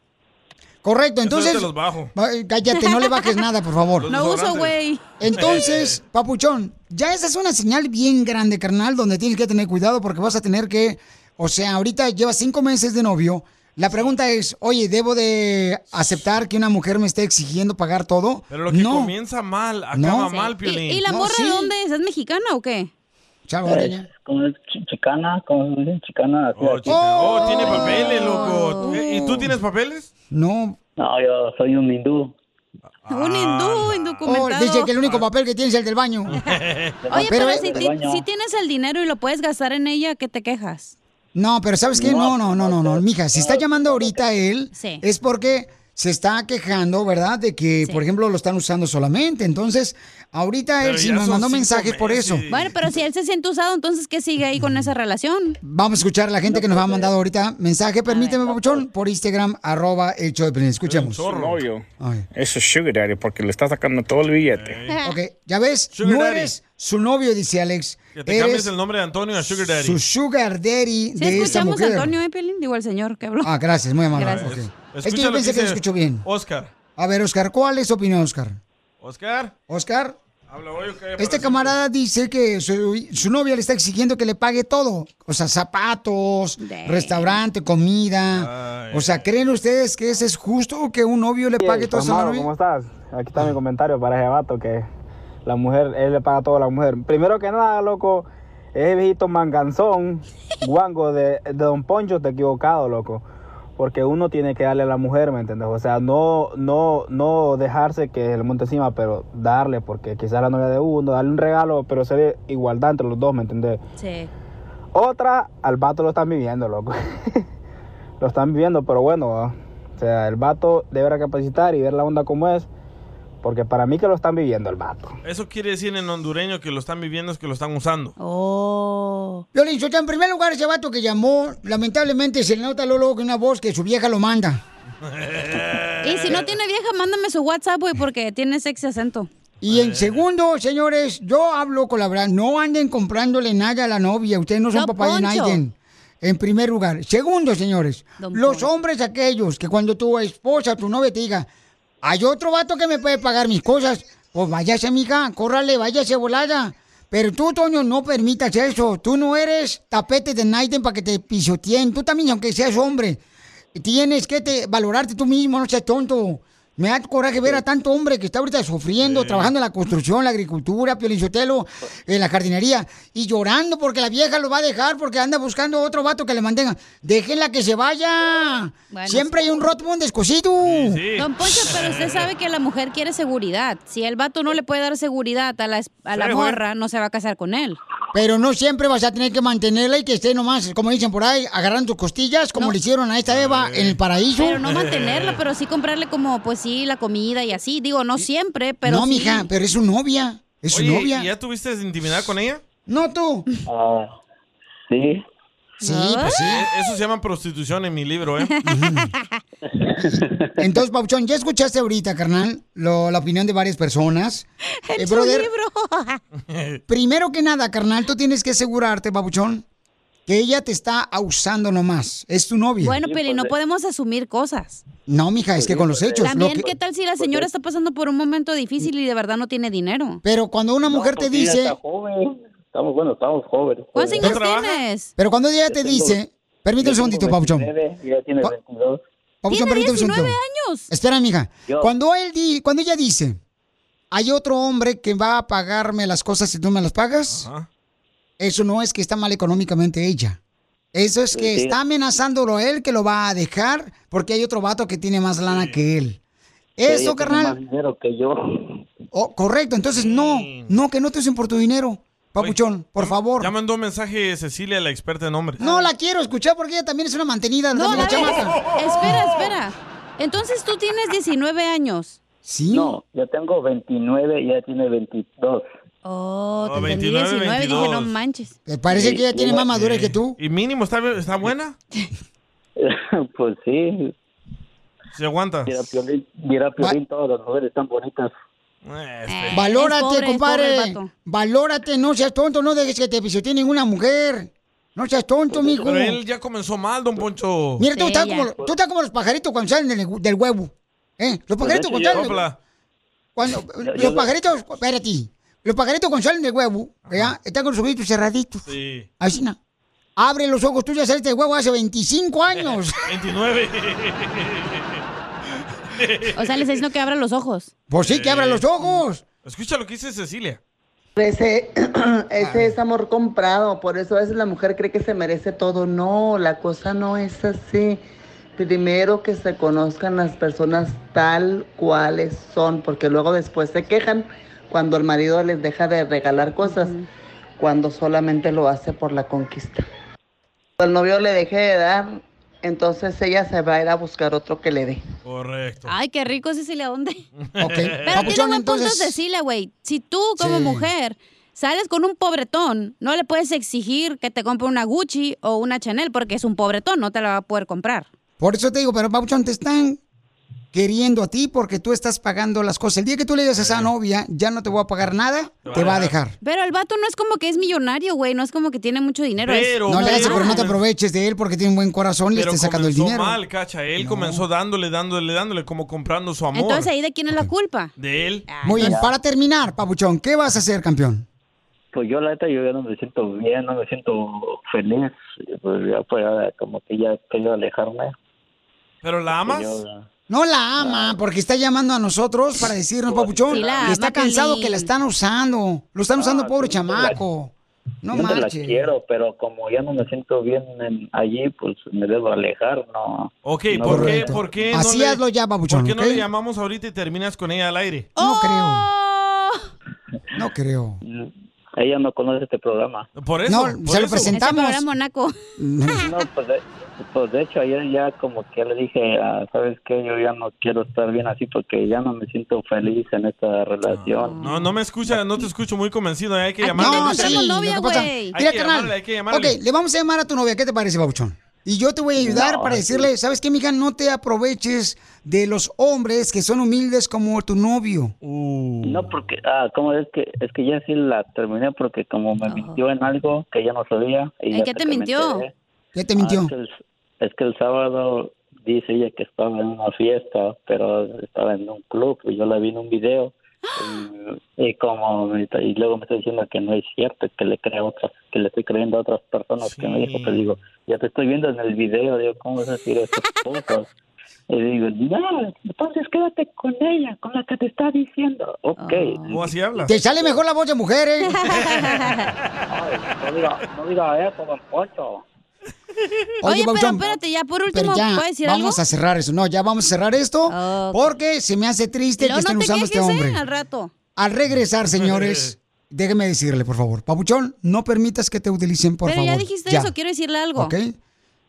Speaker 2: Correcto, entonces.
Speaker 4: te los bajo.
Speaker 2: Va- eh, Cállate, no
Speaker 4: (laughs)
Speaker 2: le bajes nada, por favor.
Speaker 4: Los No uso, desodorantes. güey.
Speaker 2: Entonces, papuchón, ya esa es una señal bien grande, carnal, donde tienes que tener cuidado porque vas a tener que. O sea, ahorita llevas cinco meses de novio. La pregunta es, oye, ¿debo de aceptar que una mujer me esté exigiendo pagar todo?
Speaker 3: Pero lo que
Speaker 2: no.
Speaker 3: comienza mal, acaba
Speaker 2: No.
Speaker 3: mal,
Speaker 4: ¿Y,
Speaker 3: Piolín.
Speaker 4: y la
Speaker 2: No,
Speaker 4: morra
Speaker 2: sí.
Speaker 4: de dónde es? ¿Es mexicana o qué?
Speaker 2: Salvadoreña.
Speaker 15: Como chi- chicana, como dicen, chicana. así
Speaker 3: Oh,
Speaker 15: aquí.
Speaker 3: chica. Oh, tiene papeles, loco. Eh, ¿Y tú tienes papeles?
Speaker 2: No. Ah.
Speaker 15: No, yo soy un hindú.
Speaker 4: Un hindú
Speaker 15: (laughs)
Speaker 4: indocumentado.
Speaker 2: Oh, dice que el único papel que tienes es el del baño.
Speaker 4: Oye, pero,
Speaker 2: Pero, eh,
Speaker 4: si,
Speaker 2: del
Speaker 4: ti-
Speaker 2: baño.
Speaker 4: si tienes el dinero y lo puedes gastar en ella, ¿qué te quejas?
Speaker 2: No, pero ¿sabes qué? No, no, no, no, no. Mija, si está llamando ahorita él,
Speaker 4: Sí.
Speaker 2: es porque se está quejando, ¿verdad? De que, por ejemplo, lo están usando solamente. Entonces, ahorita él
Speaker 4: Pero
Speaker 2: sí
Speaker 4: ya
Speaker 2: nos
Speaker 4: son
Speaker 2: mandó
Speaker 4: cinco
Speaker 2: mensajes por eso.
Speaker 4: Bueno, pero si él se siente usado, entonces ¿qué sigue ahí con esa relación?
Speaker 2: Vamos a escuchar a la gente que nos ha mandado ahorita mensaje. Permíteme, papuchón, por Instagram, arroba el show de Pelín. Escuchemos.
Speaker 20: Su novio. Eso es sugar daddy porque le está sacando todo el billete.
Speaker 2: Ok, ya ves,
Speaker 3: Sugar
Speaker 2: no
Speaker 3: daddy.
Speaker 2: eres su novio, dice Alex.
Speaker 3: Que te cambies
Speaker 2: Eres
Speaker 3: el nombre de Antonio a Sugar Daddy.
Speaker 2: su sugar daddy
Speaker 4: Si
Speaker 2: de esa
Speaker 4: escuchamos a
Speaker 2: mujer.
Speaker 4: Antonio Epelín, digo el señor que habló.
Speaker 2: Ah, gracias, muy amable.
Speaker 4: Gracias.
Speaker 2: Ok. Es
Speaker 3: Escucha
Speaker 2: que yo
Speaker 3: lo
Speaker 2: pensé que lo
Speaker 3: dice
Speaker 2: escuchó bien.
Speaker 3: Oscar.
Speaker 2: A ver, Oscar, ¿cuál es tu opinión, Oscar?
Speaker 3: Oscar.
Speaker 2: Oscar,
Speaker 3: Habla hoy, ok, para
Speaker 2: este
Speaker 3: decirte.
Speaker 2: camarada dice que su, su novia le está exigiendo que le pague todo. O sea, zapatos, restaurante,
Speaker 3: Ah,
Speaker 2: comida. o sea, ¿creen ustedes que eso es justo que un novio le pague todo a su
Speaker 21: Palmaro,
Speaker 2: novia?
Speaker 21: ¿Cómo estás? Aquí está mi comentario para ese vato que la mujer, él le paga todo a la mujer. Primero que nada, loco, ese viejito manganzón, guango de, de Don Poncho, te equivocado, loco. Porque uno tiene que darle a la mujer, ¿me entiendes? O sea, no, no, no dejarse que el monte encima, pero darle, porque quizás la novia de uno, darle un regalo, pero ser igualdad entre los dos, ¿me entiendes?
Speaker 4: Sí.
Speaker 21: Otra, al vato lo están viviendo, loco. (laughs) lo están viviendo, pero bueno, ah, o sea, el vato debe recapacitar y ver la onda como es, porque para mí que lo están viviendo el vato.
Speaker 3: Eso quiere decir en hondureño que lo están viviendo es que lo están usando.
Speaker 4: Oh.
Speaker 2: Violín, Sotelo, en primer lugar, ese vato que llamó, lamentablemente se le nota luego luego que una voz que su vieja lo manda.
Speaker 4: Y si no tiene vieja, mándame su WhatsApp, güey, porque tiene sexy acento.
Speaker 2: Y en segundo, señores, yo hablo con la verdad. No anden comprándole nada a la novia. Ustedes no son
Speaker 4: Don
Speaker 2: papá de
Speaker 4: Poncho.
Speaker 2: nadie. En primer lugar. Segundo, señores,
Speaker 4: Don
Speaker 2: los hombres aquellos que cuando tu esposa, tu novia te diga, hay otro vato que me puede pagar mis cosas, pues váyase, mija, córrale, váyase volada. Pero tú, Toño, no permitas eso. Tú no eres tapete de Naiden para que te pisoteen. Tú también, aunque seas hombre, tienes que te- valorarte tú mismo, no seas tonto. Me da coraje ver a tanto hombre que está ahorita sufriendo, trabajando en la construcción, la agricultura, Piolinchotelo, en la jardinería, y llorando porque la vieja lo va a dejar porque anda buscando otro vato que le mantenga. Déjenla que se vaya.
Speaker 4: Bueno,
Speaker 2: Siempre hay un rotmón descosido.
Speaker 4: Don Poncho,
Speaker 15: (laughs)
Speaker 4: pero usted sabe que la mujer quiere seguridad. Si el vato no le puede dar seguridad a la, es- a la
Speaker 2: Sí, güey.
Speaker 4: morra, no se va a casar con él.
Speaker 2: Pero no siempre vas a tener que mantenerla y que esté nomás, como dicen por ahí, agarrando tus costillas, como le hicieron a esta Eva en el paraíso.
Speaker 4: Pero no mantenerla, pero sí comprarle como, pues sí, la comida y así. Digo, no siempre, pero
Speaker 2: no,
Speaker 4: sí.
Speaker 2: mija, pero es su novia. Es su
Speaker 3: Oye,
Speaker 2: novia.
Speaker 3: ¿y ya tuviste intimidad con ella?
Speaker 4: (laughs)
Speaker 2: No tú.
Speaker 15: Ah, sí.
Speaker 2: Sí, pues sí.
Speaker 3: Eh, Eso se llama prostitución en mi libro,
Speaker 2: (laughs)
Speaker 3: ¿eh?
Speaker 2: Entonces, Pauchón, ya escuchaste ahorita, carnal, lo- la opinión de varias
Speaker 4: (laughs)
Speaker 2: personas. Eh,
Speaker 4: Es un
Speaker 2: brother,
Speaker 4: libro.
Speaker 2: primero que nada, carnal, tú tienes que asegurarte, Pauchón, que ella te está usando nomás. Es tu novia.
Speaker 4: Bueno, pero no podemos asumir cosas.
Speaker 2: No, mija, es que con los hechos. lo
Speaker 4: También,
Speaker 2: que-
Speaker 4: ¿qué tal si la señora está pasando por un momento difícil y de verdad no tiene dinero?
Speaker 2: Pero cuando una mujer te
Speaker 15: porque ella
Speaker 2: dice...
Speaker 15: está Estamos, bueno, estamos jóvenes.
Speaker 4: ¿Cuántos
Speaker 15: jóvenes.
Speaker 4: años tienes?
Speaker 2: Pero cuando ella te
Speaker 15: tengo-
Speaker 2: dice... Permíteme un
Speaker 15: Yo tengo
Speaker 2: segundito, Pauchón.
Speaker 15: 29, y Ella tiene 22.
Speaker 2: Papuchón,
Speaker 4: Tiene
Speaker 2: permíteme un
Speaker 4: 19
Speaker 2: segundo.
Speaker 4: años.
Speaker 2: Espera, mija.
Speaker 15: Yo.
Speaker 2: Cuando él di- cuando ella dice, hay otro hombre que va a pagarme las cosas si tú me las pagas, eso no es que está mal económicamente ella. Eso es que
Speaker 14: Sí.
Speaker 2: está amenazándolo él que lo va a dejar porque hay otro vato que tiene más lana que él.
Speaker 15: Ella
Speaker 2: Eso,
Speaker 15: tiene Más
Speaker 2: carnal.
Speaker 15: dinero que yo.
Speaker 2: Oh, correcto, entonces no, no, que no te usen por tu dinero. Papuchón, por favor.
Speaker 3: Ya mandó un mensaje Cecilia, la experta en hombres.
Speaker 2: No la quiero escuchar porque ella también es una mantenida.
Speaker 4: No,
Speaker 2: también
Speaker 4: la
Speaker 2: la
Speaker 4: vez-
Speaker 2: chamaca.
Speaker 4: Espera, espera. Entonces tú tienes 19 años.
Speaker 2: Sí.
Speaker 15: No, yo tengo 29 y ella tiene 22.
Speaker 4: Oh,
Speaker 3: Oh,
Speaker 4: te entendí
Speaker 3: 29,
Speaker 4: 19, dije, no
Speaker 3: 22.
Speaker 4: manches.
Speaker 2: ¿Te parece que ella tiene más madura que tú?
Speaker 3: ¿Y mínimo está, está buena?
Speaker 15: (laughs) pues sí.
Speaker 3: ¿Se aguanta?
Speaker 15: Mira, Piolín, mira, Piolín, todas las mujeres están bonitas.
Speaker 3: Este.
Speaker 2: Valórate,
Speaker 15: es pobre, es
Speaker 2: compadre.
Speaker 15: pobre el vato.
Speaker 2: Valórate, no seas tonto, no dejes que te pisotee ninguna mujer. No seas tonto, mijo.
Speaker 3: Pero él ya comenzó mal, don Poncho.
Speaker 2: Mira, tú estás, como, tú estás como los pajaritos cuando salen del, del huevo. ¿Eh? Los pajaritos cuando salen.
Speaker 3: Sopla.
Speaker 2: Cuando,
Speaker 3: yo-
Speaker 2: los
Speaker 3: yo-
Speaker 2: pajaritos, espérate. Los pajaritos cuando salen del huevo, ¿verdad? Están con los ojitos cerraditos.
Speaker 3: Sí.
Speaker 2: Así na. Abre los ojos, tú ya saliste del huevo hace
Speaker 4: (laughs)
Speaker 2: 25 años.
Speaker 3: 29.
Speaker 4: O sea, le está diciendo que abra los ojos.
Speaker 2: Pues sí, que abra los ojos.
Speaker 3: Escucha lo que dice Cecilia.
Speaker 22: Ese, (clears throat)
Speaker 2: Ah.
Speaker 22: ese es amor comprado, por eso a veces la mujer cree que se merece todo. No, la cosa no es así. Primero que se conozcan las personas tal cuales son, porque luego después se quejan cuando el marido les deja de regalar cosas, cuando solamente lo hace por la conquista. Cuando el novio le deje de dar, entonces ella se va a ir a buscar otro que le dé.
Speaker 3: Correcto.
Speaker 4: Ay, qué rico Cecilia,
Speaker 2: (laughs)
Speaker 4: ¿dónde? Pero tiene
Speaker 22: Papuchón,
Speaker 4: un buen punto
Speaker 22: entonces-
Speaker 4: Cecilia, güey. Si tú como
Speaker 22: Sí.
Speaker 4: mujer sales con un pobretón, no le puedes exigir que te compre una Gucci o una Chanel porque es un pobretón, no te la va a poder comprar.
Speaker 2: Por eso te digo, pero Papuchón, te están queriendo a ti porque tú estás pagando las cosas. El día que tú le digas a esa novia, ya no te voy a pagar nada, te va a dejar.
Speaker 4: Pero el vato no es como que es millonario, güey, no es como que tiene mucho dinero. es-
Speaker 2: no le hagas, pero no te aproveches de él porque tiene un buen corazón y le
Speaker 3: Pero
Speaker 2: esté sacando el
Speaker 3: comenzó
Speaker 2: dinero.
Speaker 3: mal, cacha. Él comenzó dándole, dándole, dándole, como comprando su amor.
Speaker 4: Entonces Ah, ahí de quién es la culpa.
Speaker 3: de él.
Speaker 2: Muy bien, para terminar, Papuchón, ¿qué vas a hacer, campeón?
Speaker 15: Pues yo, la neta, yo ya no me siento bien, no me siento feliz. Pues ya, pues, ya como que ya quiero alejarme.
Speaker 3: ¿Pero la amas?
Speaker 2: No la ama porque está llamando a nosotros para decirnos, Papuchón,
Speaker 15: Sí la
Speaker 2: que está
Speaker 15: ama,
Speaker 2: cansado
Speaker 15: Piolín.
Speaker 2: que la están usando. Lo están
Speaker 3: Ah,
Speaker 2: usando, pobre chamaco. No
Speaker 15: yo te la
Speaker 2: marches.
Speaker 15: quiero, pero como ya no me siento bien en- allí, pues me debo alejar, ¿no?
Speaker 3: Ok,
Speaker 15: no
Speaker 3: ¿por qué,
Speaker 15: correcto.
Speaker 3: por qué
Speaker 2: Así
Speaker 3: le-
Speaker 2: hazlo ya, babuchón,
Speaker 3: ¿Por qué
Speaker 2: ¿ok?
Speaker 3: no le llamamos ahorita y terminas con ella al aire?
Speaker 2: No creo. No creo.
Speaker 15: Ella no conoce este programa.
Speaker 3: Por
Speaker 2: eso, No, por se lo eso.
Speaker 4: Ese
Speaker 2: presentamos.
Speaker 4: programa,
Speaker 2: (laughs)
Speaker 4: Naco.
Speaker 15: (laughs) No, pues de, pues de hecho ayer ya como que le dije, ah, ¿sabes qué? Yo ya no quiero estar bien así porque ya no me siento feliz en esta relación.
Speaker 3: No, no me escucha, no te escucho muy convencido. ¿eh? Hay que llamarle.
Speaker 2: Ah, No, sí, lo que pasa-
Speaker 3: Hay
Speaker 2: Mira,
Speaker 3: que
Speaker 2: carnal.
Speaker 3: llamarle, hay que llamarle.
Speaker 2: Ok, le vamos a llamar a tu novia. ¿Qué te parece, Babuchón? Y yo te voy a ayudar
Speaker 3: No,
Speaker 2: para
Speaker 3: sí.
Speaker 2: decirle, ¿sabes qué, mija? No te aproveches de los hombres que son humildes como tu novio.
Speaker 4: Mm.
Speaker 15: No, porque, ah, ¿cómo es que? Es que ya sí la terminé porque como me mintió en algo que ya no sabía. Y
Speaker 4: ¿En
Speaker 15: ya
Speaker 4: qué
Speaker 15: hasta
Speaker 4: te
Speaker 15: que me
Speaker 4: mintió?
Speaker 15: enteré.
Speaker 2: ¿Qué te mintió?
Speaker 15: Ah, es, que el, es que el sábado dice ella que estaba en una fiesta, pero estaba en un club y yo la vi en un video. Y, y como me está- y luego me está diciendo que no es cierto, que le creo a otras, que le estoy creyendo a otras personas que me dijo, pero digo, ya te estoy viendo en el video, digo, ¿cómo vas a decir
Speaker 4: (laughs)
Speaker 15: esas cosas? Y digo, no, entonces quédate con ella, con la que te está diciendo. Ok.
Speaker 4: Ah.
Speaker 3: ¿Cómo así habla?
Speaker 2: Te sale mejor la voz de
Speaker 3: (laughs)
Speaker 2: mujer, (laughs) ¿eh?
Speaker 15: No diga, no diga eso, don Poncho.
Speaker 4: Oye, pero
Speaker 2: Babuchón,
Speaker 4: espérate, ya por último,
Speaker 2: pero ya
Speaker 4: ¿puedo decir algo?
Speaker 2: vamos a cerrar eso. No, ya vamos a cerrar esto porque se me hace triste
Speaker 4: Luego
Speaker 2: que estén
Speaker 4: no te
Speaker 2: usando a este
Speaker 4: quejes, ¿eh?
Speaker 2: hombre.
Speaker 4: al rato.
Speaker 2: Al regresar, señores, déjeme decirle, por favor. Papuchón, no permitas que te utilicen, por
Speaker 4: Pero ya
Speaker 2: favor.
Speaker 4: dijiste eso, quiero decirle algo.
Speaker 2: ¿Ok?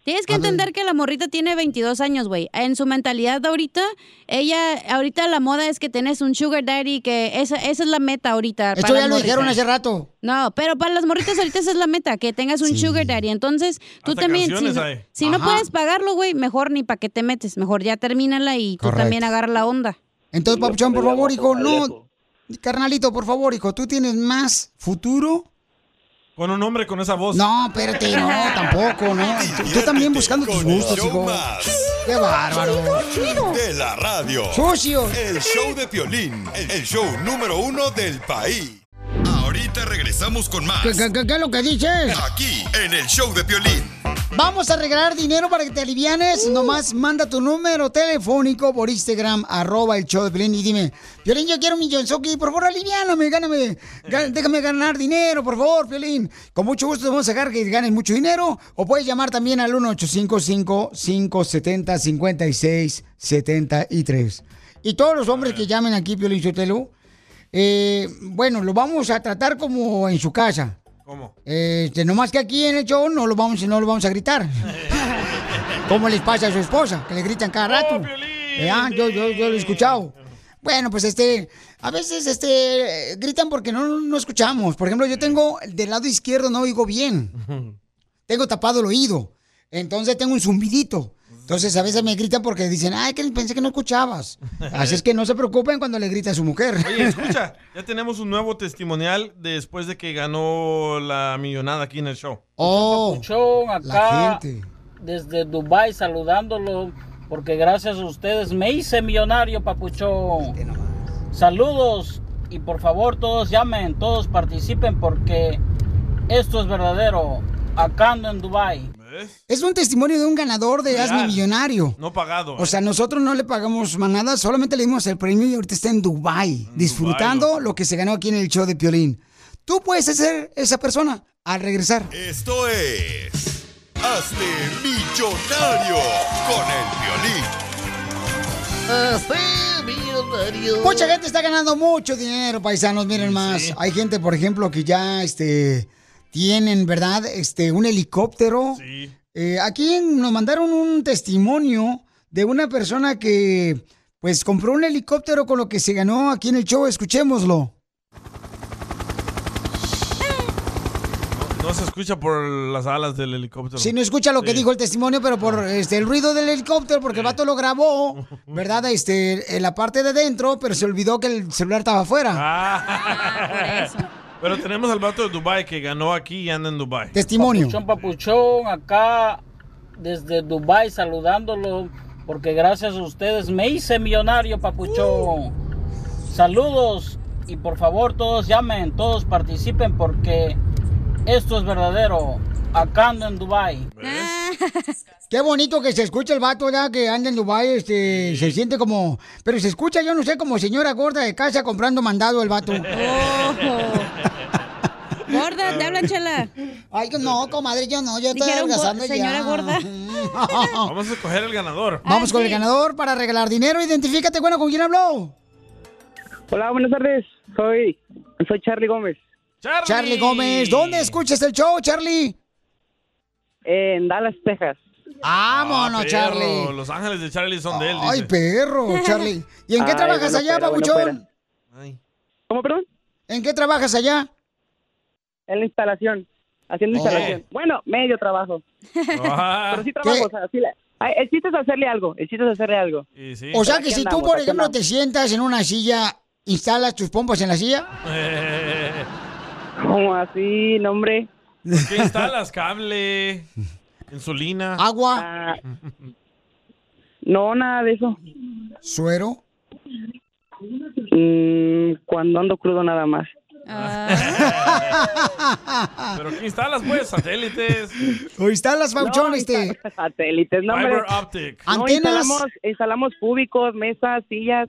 Speaker 4: Tienes que entender que la morrita tiene 22 años, güey. En su mentalidad de ahorita, ella, ahorita la moda es que tenés un sugar daddy, que esa, esa es la meta ahorita.
Speaker 2: Esto
Speaker 4: para
Speaker 2: ya
Speaker 4: las
Speaker 2: lo dijeron
Speaker 4: morritas.
Speaker 2: hace rato.
Speaker 4: No, pero para las morritas ahorita esa es la meta, que tengas un sugar daddy. Entonces, tú
Speaker 2: Hasta
Speaker 4: también, si,
Speaker 2: canciones
Speaker 4: no-
Speaker 2: hay.
Speaker 4: si no
Speaker 2: Ajá.
Speaker 4: puedes pagarlo, güey, mejor ni para qué te metes. Mejor ya termínala y tú
Speaker 2: Correcto.
Speaker 4: también agarra la onda.
Speaker 2: Entonces, Papuchón, por favor, hijo, no. Carnalito, por favor, hijo, tú tienes más futuro.
Speaker 3: Con un hombre con esa voz.
Speaker 2: No,
Speaker 3: (laughs)
Speaker 2: espérate, no, tampoco, no. Tú, tú también buscando tus gustos, hijo. Qué bárbaro.
Speaker 7: De la radio.
Speaker 2: Sucio.
Speaker 7: El show de Piolín, el el show número uno del país. Ahorita regresamos con más.
Speaker 2: ¿Qué, qué- qué- qué es lo que dices?
Speaker 7: Aquí, en el show de Piolín.
Speaker 2: Vamos a regalar dinero para que te alivianes. Nomás manda tu número telefónico por Instagram, arroba el show de Piolín y dime, Piolín, yo quiero un millonzoki, por favor, aliviáname, gáname, gá- déjame ganar dinero, por favor, Piolín. Con mucho gusto te vamos a sacar que ganes mucho dinero. O puedes llamar también al 1-855-570-5673. Y todos los hombres que llamen aquí, Piolín Sotelo, eh, bueno, lo vamos a tratar como en su casa.
Speaker 3: ¿Cómo?
Speaker 2: Este, nomás que aquí en el show no lo vamos, no lo vamos
Speaker 3: (laughs)
Speaker 2: a gritar.
Speaker 3: Oh,
Speaker 2: Eh, ah, Como les pasa a su esposa, que le gritan cada rato. ¿Verdad? yo, yo, yo lo he escuchado. Bueno, pues este, a veces este, gritan porque no, no escuchamos. Por ejemplo, yo tengo del lado izquierdo no oigo bien. Tengo tapado el oído. Entonces tengo un zumbidito. Entonces a veces me gritan porque dicen, ay, que pensé que no escuchabas. Así es que no se preocupen cuando le grita a su mujer.
Speaker 3: Oye, escucha, ya tenemos un nuevo testimonial después de que ganó la millonada aquí en el show.
Speaker 2: (laughs)
Speaker 3: (laughs)
Speaker 2: Oh,
Speaker 23: Papuchón, acá desde Dubai saludándolo porque gracias a ustedes me hice millonario, Papuchón. Saludos y por favor todos llamen, todos participen porque esto es verdadero. Acá ando en Dubai.
Speaker 2: Es un testimonio de un ganador de
Speaker 3: Real.
Speaker 2: Hazme Millonario.
Speaker 3: ¿Eh? No pagado.
Speaker 2: O sea, nosotros no le pagamos más nada, solamente le dimos el premio y ahorita está en Dubai, disfrutando lo que se ganó aquí en el show de Piolín. Tú puedes ser esa persona al regresar.
Speaker 7: Esto es. Hazte millonario con
Speaker 2: Mucha gente está ganando mucho dinero, paisanos, miren más. Hay gente, por ejemplo, que ya este tienen, ¿verdad? Este un helicóptero. Eh, aquí en- nos mandaron un testimonio de una persona que pues compró un helicóptero con lo que se ganó aquí en el show, escuchémoslo.
Speaker 3: No se escucha por las alas del helicóptero.
Speaker 2: Si no escucha lo que
Speaker 3: Sí. Ah.
Speaker 2: dijo el testimonio, pero por este, el ruido del helicóptero, porque el vato lo grabó,
Speaker 3: (laughs)
Speaker 2: ¿verdad? Este, en la parte de dentro, pero se olvidó que el celular estaba afuera.
Speaker 3: Ah. Pero tenemos al vato de Dubai que ganó aquí y anda en Dubai. (laughs)
Speaker 23: Papuchón, Papuchón, acá desde Dubai saludándolo porque gracias a ustedes me hice millonario, Papuchón. Saludos y por favor todos llamen, todos participen porque esto es verdadero. Acá ando en Dubai.
Speaker 2: Qué bonito que se escucha el vato ya que anda en Dubái, este, se siente como... Pero se escucha, yo no sé, como señora gorda de casa comprando mandado el
Speaker 3: (laughs)
Speaker 2: vato.
Speaker 4: Gorda, te hablan, chela.
Speaker 2: Ay, no, comadre, yo no, yo estoy
Speaker 4: Dijeron,
Speaker 2: adelgazando
Speaker 4: go- señora
Speaker 2: ya.
Speaker 4: gorda.
Speaker 3: Vamos a escoger el ganador.
Speaker 2: Vamos con el ganador para regalar dinero. Identifícate, bueno, ¿con quién habló?
Speaker 24: Hola, buenas tardes. Soy, soy Charlie Gómez.
Speaker 3: Charlie.
Speaker 2: Gómez. ¿Dónde escuchas el show, Charlie?
Speaker 24: En Dallas, Texas.
Speaker 2: Vámonos,
Speaker 3: Ah, perro,
Speaker 2: Charlie.
Speaker 3: Los ángeles de Charlie son de él.
Speaker 2: Ay,
Speaker 3: dice.
Speaker 2: perro, Charlie. ¿Y en qué
Speaker 3: Ay,
Speaker 2: trabajas
Speaker 3: bueno,
Speaker 2: allá,
Speaker 3: fuera, bueno,
Speaker 2: babuchón?
Speaker 24: ¿Cómo, perdón?
Speaker 2: ¿En qué trabajas allá?
Speaker 24: En la instalación. Haciendo
Speaker 2: Oh.
Speaker 24: instalación. Bueno, medio trabajo. Pero sí trabajo. O sea, sí la- Ay, el chiste es hacerle algo. El chiste es hacerle algo.
Speaker 2: O sea
Speaker 24: Pero
Speaker 2: que
Speaker 24: aquí
Speaker 2: si tú,
Speaker 24: andamos,
Speaker 2: por
Speaker 24: aquí
Speaker 2: ejemplo,
Speaker 24: andamos.
Speaker 2: te sientas en una silla, instalas tus pompas en la silla.
Speaker 24: ¿Cómo así, nombre?
Speaker 3: ¿Qué instalas? Cable, insulina.
Speaker 2: Agua.
Speaker 24: No, nada de eso.
Speaker 2: ¿Suero?
Speaker 24: Mm, cuando ando crudo nada más.
Speaker 2: (laughs)
Speaker 3: ¿Pero qué instalas, pues? Satélites.
Speaker 2: ¿O instalas,
Speaker 24: Pauchón,
Speaker 2: este?
Speaker 24: Satélites, no, hombre.
Speaker 3: Fiber optic.
Speaker 24: No,
Speaker 3: Antenas.
Speaker 24: instalamos, instalamos cúbicos, mesas, sillas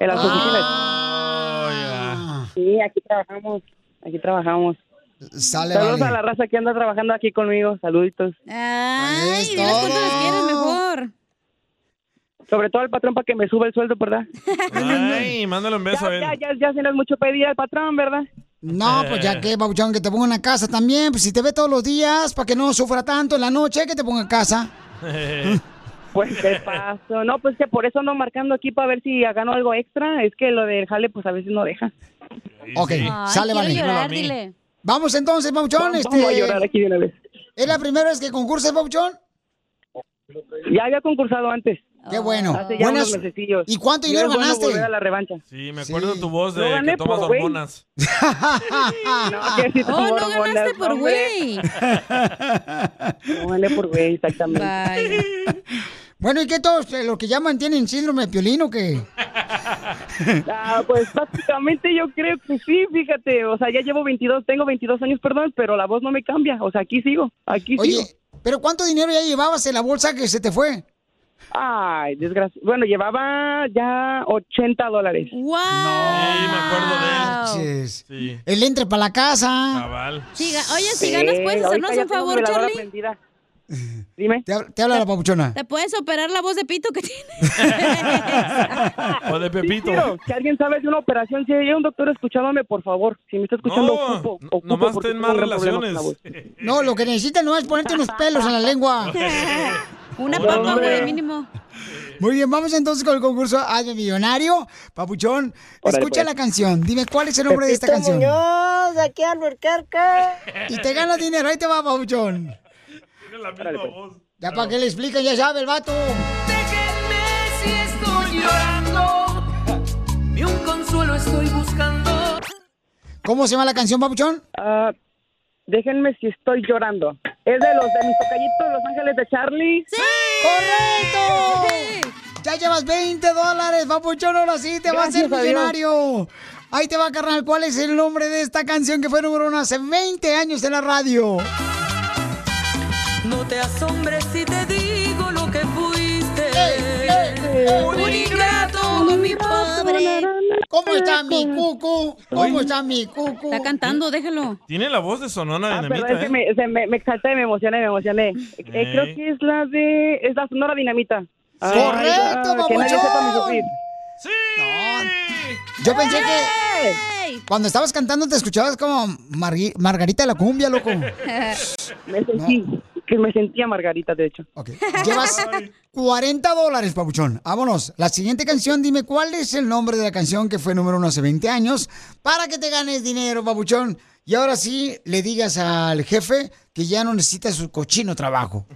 Speaker 24: en las
Speaker 3: Ah,
Speaker 24: oficinas. Sí, aquí trabajamos. Aquí trabajamos. Saludos
Speaker 14: vale.
Speaker 24: a la raza que anda trabajando aquí conmigo. Saluditos.
Speaker 4: Ay, diles cuánto les quieres mejor.
Speaker 24: Sobre todo al patrón para que me suba el sueldo, ¿verdad?
Speaker 3: Ah. Ay, mándale un beso a él.
Speaker 24: Ya, ya, ya, si no es mucho pedir al patrón, ¿verdad? Eh.
Speaker 2: No, pues ya que, Babuchón, que te ponga una casa también. Pues si te ve todos los días, para que no sufra tanto en la noche, que te ponga en casa.
Speaker 24: Pues te paso. No, pues que por eso ando marcando aquí para ver si gano algo extra. Es que lo del jale, pues a veces no deja.
Speaker 2: Ok, sale, vale. Vamos entonces, Babuchón.
Speaker 24: Vamos
Speaker 2: Este,
Speaker 24: a llorar aquí de una vez.
Speaker 2: ¿Es la primera vez que concursas, Babuchón?
Speaker 24: Ya había concursado
Speaker 2: (laughs)
Speaker 24: antes.
Speaker 2: Qué bueno.
Speaker 24: Ah, Hace ya
Speaker 2: Buenas-
Speaker 24: unos mesecillos.
Speaker 2: ¿Y cuánto dinero
Speaker 24: Y es bueno
Speaker 2: ganaste?
Speaker 24: volver a la revancha.
Speaker 3: Sí, me acuerdo de tu voz
Speaker 24: Lo
Speaker 3: de
Speaker 24: gané
Speaker 3: que tomas
Speaker 24: por güey.
Speaker 3: hormonas.
Speaker 24: que sí tomo
Speaker 4: oh, no
Speaker 24: hormonas,
Speaker 4: ganaste por
Speaker 24: hombre.
Speaker 4: güey.
Speaker 24: No vale por güey, exactamente.
Speaker 2: Bueno, ¿y qué todos eh, los que llaman tienen síndrome de piolín o qué?
Speaker 24: Ah, pues prácticamente yo creo que sí, fíjate. O sea, ya llevo 22, tengo 22 años, perdón, pero la voz no me cambia. O sea, aquí sigo, aquí
Speaker 2: Oye,
Speaker 24: sigo.
Speaker 2: ¿pero cuánto dinero ya llevabas en la bolsa que se te fue?
Speaker 24: Ay, desgracia. Bueno, llevaba ya 80 dólares.
Speaker 4: ¡Wow!
Speaker 3: Sí, me acuerdo
Speaker 17: Oh.
Speaker 3: de él.
Speaker 2: Manches.
Speaker 3: Sí.
Speaker 2: El entre para la casa.
Speaker 3: Cabal.
Speaker 4: Sí, ga- oye, si ganas, ¿puedes hacernos un favor, Charlie?
Speaker 2: Dime. Te, hab- te habla la papuchona.
Speaker 4: (laughs) ¿Te puedes operar la voz de pito que tiene?
Speaker 3: O de de Pepito.
Speaker 24: Quiero que alguien sabe de una operación. Si hay un doctor escuchándome, por favor. Si me está escuchando,
Speaker 3: No,
Speaker 24: ocupo,
Speaker 3: no-
Speaker 24: ocupo
Speaker 3: nomás
Speaker 24: porque
Speaker 3: ten
Speaker 24: tengo
Speaker 3: más
Speaker 24: un gran problema
Speaker 3: relaciones.
Speaker 24: con la voz.
Speaker 2: No, lo que necesitas no es ponerte unos pelos en la lengua.
Speaker 24: (laughs)
Speaker 4: (laughs) Una
Speaker 2: Hombre.
Speaker 4: papa, güey, mínimo.
Speaker 2: Muy bien, vamos entonces con el concurso Hazme Millonario. Papuchón,
Speaker 14: Órale,
Speaker 2: escucha
Speaker 14: pues.
Speaker 2: la canción. Dime cuál es el nombre de esta
Speaker 14: Pepito
Speaker 2: canción.
Speaker 14: Muñoz, aquí a Alburquerque.
Speaker 2: Y te ganas dinero, ahí te va, Papuchón.
Speaker 14: pues.
Speaker 2: Ya para que le expliquen, ya sabe el vato.
Speaker 9: Si estoy llorando, ni un consuelo estoy buscando.
Speaker 14: Ah,
Speaker 2: ¿Cómo se llama la canción, Papuchón?
Speaker 24: Ah, déjenme si estoy llorando. Es de los de mis tocallitos, Los Ángeles de Charlie. ¡Sí!
Speaker 2: ¡Correcto! Ya llevas 20 dólares, Papuchón, ahora sí te va a
Speaker 14: Gracias
Speaker 2: hacer
Speaker 14: a Dios.
Speaker 2: millonario. Ahí te va, carnal, ¿cuál es el nombre de esta canción que fue número uno hace 20 años en la radio?
Speaker 9: No te asombres si te digo lo que fuiste. Un ingrato, mi pobre.
Speaker 2: ¿Cómo está mi cucu? ¿Cómo está mi cucu?
Speaker 4: Está cantando, déjalo.
Speaker 3: Tiene la voz de Sonora Dinamita,
Speaker 24: Perdón, es
Speaker 3: ¿eh?
Speaker 24: que me, se me, me exalté, me emocioné, me emocioné. Eh,
Speaker 3: Ey.
Speaker 24: creo que es la de. Es la Sonora Dinamita.
Speaker 2: ¡Correcto,
Speaker 24: ay, que nadie
Speaker 2: babuchón!
Speaker 24: sepa mi sufrir.
Speaker 2: Yo pensé que cuando estabas cantando te escuchabas como Margui- Margarita de la Cumbia, loco.
Speaker 24: Me sentí, que me sentía Margarita, de hecho.
Speaker 2: Llevas 40 dólares, Papuchón. Vámonos. La siguiente canción, dime cuál es el nombre de la canción que fue número uno hace 20 años para que te ganes dinero, Papuchón. Y ahora sí, le digas al jefe que ya no necesita su
Speaker 24: (laughs)
Speaker 2: cochino trabajo.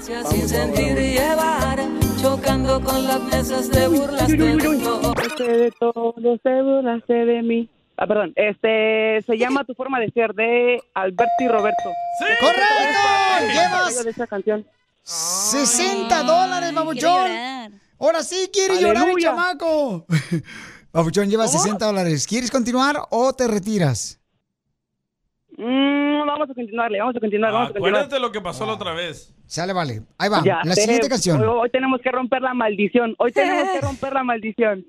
Speaker 9: Sin sentir llevar, chocando con las mesas de burlas de
Speaker 24: Sé Este, de todo, se burlaste de mí. Ah, perdón, este se llama Tu forma de ser de Alberto y Roberto. Este,
Speaker 2: ¡Correcto! Llevas
Speaker 24: De esa canción.
Speaker 2: 60 dólares, Papuchón. Ahora sí quiere llorar el
Speaker 14: Aleluya.
Speaker 2: chamaco. (laughs) Papuchón lleva 60 dólares. ¿Quieres continuar o te retiras?
Speaker 24: Mm, vamos a continuarle, vamos a continuar, vamos a continuar.
Speaker 3: Ah, Acuérdate lo que pasó la otra vez.
Speaker 2: Ah, Sale, vale. Ahí va.
Speaker 24: Ya
Speaker 2: la
Speaker 24: sé,
Speaker 2: siguiente canción.
Speaker 24: Hoy, hoy tenemos que romper la maldición. Hoy tenemos que romper la maldición.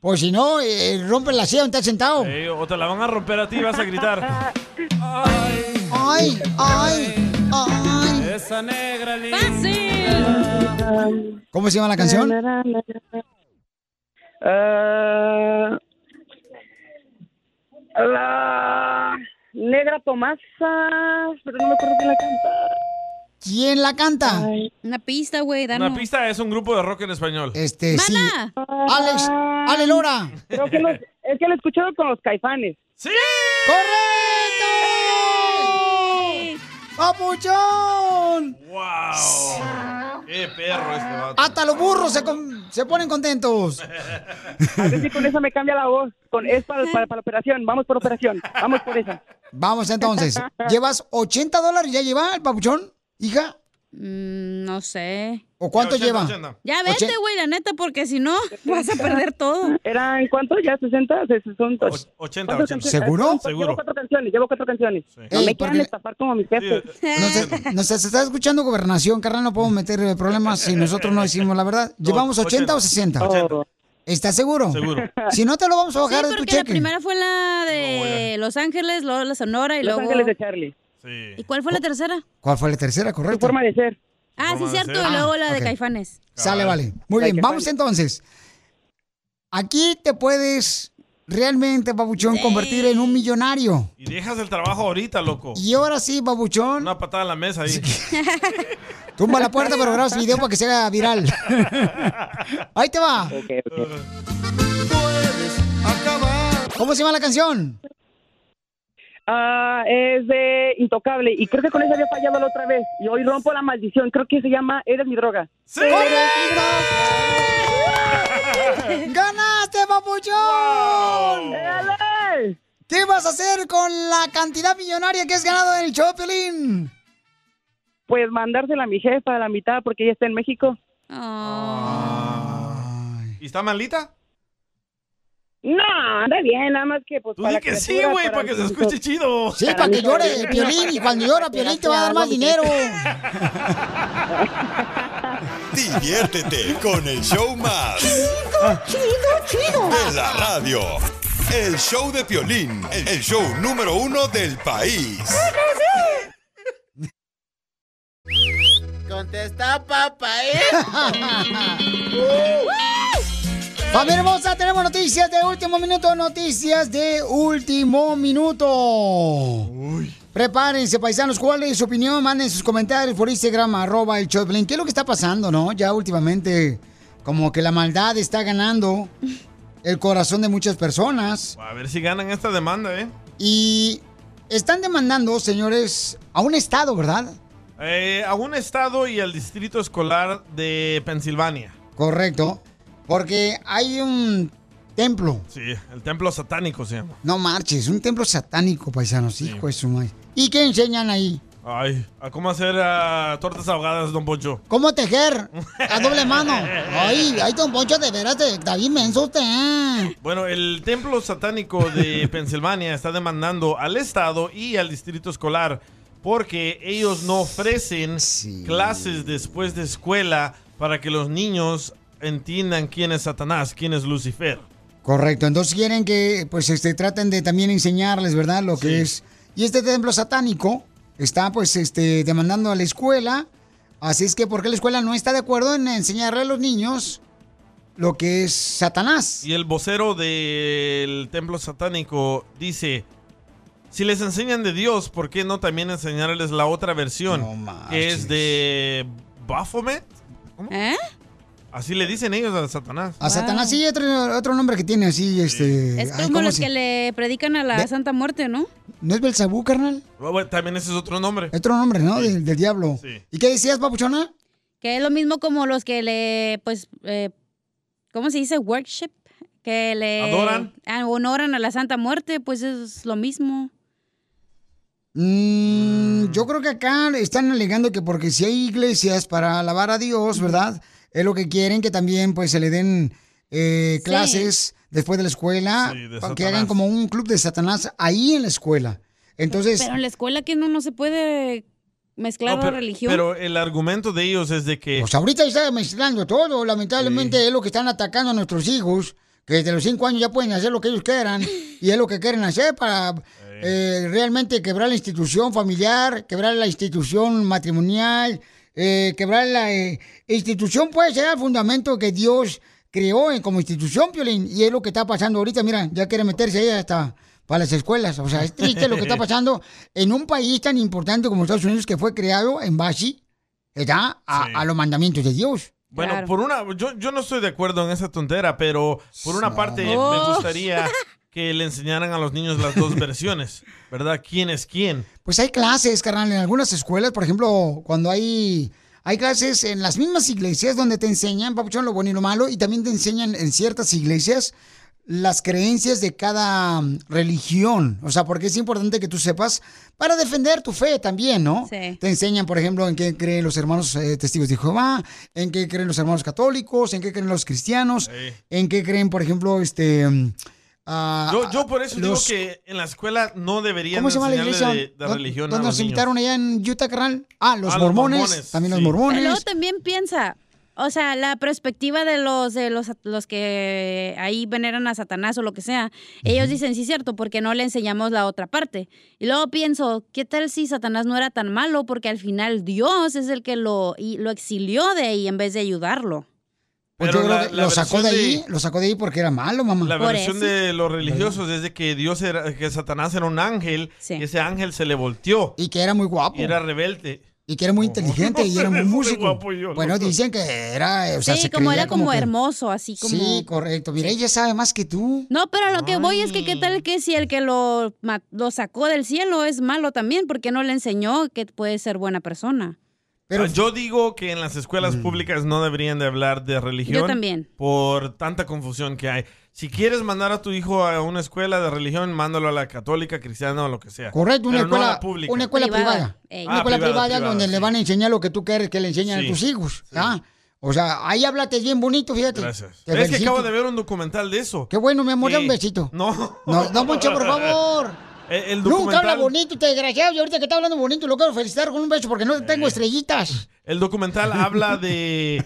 Speaker 2: Pues si no, eh, rompe la silla donde estás sentado.
Speaker 3: Eh, o te la van a romper a ti y vas a gritar.
Speaker 2: Ay, ay, ay.
Speaker 3: Esa negra linda.
Speaker 2: ¿Cómo se llama la canción?
Speaker 24: Ah, la negra Tomasa, pero no me acuerdo quién la canta.
Speaker 2: ¿Quién la canta?
Speaker 4: Una pista, güey, danos. Ah.
Speaker 3: Una pista es un grupo de rock en español.
Speaker 2: Este, sí.
Speaker 4: Alex,
Speaker 2: Ale Lora.
Speaker 24: Creo que los- es que lo he escuchado con los caifanes.
Speaker 3: ¡Sí!
Speaker 2: ¡Correcto! ¡Papuchón!
Speaker 3: ¡Wow! ¡Qué perro este vato!
Speaker 2: Hasta los burros se, con- se ponen contentos.
Speaker 24: A ver si con esa me cambia la voz. Con, es para, para, para la operación. Vamos por operación. Vamos por esa. (laughs)
Speaker 2: Vamos entonces. ¿Llevas 80 dólares ya lleva el papuchón, hija?
Speaker 4: Mm, no sé.
Speaker 2: ¿O cuánto
Speaker 4: Ya,
Speaker 2: lleva?
Speaker 4: 80, 80. Ya vete,
Speaker 2: Ochen-
Speaker 4: güey, la neta, porque si no, (laughs) vas a perder todo.
Speaker 24: ¿Eran cuántos? ¿Ya 60? Se- se- Son dos.
Speaker 3: 80,
Speaker 24: ¿Cuántas
Speaker 3: 80.
Speaker 24: canciones? Llevo- Llevo
Speaker 3: Seguro.
Speaker 24: cuatro canciones. Llevo cuatro canciones. No
Speaker 2: Ey,
Speaker 24: me
Speaker 2: ¿por
Speaker 24: quieran
Speaker 2: qué?
Speaker 24: estafar como mis jefes.
Speaker 2: Nos, nos está escuchando gobernación, carnal, no podemos meter eh, problemas si nosotros no decimos la verdad. ¿Llevamos 80, o 60?
Speaker 24: 80.
Speaker 2: ¿Estás seguro?
Speaker 3: Seguro.
Speaker 2: Si no, te lo vamos a
Speaker 4: Sí,
Speaker 2: bajar de tu
Speaker 4: porque la
Speaker 2: cheque.
Speaker 4: primera fue la de Los Ángeles, luego la Sonora y
Speaker 2: Los
Speaker 4: luego...
Speaker 2: Ángeles de
Speaker 24: Charlie.
Speaker 3: Sí.
Speaker 4: ¿Y cuál fue la tercera?
Speaker 2: ¿Cuál fue la tercera, correcto?
Speaker 24: forma de ser.
Speaker 4: Ah, sí,
Speaker 2: Forma de
Speaker 4: cierto,
Speaker 2: ser.
Speaker 4: y luego la
Speaker 2: Ah,
Speaker 4: de
Speaker 2: ok.
Speaker 4: Caifanes.
Speaker 2: Sale, vale. Muy bien, vamos entonces. Aquí te puedes realmente, Babuchón, convertir en un millonario.
Speaker 3: Y dejas el trabajo ahorita, loco.
Speaker 2: Y ahora sí, Babuchón,
Speaker 3: Una patada en la mesa ahí.
Speaker 2: (laughs) tumba la puerta, pero grabas video para que se haga viral. Ahí te va. ¿Cómo se llama la canción?
Speaker 24: Ah, es de Intocable. Y creo que con esa había fallado la otra vez. Y hoy rompo la maldición. Creo que se llama Eres mi droga.
Speaker 2: ¡Ganaste, Papuchón! ¿Qué vas a hacer con la cantidad millonaria que has ganado en el show, Piolín?
Speaker 24: Pues mandársela a mi jefa, a la mitad, porque ella está en México.
Speaker 3: Ah. ¿Y está malita?
Speaker 24: No, anda bien, nada más que pues
Speaker 3: Tú
Speaker 24: para
Speaker 3: di
Speaker 24: la
Speaker 3: que sí,
Speaker 24: criatura,
Speaker 3: güey, para que se escuche chido.
Speaker 2: Sí, para que llore el Piolín y cuando llora Piolín te va a dar más dinero.
Speaker 7: Diviértete con el show más
Speaker 2: Ah.
Speaker 14: Chido, chido,
Speaker 7: de la radio. El show de Piolín, el show número uno del país.
Speaker 14: Contesta, papá, ¿eh?
Speaker 2: (laughs) Familia hermosa, tenemos noticias de último minuto, noticias de último minuto. Prepárense, paisanos, ¿cuál es su opinión? Manden sus comentarios por Instagram, arroba el Choplin. ¿Qué es lo que está pasando, no? Ya últimamente, como que la maldad está ganando el corazón de muchas personas.
Speaker 3: A ver si ganan esta demanda, ¿eh?
Speaker 2: Y están demandando, señores, a un estado, ¿verdad?
Speaker 3: Eh, a un estado y al distrito escolar de Pensilvania.
Speaker 2: Correcto. Porque hay un templo.
Speaker 3: Sí, el templo satánico se llama.
Speaker 2: No marches, un templo satánico, paisanos, hijo de su madre. ¿Y qué enseñan ahí?
Speaker 3: Ay, ¿a cómo hacer ah, tortas ahogadas, don Poncho?
Speaker 2: ¿Cómo tejer?
Speaker 3: (laughs)
Speaker 2: A doble mano. Ay, ay, don Poncho, de veras, de- está bien menso usted. ¿eh?
Speaker 3: Bueno, el templo satánico de Pensilvania está demandando al estado y al distrito escolar porque ellos no ofrecen clases después de escuela para que los niños entiendan quién es Satanás, quién es Lucifer.
Speaker 2: Correcto, entonces quieren que pues este traten de también enseñarles, ¿verdad? Lo que es. Y este templo satánico está pues este demandando a la escuela, así es que porque la escuela no está de acuerdo en enseñarle a los niños lo que es Satanás.
Speaker 3: Y el vocero del templo satánico dice, si les enseñan de Dios, ¿por qué no también enseñarles la otra versión? que es de Baphomet. ¿Cómo? Así le dicen ellos a Satanás.
Speaker 2: A Satanás sí, otro, otro nombre que tiene así este
Speaker 4: Es
Speaker 2: ay,
Speaker 4: como
Speaker 2: ¿cómo
Speaker 4: los
Speaker 2: se-
Speaker 4: que le predican a la
Speaker 2: Ve-
Speaker 4: Santa Muerte, ¿no?
Speaker 2: ¿No es Belzabú, carnal?
Speaker 3: Bueno, bueno, También ese es otro nombre.
Speaker 2: Otro nombre, ¿no? Del, del diablo.
Speaker 3: Sí.
Speaker 2: ¿Y qué decías, papuchona?
Speaker 4: Que es lo mismo como los que le, pues, eh, ¿cómo se dice? Worship. Que le
Speaker 2: Adoran.
Speaker 4: Ah, honoran a la Santa Muerte, pues es lo mismo.
Speaker 2: Mm, yo creo que acá están alegando que porque si hay iglesias para alabar a Dios, ¿verdad? Es lo que quieren que también pues se le den eh,
Speaker 4: Sí.
Speaker 2: clases después de la escuela,
Speaker 4: Sí, de
Speaker 2: para que
Speaker 4: Satanás.
Speaker 2: hagan como un club de Satanás ahí en la escuela. Entonces,
Speaker 4: Pero en la escuela que no, no se puede
Speaker 3: No,
Speaker 4: mezclar la
Speaker 3: pero,
Speaker 4: religión.
Speaker 3: pero el argumento de ellos es de que...
Speaker 2: pues ahorita está mezclando todo, lamentablemente es lo que están atacando a nuestros hijos, que desde los cinco años ya pueden hacer lo que ellos quieran y es lo que quieren hacer para eh, realmente quebrar la institución familiar, quebrar la institución matrimonial, eh, quebrar la eh, institución puede ser el fundamento que Dios creó en- como institución, Piolín, y es lo que está pasando ahorita, mira, ya quiere meterse ahí hasta para las escuelas, o sea, es triste lo que está pasando en un país tan importante como Estados Unidos que fue creado en base ¿verdad? A, a los mandamientos de Dios.
Speaker 3: Bueno, por una, yo, yo no estoy de acuerdo en esa tontera, pero por una parte
Speaker 2: Oh.
Speaker 3: me gustaría que le enseñaran a los niños las dos versiones, ¿verdad? ¿Quién es quién?
Speaker 2: Pues hay clases, carnal, en algunas escuelas, por ejemplo, cuando hay hay clases en las mismas iglesias donde te enseñan, papuchón, lo bueno y lo malo, y también te enseñan en ciertas iglesias las creencias de cada mm, religión. O sea, porque es importante que tú sepas para defender tu fe también, ¿no?
Speaker 4: Sí.
Speaker 2: Te enseñan, por ejemplo, en qué creen los hermanos eh, testigos de Jehová, en qué creen los hermanos católicos, en qué creen los cristianos, en qué creen, por ejemplo, este... mm, ah,
Speaker 3: Yo, yo por eso
Speaker 2: los-
Speaker 3: digo que en la escuela no deberían
Speaker 2: ¿Cómo se llama la
Speaker 3: enseñarle
Speaker 2: iglesia?
Speaker 3: de, de
Speaker 2: ¿Dó-
Speaker 3: religión a los
Speaker 2: ¿Dónde Pues nos
Speaker 3: niños.
Speaker 2: invitaron allá en Utah, carnal? Ah, los
Speaker 3: Ah, los
Speaker 2: mormones.
Speaker 3: mormones,
Speaker 2: también
Speaker 3: sí.
Speaker 2: los mormones.
Speaker 4: Pero luego también piensa, o sea, la perspectiva de los de los, los que ahí veneran a Satanás o lo que sea, ellos dicen, sí, cierto, porque no le enseñamos la otra parte. Y luego pienso, ¿qué tal si Satanás no era tan malo? Porque al final Dios es el que lo, y lo exilió de ahí en vez de ayudarlo.
Speaker 2: Pues
Speaker 3: Pero
Speaker 2: yo creo
Speaker 3: la-
Speaker 2: que
Speaker 3: la
Speaker 2: lo sacó de
Speaker 3: versión de-
Speaker 2: ahí, lo sacó de ahí porque era malo, mamá.
Speaker 3: La versión de los religiosos es de que Dios era, que Satanás era un ángel, y ese ángel se le volteó.
Speaker 2: Y que era muy guapo.
Speaker 3: Y era rebelde.
Speaker 2: Y que era muy inteligente y
Speaker 3: (laughs)
Speaker 2: era muy músico.
Speaker 3: guapo yo, no
Speaker 2: bueno,
Speaker 3: sé.
Speaker 2: dicen que era, Eh, o sea,
Speaker 4: sí,
Speaker 2: se
Speaker 4: como
Speaker 2: creía
Speaker 4: era como,
Speaker 2: que-
Speaker 4: hermoso, así como...
Speaker 2: Sí, correcto. Mira, ella sabe más que tú.
Speaker 4: No, pero a lo que voy es que qué tal que si el que lo, ma- lo sacó del cielo es malo también, porque no le enseñó que puede ser buena persona.
Speaker 3: Ah, yo digo que en las
Speaker 2: Mm.
Speaker 3: escuelas públicas no deberían de hablar de religión.
Speaker 4: Yo también.
Speaker 3: Por tanta confusión que hay. Si quieres mandar a tu hijo a una escuela de religión, mándalo a la católica, cristiana o lo que sea.
Speaker 2: Correcto, una
Speaker 3: Pero no a
Speaker 2: escuela,
Speaker 3: la pública.
Speaker 2: una escuela privada. Una
Speaker 3: Ah,
Speaker 2: escuela privada, donde
Speaker 3: sí.
Speaker 2: le van a enseñar lo que tú quieres que le enseñen
Speaker 3: Sí.
Speaker 2: a tus hijos. ¿ah? O sea, ahí háblate bien bonito, fíjate.
Speaker 3: Gracias.
Speaker 2: Te
Speaker 3: es que
Speaker 2: felicito.
Speaker 3: acabo de ver un documental de eso.
Speaker 2: Qué bueno, mi amor, da
Speaker 3: Sí.
Speaker 2: un besito.
Speaker 3: No.
Speaker 2: No, no, Poncho, por favor.
Speaker 3: El, (laughs) el
Speaker 2: Nunca habla
Speaker 3: documental,
Speaker 2: bonito, te desgraciado. Y ahorita que está hablando bonito, lo quiero felicitar con un beso porque no tengo estrellitas.
Speaker 3: el documental habla de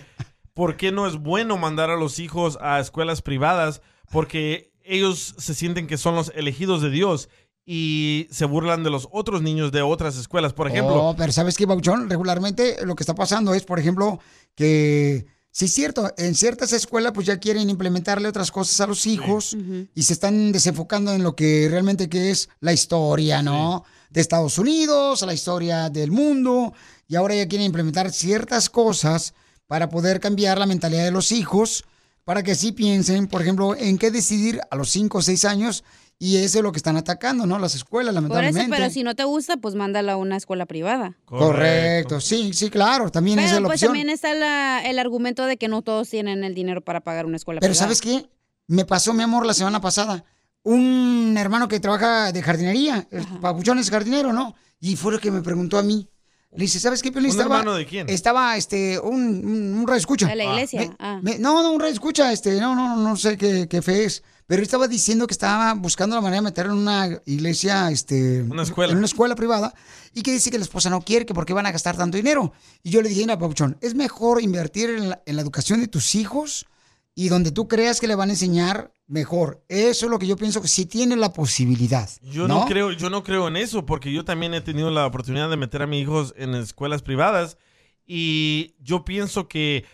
Speaker 3: por qué no es bueno mandar a los hijos a escuelas privadas, porque ellos se sienten que son los elegidos de Dios y se burlan de los otros niños de otras escuelas. Por ejemplo,
Speaker 2: Oh, pero ¿sabes qué, Bauchón? Regularmente lo que está pasando es, por ejemplo, que Sí, es cierto. En ciertas escuelas, pues ya quieren implementarle otras cosas a los hijos y se están desenfocando en lo que realmente que es la historia, ¿no? De Estados Unidos, la historia del mundo. Y ahora ya quieren implementar ciertas cosas para poder cambiar la mentalidad de los hijos, para que sí piensen, por ejemplo, en qué decidir a los 5 o 6 años. Y eso es lo que están atacando, ¿no? Las escuelas,
Speaker 4: Por eso,
Speaker 2: lamentablemente.
Speaker 4: pero si no te gusta, pues mándala a una escuela privada.
Speaker 2: Correcto. sí, sí, claro, también esa es
Speaker 4: Pero
Speaker 2: la
Speaker 4: pues
Speaker 2: opción.
Speaker 4: también está la- el argumento de que no todos tienen el dinero para pagar una escuela
Speaker 2: Pero
Speaker 4: privada.
Speaker 2: ¿sabes qué? Me pasó, mi amor, la semana pasada. Un hermano que trabaja de jardinería, el papuchón es jardinero, ¿no? Y fue lo que me preguntó a mí. Le dice, ¿sabes qué, Piolín?
Speaker 3: ¿Un
Speaker 2: Estaba-
Speaker 3: hermano de quién?
Speaker 2: Estaba, este, un, un, un radioescucha.
Speaker 4: De la iglesia,
Speaker 2: Me-
Speaker 4: ah.
Speaker 2: me- no, no, un radioescucha, este, no, no, no sé qué, qué fe es. Pero él estaba diciendo que estaba buscando la manera de meterlo en una iglesia, este... Una
Speaker 3: escuela.
Speaker 2: En una escuela privada. Y que dice que la esposa no quiere, que porque van a gastar tanto dinero. Y yo le dije, mira, papuchón, es mejor invertir en la- en la educación de tus hijos y donde tú creas que le van a enseñar mejor. Eso es lo que yo pienso que sí tiene la posibilidad.
Speaker 3: Yo ¿No? creo, yo no creo en eso, porque yo también he tenido la oportunidad de meter a mis hijos en escuelas privadas y yo pienso que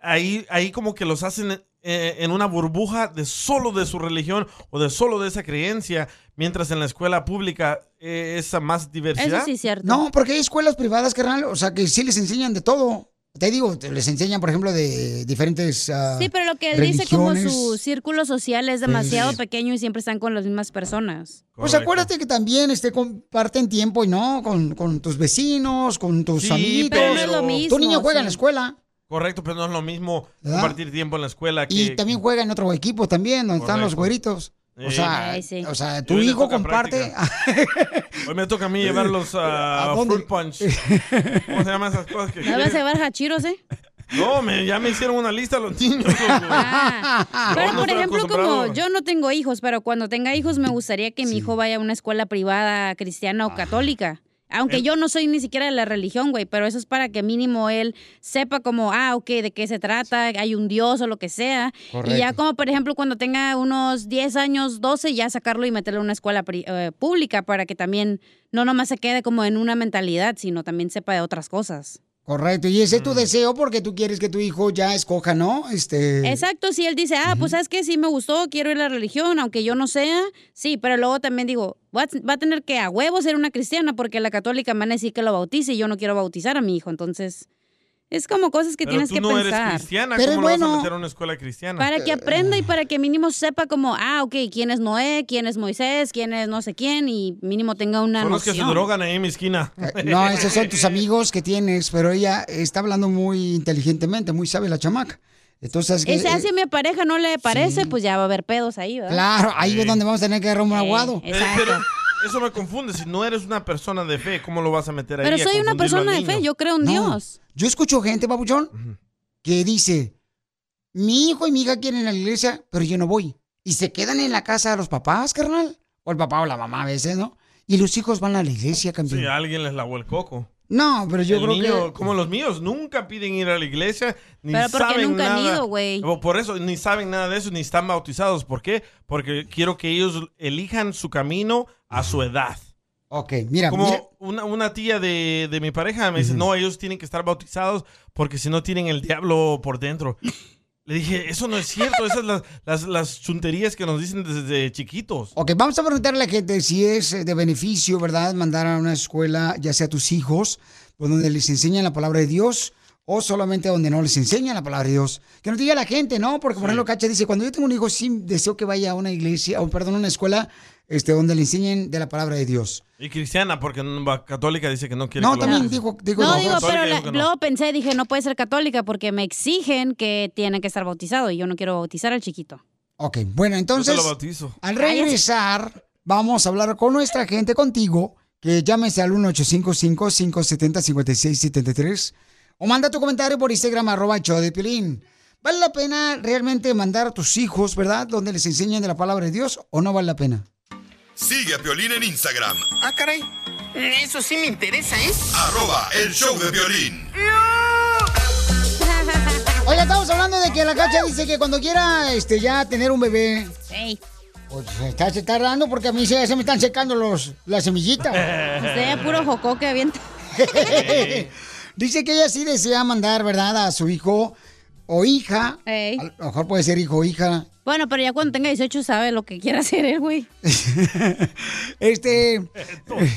Speaker 3: ahí, ahí como que los hacen eh, en una burbuja de solo de su religión o de solo de esa creencia, mientras en la escuela pública eh, es a más diversidad.
Speaker 2: No, porque hay escuelas privadas, carnal, o sea, que sí les enseñan de todo. Te digo, te- les enseñan, por ejemplo, de diferentes ah,
Speaker 4: Sí, pero lo que él dice como
Speaker 2: religiones.
Speaker 4: su círculo social es demasiado
Speaker 2: Sí.
Speaker 4: pequeño y siempre están con las mismas personas.
Speaker 2: Pues acuérdate que también este, comparten tiempo, ¿no? Con, con tus vecinos, con tus
Speaker 3: Sí,
Speaker 2: amigos.
Speaker 3: pero no es lo
Speaker 2: Tu
Speaker 3: mismo,
Speaker 2: niño juega en
Speaker 3: sí.
Speaker 2: la escuela
Speaker 3: Correcto, pero no es lo mismo
Speaker 2: ¿Verdad?
Speaker 3: compartir tiempo en la escuela que...
Speaker 2: ¿Ah? y también juega en otro equipo también, donde están los
Speaker 3: Correcto.
Speaker 2: güeritos. O
Speaker 3: Sí.
Speaker 2: sea,
Speaker 3: Ay, sí.
Speaker 2: o sea,
Speaker 3: Y
Speaker 2: tu
Speaker 3: hoy le
Speaker 2: hijo
Speaker 3: toca
Speaker 2: comparte. (laughs)
Speaker 3: Hoy me toca a mí llevarlos a,
Speaker 2: ¿A dónde?
Speaker 3: Fruit
Speaker 2: (laughs)
Speaker 3: Punch. ¿Cómo se llaman esas cosas que...
Speaker 4: No vas a llevar jachiros, ¿eh?
Speaker 3: No, me- ya me hicieron una lista los niños. loco.
Speaker 4: (laughs) Ah,
Speaker 3: No, no
Speaker 4: pero por
Speaker 3: estoy
Speaker 4: ejemplo,
Speaker 3: acostumbrado.
Speaker 4: como yo no tengo hijos, pero cuando tenga hijos me gustaría que mi hijo vaya a una escuela privada cristiana o católica. Aunque
Speaker 3: Él-
Speaker 4: yo no soy ni siquiera de la religión, güey, pero eso es para que mínimo él sepa como, ah, ok, de qué se trata, hay un Dios o lo que sea. Y ya
Speaker 9: Correcto.
Speaker 4: como, por ejemplo, cuando tenga unos 10 años, 12, ya sacarlo y meterlo en una escuela pri- eh, pública para que también no nomás se quede como en una mentalidad, sino también sepa de otras cosas.
Speaker 2: Correcto, y ese es
Speaker 3: Mm.
Speaker 2: tu deseo porque tú quieres que tu hijo ya escoja, ¿no? Este.
Speaker 4: Exacto, si él dice, ah, pues sabes que sí me gustó, quiero ir a la religión, aunque yo no sea, sí, pero luego también digo, va a, va a tener que a huevo ser una cristiana porque la católica me van a decir que lo bautice y yo no quiero bautizar a mi hijo, entonces es como cosas que
Speaker 3: Pero
Speaker 4: tienes
Speaker 3: tú
Speaker 4: que
Speaker 3: no eres
Speaker 4: pensar.
Speaker 3: cristiana,
Speaker 4: Pero
Speaker 3: ¿cómo lo vas a
Speaker 4: bueno, Eh,
Speaker 3: meter a una escuela cristiana?
Speaker 4: Para que aprenda y para que mínimo sepa como, ah, ok, quién es Noé, quién es Moisés, quién es no sé quién y mínimo tenga una
Speaker 3: Son los que se
Speaker 4: noción.
Speaker 3: drogan ahí en mi esquina.
Speaker 2: Eh, No,
Speaker 4: (laughs)
Speaker 2: esos son tus amigos que tienes, pero ella está hablando muy inteligentemente, muy sabe la chamaca. Entonces, que,
Speaker 4: Ese
Speaker 2: eh,
Speaker 4: hace mi pareja, no le parece, pues ya va a haber pedos ahí, ¿verdad?
Speaker 2: claro, ahí es donde vamos a tener que agarrar un aguado.
Speaker 3: Eh, pero eso me confunde. Si no eres una persona de fe, ¿cómo lo vas a meter ahí?
Speaker 4: Pero
Speaker 3: a
Speaker 4: soy
Speaker 3: confundirlo
Speaker 4: una
Speaker 3: al
Speaker 4: persona de
Speaker 3: niño?
Speaker 4: fe, yo creo en
Speaker 2: No,
Speaker 4: Dios.
Speaker 2: Yo escucho gente, papuchón, que dice, mi hijo y mi hija quieren ir a la iglesia, pero yo no voy. Y se quedan en la casa de los papás, carnal. O el papá o la mamá a veces, ¿no? Y los hijos van a la iglesia, campeón.
Speaker 3: Si alguien les lavó el coco.
Speaker 2: No, pero Pues yo
Speaker 3: El
Speaker 2: creo
Speaker 3: niño,
Speaker 2: que...
Speaker 3: como los míos, nunca piden ir a la iglesia, ni
Speaker 4: Pero porque
Speaker 3: saben
Speaker 4: nunca han
Speaker 3: nada.
Speaker 4: ido, güey.
Speaker 3: O Por eso, ni saben nada de eso, ni están bautizados. ¿Por qué? Porque quiero que ellos elijan su camino a su edad.
Speaker 2: Ok, mira,
Speaker 3: Como
Speaker 2: mira.
Speaker 3: Una, una tía de, de mi pareja me dice, no, ellos tienen que estar bautizados porque si no tienen el diablo por dentro. (laughs) Le dije, eso no es cierto, esas las, las, las chunterías que nos dicen desde chiquitos.
Speaker 2: Ok, vamos a preguntarle a la gente si es eh, de beneficio, ¿verdad? Mandar a una escuela, ya sea a tus hijos, pues donde les enseñan la palabra de Dios, o solamente donde no les enseñan la palabra de Dios. Que nos diga la gente, ¿no? Porque, por ejemplo, Cacha dice, cuando yo tengo un hijo, sí deseo que vaya a una iglesia, o perdón, a una escuela, este, donde le enseñen de la palabra de Dios.
Speaker 3: Y cristiana, porque no va- católica dice que no quiere.
Speaker 2: No,
Speaker 3: que lo
Speaker 2: también
Speaker 3: bautice.
Speaker 2: dijo-
Speaker 4: no, digo,
Speaker 3: Católica
Speaker 4: pero
Speaker 3: dijo
Speaker 4: la-
Speaker 3: que no.
Speaker 4: luego pensé, dije, no puede ser católica porque me exigen que tiene que estar bautizado y yo no quiero bautizar al chiquito.
Speaker 2: Ok, bueno, entonces,
Speaker 3: Yo te lo bautizo.
Speaker 2: al regresar, vamos a hablar con nuestra gente, contigo, que llámese al 1-855-570-5673 o manda tu comentario por Instagram, arroba el show de Piolín. ¿Vale la pena realmente mandar a tus hijos, verdad, donde les enseñen de la palabra de Dios o no vale la pena?
Speaker 7: Sigue a Piolín en Instagram.
Speaker 14: Ah, caray. Eso sí me interesa, ¿eh?
Speaker 7: Arroba el show de violín.
Speaker 2: Oiga, estamos hablando de que la cacha dice que cuando quiera este, ya tener un bebé, pues se está se está tardando porque a mí se, se me están secando los, las
Speaker 4: (laughs)
Speaker 2: semillitas.
Speaker 4: Usted es puro jocó que
Speaker 2: (laughs)
Speaker 4: avienta.
Speaker 2: Dice que ella sí desea mandar, ¿verdad?, a su hijo o hija.
Speaker 4: Ey.
Speaker 2: A lo mejor puede ser hijo o hija.
Speaker 4: Bueno, pero ya cuando tenga 18 sabe lo que quiere hacer el güey.
Speaker 2: Este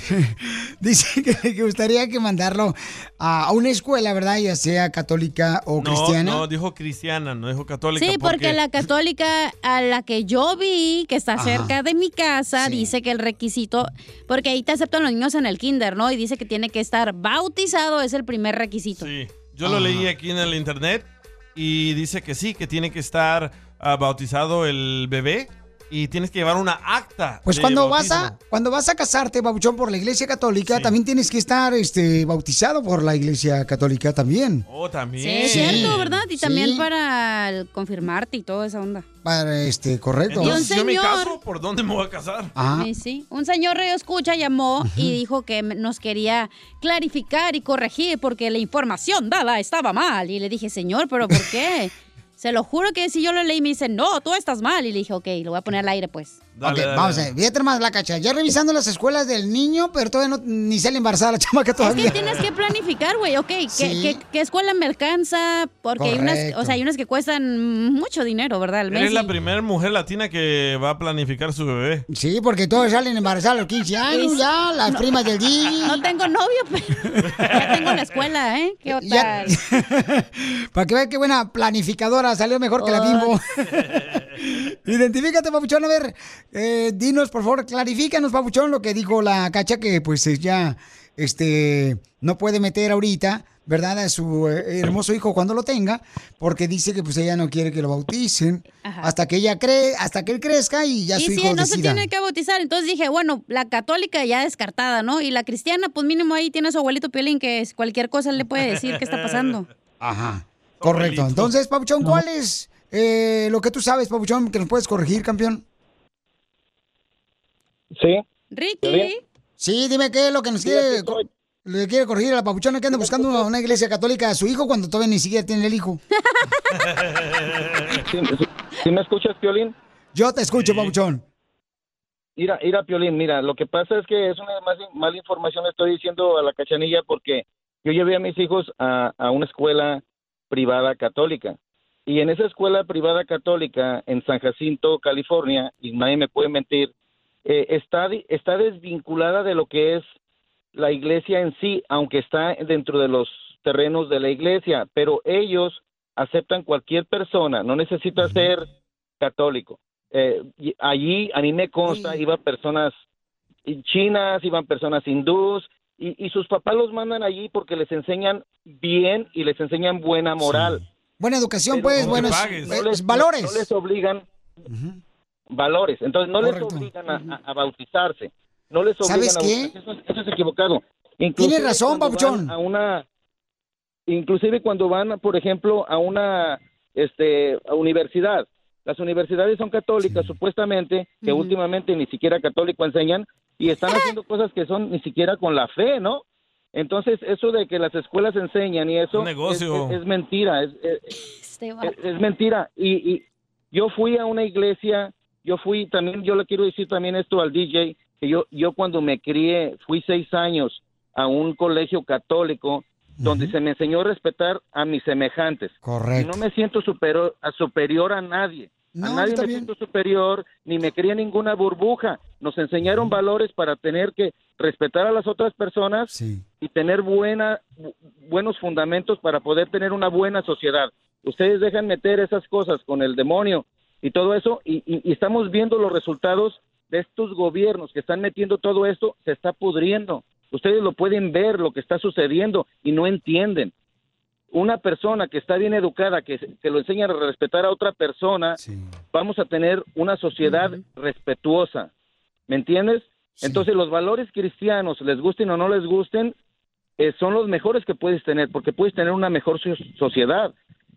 Speaker 2: (laughs) dice que le gustaría que mandarlo a una escuela, ¿verdad? Ya sea católica o
Speaker 3: No,
Speaker 2: cristiana.
Speaker 3: no, dijo cristiana, no dijo católica.
Speaker 4: Sí, porque la católica a la que yo vi, que está
Speaker 3: Ajá.
Speaker 4: cerca de mi casa, dice que el requisito, porque ahí te aceptan los niños en el kinder, ¿no? Y dice que tiene que estar bautizado, es el primer requisito.
Speaker 3: Sí. Yo lo leí aquí en el internet y dice que sí, que tiene que estar ah, bautizado el bebé y tienes que llevar una acta.
Speaker 2: Pues
Speaker 3: de
Speaker 2: cuando vas
Speaker 3: bautismo.
Speaker 2: a cuando vas a casarte, babuchón, por la Iglesia Católica, también tienes que estar este bautizado por la Iglesia Católica también.
Speaker 3: Oh, también.
Speaker 4: Sí, es cierto, ¿verdad? Y también para el confirmarte y toda esa onda.
Speaker 2: Para este, correcto.
Speaker 3: Entonces,
Speaker 4: Y un
Speaker 3: yo me
Speaker 4: señor-
Speaker 3: caso, ¿por dónde me voy a casar?
Speaker 2: Ah.
Speaker 4: Sí, sí. Un señor radio escucha llamó y dijo que me- nos quería clarificar y corregir porque la información dada estaba mal. Y le dije, señor, ¿pero por
Speaker 2: (laughs)
Speaker 4: qué? Se lo juro que si yo lo leí me dice, no, tú estás mal. Y le dije, ok, lo voy a poner al aire pues.
Speaker 2: Ok, vamos a ver, fíjate más la cacha. Ya revisando las escuelas del niño, pero todavía no, ni sale embarazada la (laughs) chamaca
Speaker 4: Es
Speaker 2: todavía.
Speaker 4: que tienes que planificar, güey, ok, ¿qué,
Speaker 2: Sí.
Speaker 4: qué, qué escuela me alcanza? Porque hay unas,
Speaker 3: Correcto.
Speaker 4: o sea, hay unas que cuestan mucho dinero, ¿verdad? Al mes.
Speaker 3: Eres la
Speaker 4: y-
Speaker 3: primera mujer latina que va a planificar su bebé.
Speaker 2: Sí, porque todos salen embarazadas a los 15 años,
Speaker 4: Sí.
Speaker 2: ya,
Speaker 4: (laughs)
Speaker 2: las
Speaker 4: No.
Speaker 2: primas del día.
Speaker 4: No tengo novio, pero (laughs) ya tengo la escuela, ¿eh? ¿Qué tal?
Speaker 2: Ya- (laughs) Para que vean qué buena planificadora, salió mejor que
Speaker 4: (laughs)
Speaker 2: la Bimbo. Identifícate, Papuchón, a ver, eh, dinos, por favor, clarifícanos, Papuchón, lo que dijo la cacha, que pues eh, ya, este, no puede meter ahorita, ¿verdad?, a su eh, hermoso hijo cuando lo tenga, porque dice que pues ella no quiere que lo bauticen, hasta que ella cree, hasta que él crezca y ya
Speaker 4: y
Speaker 2: su
Speaker 4: si
Speaker 2: hijo
Speaker 4: no se
Speaker 2: decida.
Speaker 4: tiene que bautizar, entonces dije, bueno, la católica ya descartada, ¿no? Y la cristiana, pues mínimo ahí tiene a su abuelito Piolín que es- cualquier cosa le puede decir qué está pasando.
Speaker 2: Ajá, correcto. Entonces, Papuchón, ¿cuál es eh, lo que tú sabes, Papuchón, que nos puedes corregir, campeón?
Speaker 25: Sí.
Speaker 4: Ricky.
Speaker 2: Sí, dime qué es lo que nos quiere, le quiere corregir a la papuchona que anda buscando una, una iglesia católica a su hijo cuando todavía ni siquiera tiene el hijo.
Speaker 25: ¿Sí, sí- sí me escuchas, Piolín?
Speaker 2: Yo te escucho, papuchón.
Speaker 25: Mira, mira, Piolín, mira, lo que pasa es que es una más- mala información, le estoy diciendo a la cachanilla, porque yo llevé a mis hijos a, a una escuela privada católica. Y en esa escuela privada católica en San Jacinto, California, y nadie me puede mentir, eh, está, di- está desvinculada de lo que es la iglesia en sí, aunque está dentro de los terrenos de la iglesia, pero ellos aceptan cualquier persona, no necesita ser católico. Eh, y allí, a mí me consta, iban personas chinas, iban personas hindús, y, y sus papás los mandan allí porque les enseñan bien y les enseñan buena moral.
Speaker 2: Buena educación,
Speaker 25: Pero
Speaker 2: pues,
Speaker 25: no
Speaker 2: buenos
Speaker 25: les pagues.
Speaker 2: eh,
Speaker 25: No les-
Speaker 2: valores.
Speaker 25: no les obligan valores. Entonces no
Speaker 2: Correcto.
Speaker 25: les obligan a, a- a bautizarse. No les obligan
Speaker 2: ¿Sabes
Speaker 25: a
Speaker 2: qué?
Speaker 25: bautizarse. Eso, es- eso es equivocado.
Speaker 2: Tienes razón,
Speaker 25: cuando
Speaker 2: Papuchón.
Speaker 25: van A una, inclusive cuando van, por ejemplo, a una este, a universidad. Las universidades son católicas, supuestamente, que
Speaker 12: Ujú.
Speaker 25: últimamente ni siquiera católico enseñan, y están haciendo cosas que son ni siquiera con la fe, ¿no? Entonces, eso de que las escuelas enseñan y eso
Speaker 3: Un negocio.
Speaker 25: es- es- es mentira, es, es-
Speaker 4: Este va-
Speaker 25: es, es mentira. Y, y yo fui a una iglesia, yo fui también, yo le quiero decir también esto al DJ, que yo, yo cuando me crié, fui seis años a un colegio católico donde se me enseñó a respetar a mis semejantes.
Speaker 2: Correcto.
Speaker 25: Y no me siento superior a, superior a nadie.
Speaker 2: No,
Speaker 25: a nadie
Speaker 2: está
Speaker 25: me
Speaker 2: bien.
Speaker 25: siento superior, ni me crié en ninguna burbuja. Nos enseñaron valores para tener que respetar a las otras personas y tener buena, bu- buenos fundamentos para poder tener una buena sociedad. Ustedes dejan meter esas cosas con el demonio y todo eso, y, y- y estamos viendo los resultados de estos gobiernos que están metiendo todo esto, se está pudriendo. Ustedes lo pueden ver, lo que está sucediendo, y no entienden una persona que está bien educada, que, se- que lo enseña a respetar a otra persona, vamos a tener una sociedad respetuosa. ¿Me entiendes? Entonces, los valores cristianos, les gusten o no les gusten, eh, son los mejores que puedes tener, porque puedes tener una mejor so- sociedad.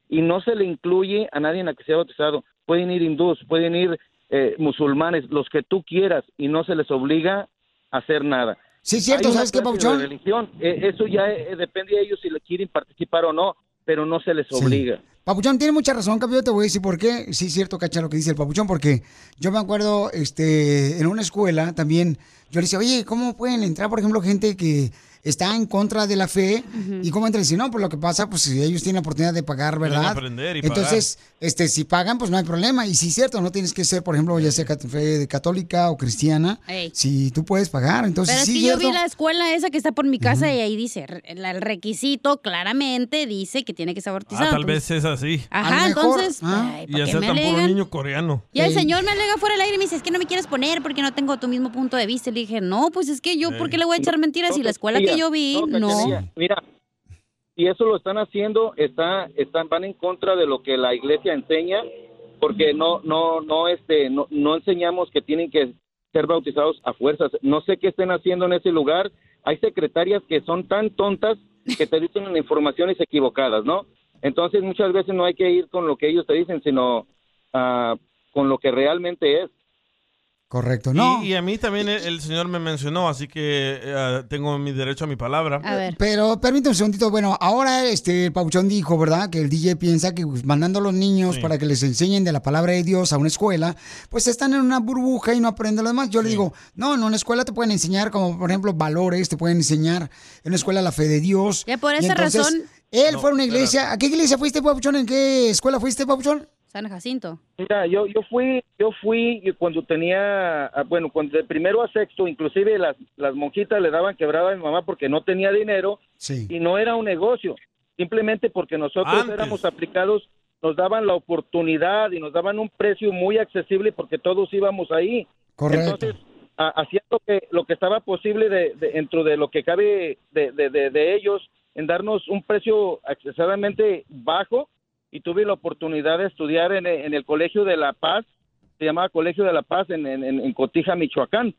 Speaker 25: Y no se le incluye a nadie en la que sea bautizado. Pueden ir hindús, pueden ir eh, musulmanes, los que tú quieras, y no se les obliga a hacer nada.
Speaker 2: Sí, es cierto,
Speaker 25: Hay una
Speaker 2: ¿sabes qué,
Speaker 25: clase de
Speaker 2: Papuchón?
Speaker 25: religión, eh, eso ya eh, depende de ellos si le quieren participar o no, pero no se les obliga.
Speaker 2: Papuchón tiene mucha razón, campeón, te voy a decir por qué. Sí, es cierto, cacha, lo que dice el Papuchón, porque yo me acuerdo, este, en una escuela también, yo le decía, oye, ¿cómo pueden entrar, por ejemplo, gente que está en contra de la fe. Y cómo entran, si no, pues lo que pasa, pues si ellos tienen la oportunidad de pagar,
Speaker 3: Pueden
Speaker 2: ¿verdad?
Speaker 3: aprender y
Speaker 2: Entonces, este, si pagan, pues no hay problema. Y si es cierto, no tienes que ser, por ejemplo, ya sea cat- fe de católica o cristiana,
Speaker 4: Ey.
Speaker 2: si tú puedes pagar. (laughs) Entonces,
Speaker 4: Pero es
Speaker 2: sí,
Speaker 4: que yo
Speaker 2: cierto.
Speaker 4: vi la escuela esa que está por mi casa y ahí dice, re- la- el requisito claramente dice que tiene que estar bautizado.
Speaker 3: Ah, tal
Speaker 4: entonces-
Speaker 3: vez es así.
Speaker 2: Ah,
Speaker 4: Ajá, entonces, ay, ¿pa'
Speaker 3: Ah, y
Speaker 4: qué
Speaker 3: aceptan
Speaker 4: me
Speaker 3: por un
Speaker 4: alegan?
Speaker 3: niño coreano.
Speaker 4: Y el señor me alega fuera del aire y me dice, es que no me quieres poner porque no tengo tu mismo punto de vista. Y le dije, no, pues es que yo, ¿por qué le voy a echar mentiras? Y la escuela que yo vi, no.
Speaker 25: Mira, Mira, si eso lo están haciendo, está, están, van en contra de lo que la iglesia enseña, porque no, no, no, este, no, no enseñamos que tienen que ser bautizados a fuerzas. No sé qué estén haciendo en ese lugar. Hay secretarias que son tan tontas que te dicen informaciones equivocadas, ¿no? Entonces muchas veces no hay que ir con lo que ellos te dicen, sino ah, con lo que realmente es.
Speaker 2: Correcto, no.
Speaker 3: Y, y a mí también el, el señor me mencionó, así que eh, tengo mi derecho a mi palabra.
Speaker 2: Pero permíteme un segundito. Bueno, ahora este el Pauchón dijo, ¿verdad? Que el DJ piensa que pues, mandando a los niños para que les enseñen de la palabra de Dios a una escuela, pues están en una burbuja y no aprenden lo demás. Yo le digo, no, en una escuela te pueden enseñar, como por ejemplo, valores, te pueden enseñar en una escuela la fe de Dios.
Speaker 4: Ya por
Speaker 2: Y
Speaker 4: esa
Speaker 2: entonces,
Speaker 4: razón-
Speaker 2: Él
Speaker 4: No,
Speaker 2: fue a una
Speaker 4: espérate.
Speaker 2: iglesia. ¿A qué iglesia fuiste, Pauchón? ¿En qué escuela fuiste, Pauchón?
Speaker 4: San Jacinto.
Speaker 25: Mira, yo, yo fui, yo fui y cuando tenía, ah, bueno, cuando de primero a sexto, inclusive las, las monjitas le daban quebrada a mi mamá porque no tenía dinero
Speaker 2: Sí.
Speaker 25: y no era un negocio, simplemente porque nosotros
Speaker 3: Antes.
Speaker 25: éramos aplicados, nos daban la oportunidad y nos daban un precio muy accesible porque todos íbamos ahí.
Speaker 2: Correcto.
Speaker 25: Entonces, ha- hacían lo que, lo que estaba posible de- de- dentro de lo que cabe de, de- de- de ellos en darnos un precio accesoriamente bajo y tuve la oportunidad de estudiar en, e- en el Colegio de la Paz, se llamaba Colegio de la Paz en, en- en- en Cotija, Michoacán.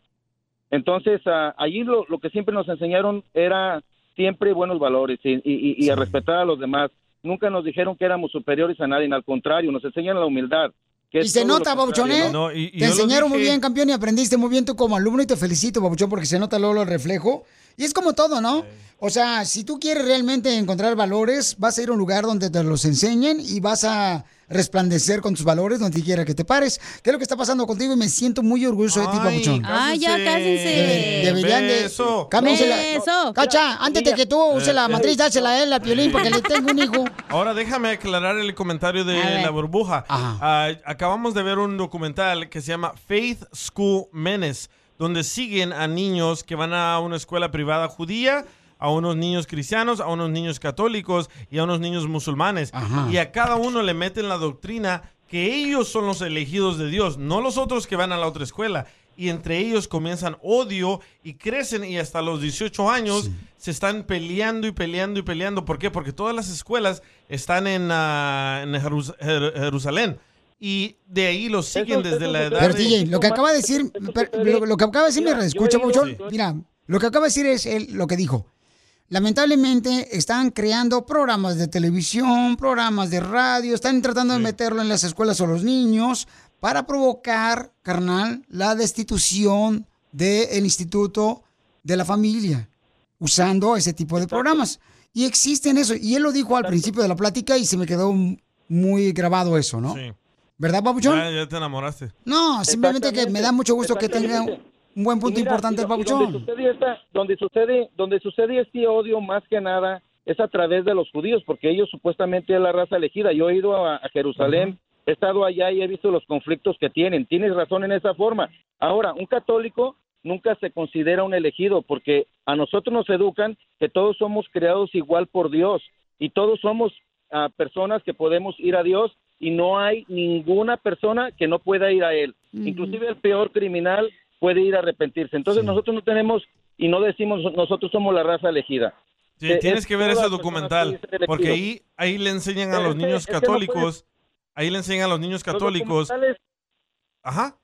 Speaker 25: Entonces, ah, allí lo, lo que siempre nos enseñaron era siempre buenos valores y, y- y- y a respetar a los demás. Nunca nos dijeron que éramos superiores a nadie, al contrario, nos enseñan la humildad. que
Speaker 2: Y
Speaker 25: es
Speaker 2: se
Speaker 25: todo lo
Speaker 2: nota,
Speaker 25: contrario,
Speaker 2: Babuchón, ¿eh?
Speaker 25: ¿no?
Speaker 2: te enseñaron muy bien, campeón, y aprendiste muy bien tú como alumno, y te felicito, Babuchón, porque se nota luego el reflejo. Y es como todo, ¿no? O sea, si tú quieres realmente encontrar valores, vas a ir a un lugar donde te los enseñen y vas a resplandecer con tus valores donde quiera que te pares. ¿Qué es lo que está pasando contigo? Y me siento muy orgulloso de ti, Babuchón.
Speaker 4: Ah, ya, cásense.
Speaker 2: Eh, Deberían de...
Speaker 3: Beso.
Speaker 2: Cámbiensela.
Speaker 4: Beso.
Speaker 2: Cacha, antes de que tú uses
Speaker 3: Eh,
Speaker 2: la
Speaker 3: eh.
Speaker 2: matriz, dásela a él, al Piolín, porque le tengo
Speaker 3: (laughs)
Speaker 2: un hijo.
Speaker 3: Ahora déjame aclarar el comentario de la burbuja. Ah, acabamos de ver un documental que se llama Faith School Menace, donde siguen a niños que van a una escuela privada judía, a unos niños cristianos, a unos niños católicos y a unos niños musulmanes. Y a cada uno le meten la doctrina que ellos son los elegidos de Dios, no los otros que van a la otra escuela. Y entre ellos comienzan odio y crecen y hasta los 18 años se están peleando y peleando y peleando. ¿Por qué? Porque todas las escuelas están en, ah, en Jerus- Jer- Jerusalén. Y de ahí los siguen desde la edad
Speaker 2: Pero
Speaker 3: de-
Speaker 2: DJ, lo que acaba de decir, per- lo, lo que acaba de decir, me escucha, Pauchón. Mira, lo que acaba de decir es él, lo que dijo. Lamentablemente están creando programas de televisión, programas de radio, están tratando de meterlo en las escuelas a los niños para provocar, carnal, la destitución del instituto de la familia, usando ese tipo de programas. Y existen eso. Y él lo dijo al principio de la plática y se me quedó muy grabado eso, ¿no?
Speaker 3: Sí. Ah,
Speaker 2: ¿Verdad, Papuchón?
Speaker 3: Ya, ya te enamoraste.
Speaker 2: No, simplemente que me da mucho gusto que tenga
Speaker 25: Exactamente.
Speaker 2: un un buen punto
Speaker 25: Y mira, y
Speaker 2: importante el
Speaker 25: do- y Donde
Speaker 2: papuchón.
Speaker 25: sucede, esta- donde, sucede, donde sucede este odio más que nada es a través de los judíos, porque ellos supuestamente es la raza elegida. Yo he ido a, a Jerusalén, he estado allá y he visto los conflictos que tienen. Tienes razón en esa forma. Ahora, un católico nunca se considera un elegido, porque a nosotros nos educan que todos somos creados igual por Dios y todos somos ah, personas que podemos ir a Dios y no hay ninguna persona que no pueda ir a Él. Inclusive el peor criminal puede ir a arrepentirse. Entonces nosotros no tenemos y no decimos nosotros somos la raza elegida.
Speaker 3: Sí,
Speaker 25: Eh,
Speaker 3: tienes
Speaker 25: es
Speaker 3: que ver
Speaker 25: todas
Speaker 3: ese
Speaker 25: las personas
Speaker 3: documental,
Speaker 25: tienen que ser
Speaker 3: porque ahí,
Speaker 25: elegidos.
Speaker 3: ahí le enseñan a
Speaker 25: Eh,
Speaker 3: los
Speaker 25: es que-
Speaker 3: niños
Speaker 25: es que no puedes-
Speaker 3: católicos, ahí le enseñan a los niños
Speaker 25: Los
Speaker 3: católicos.
Speaker 25: documentales,
Speaker 3: Ajá.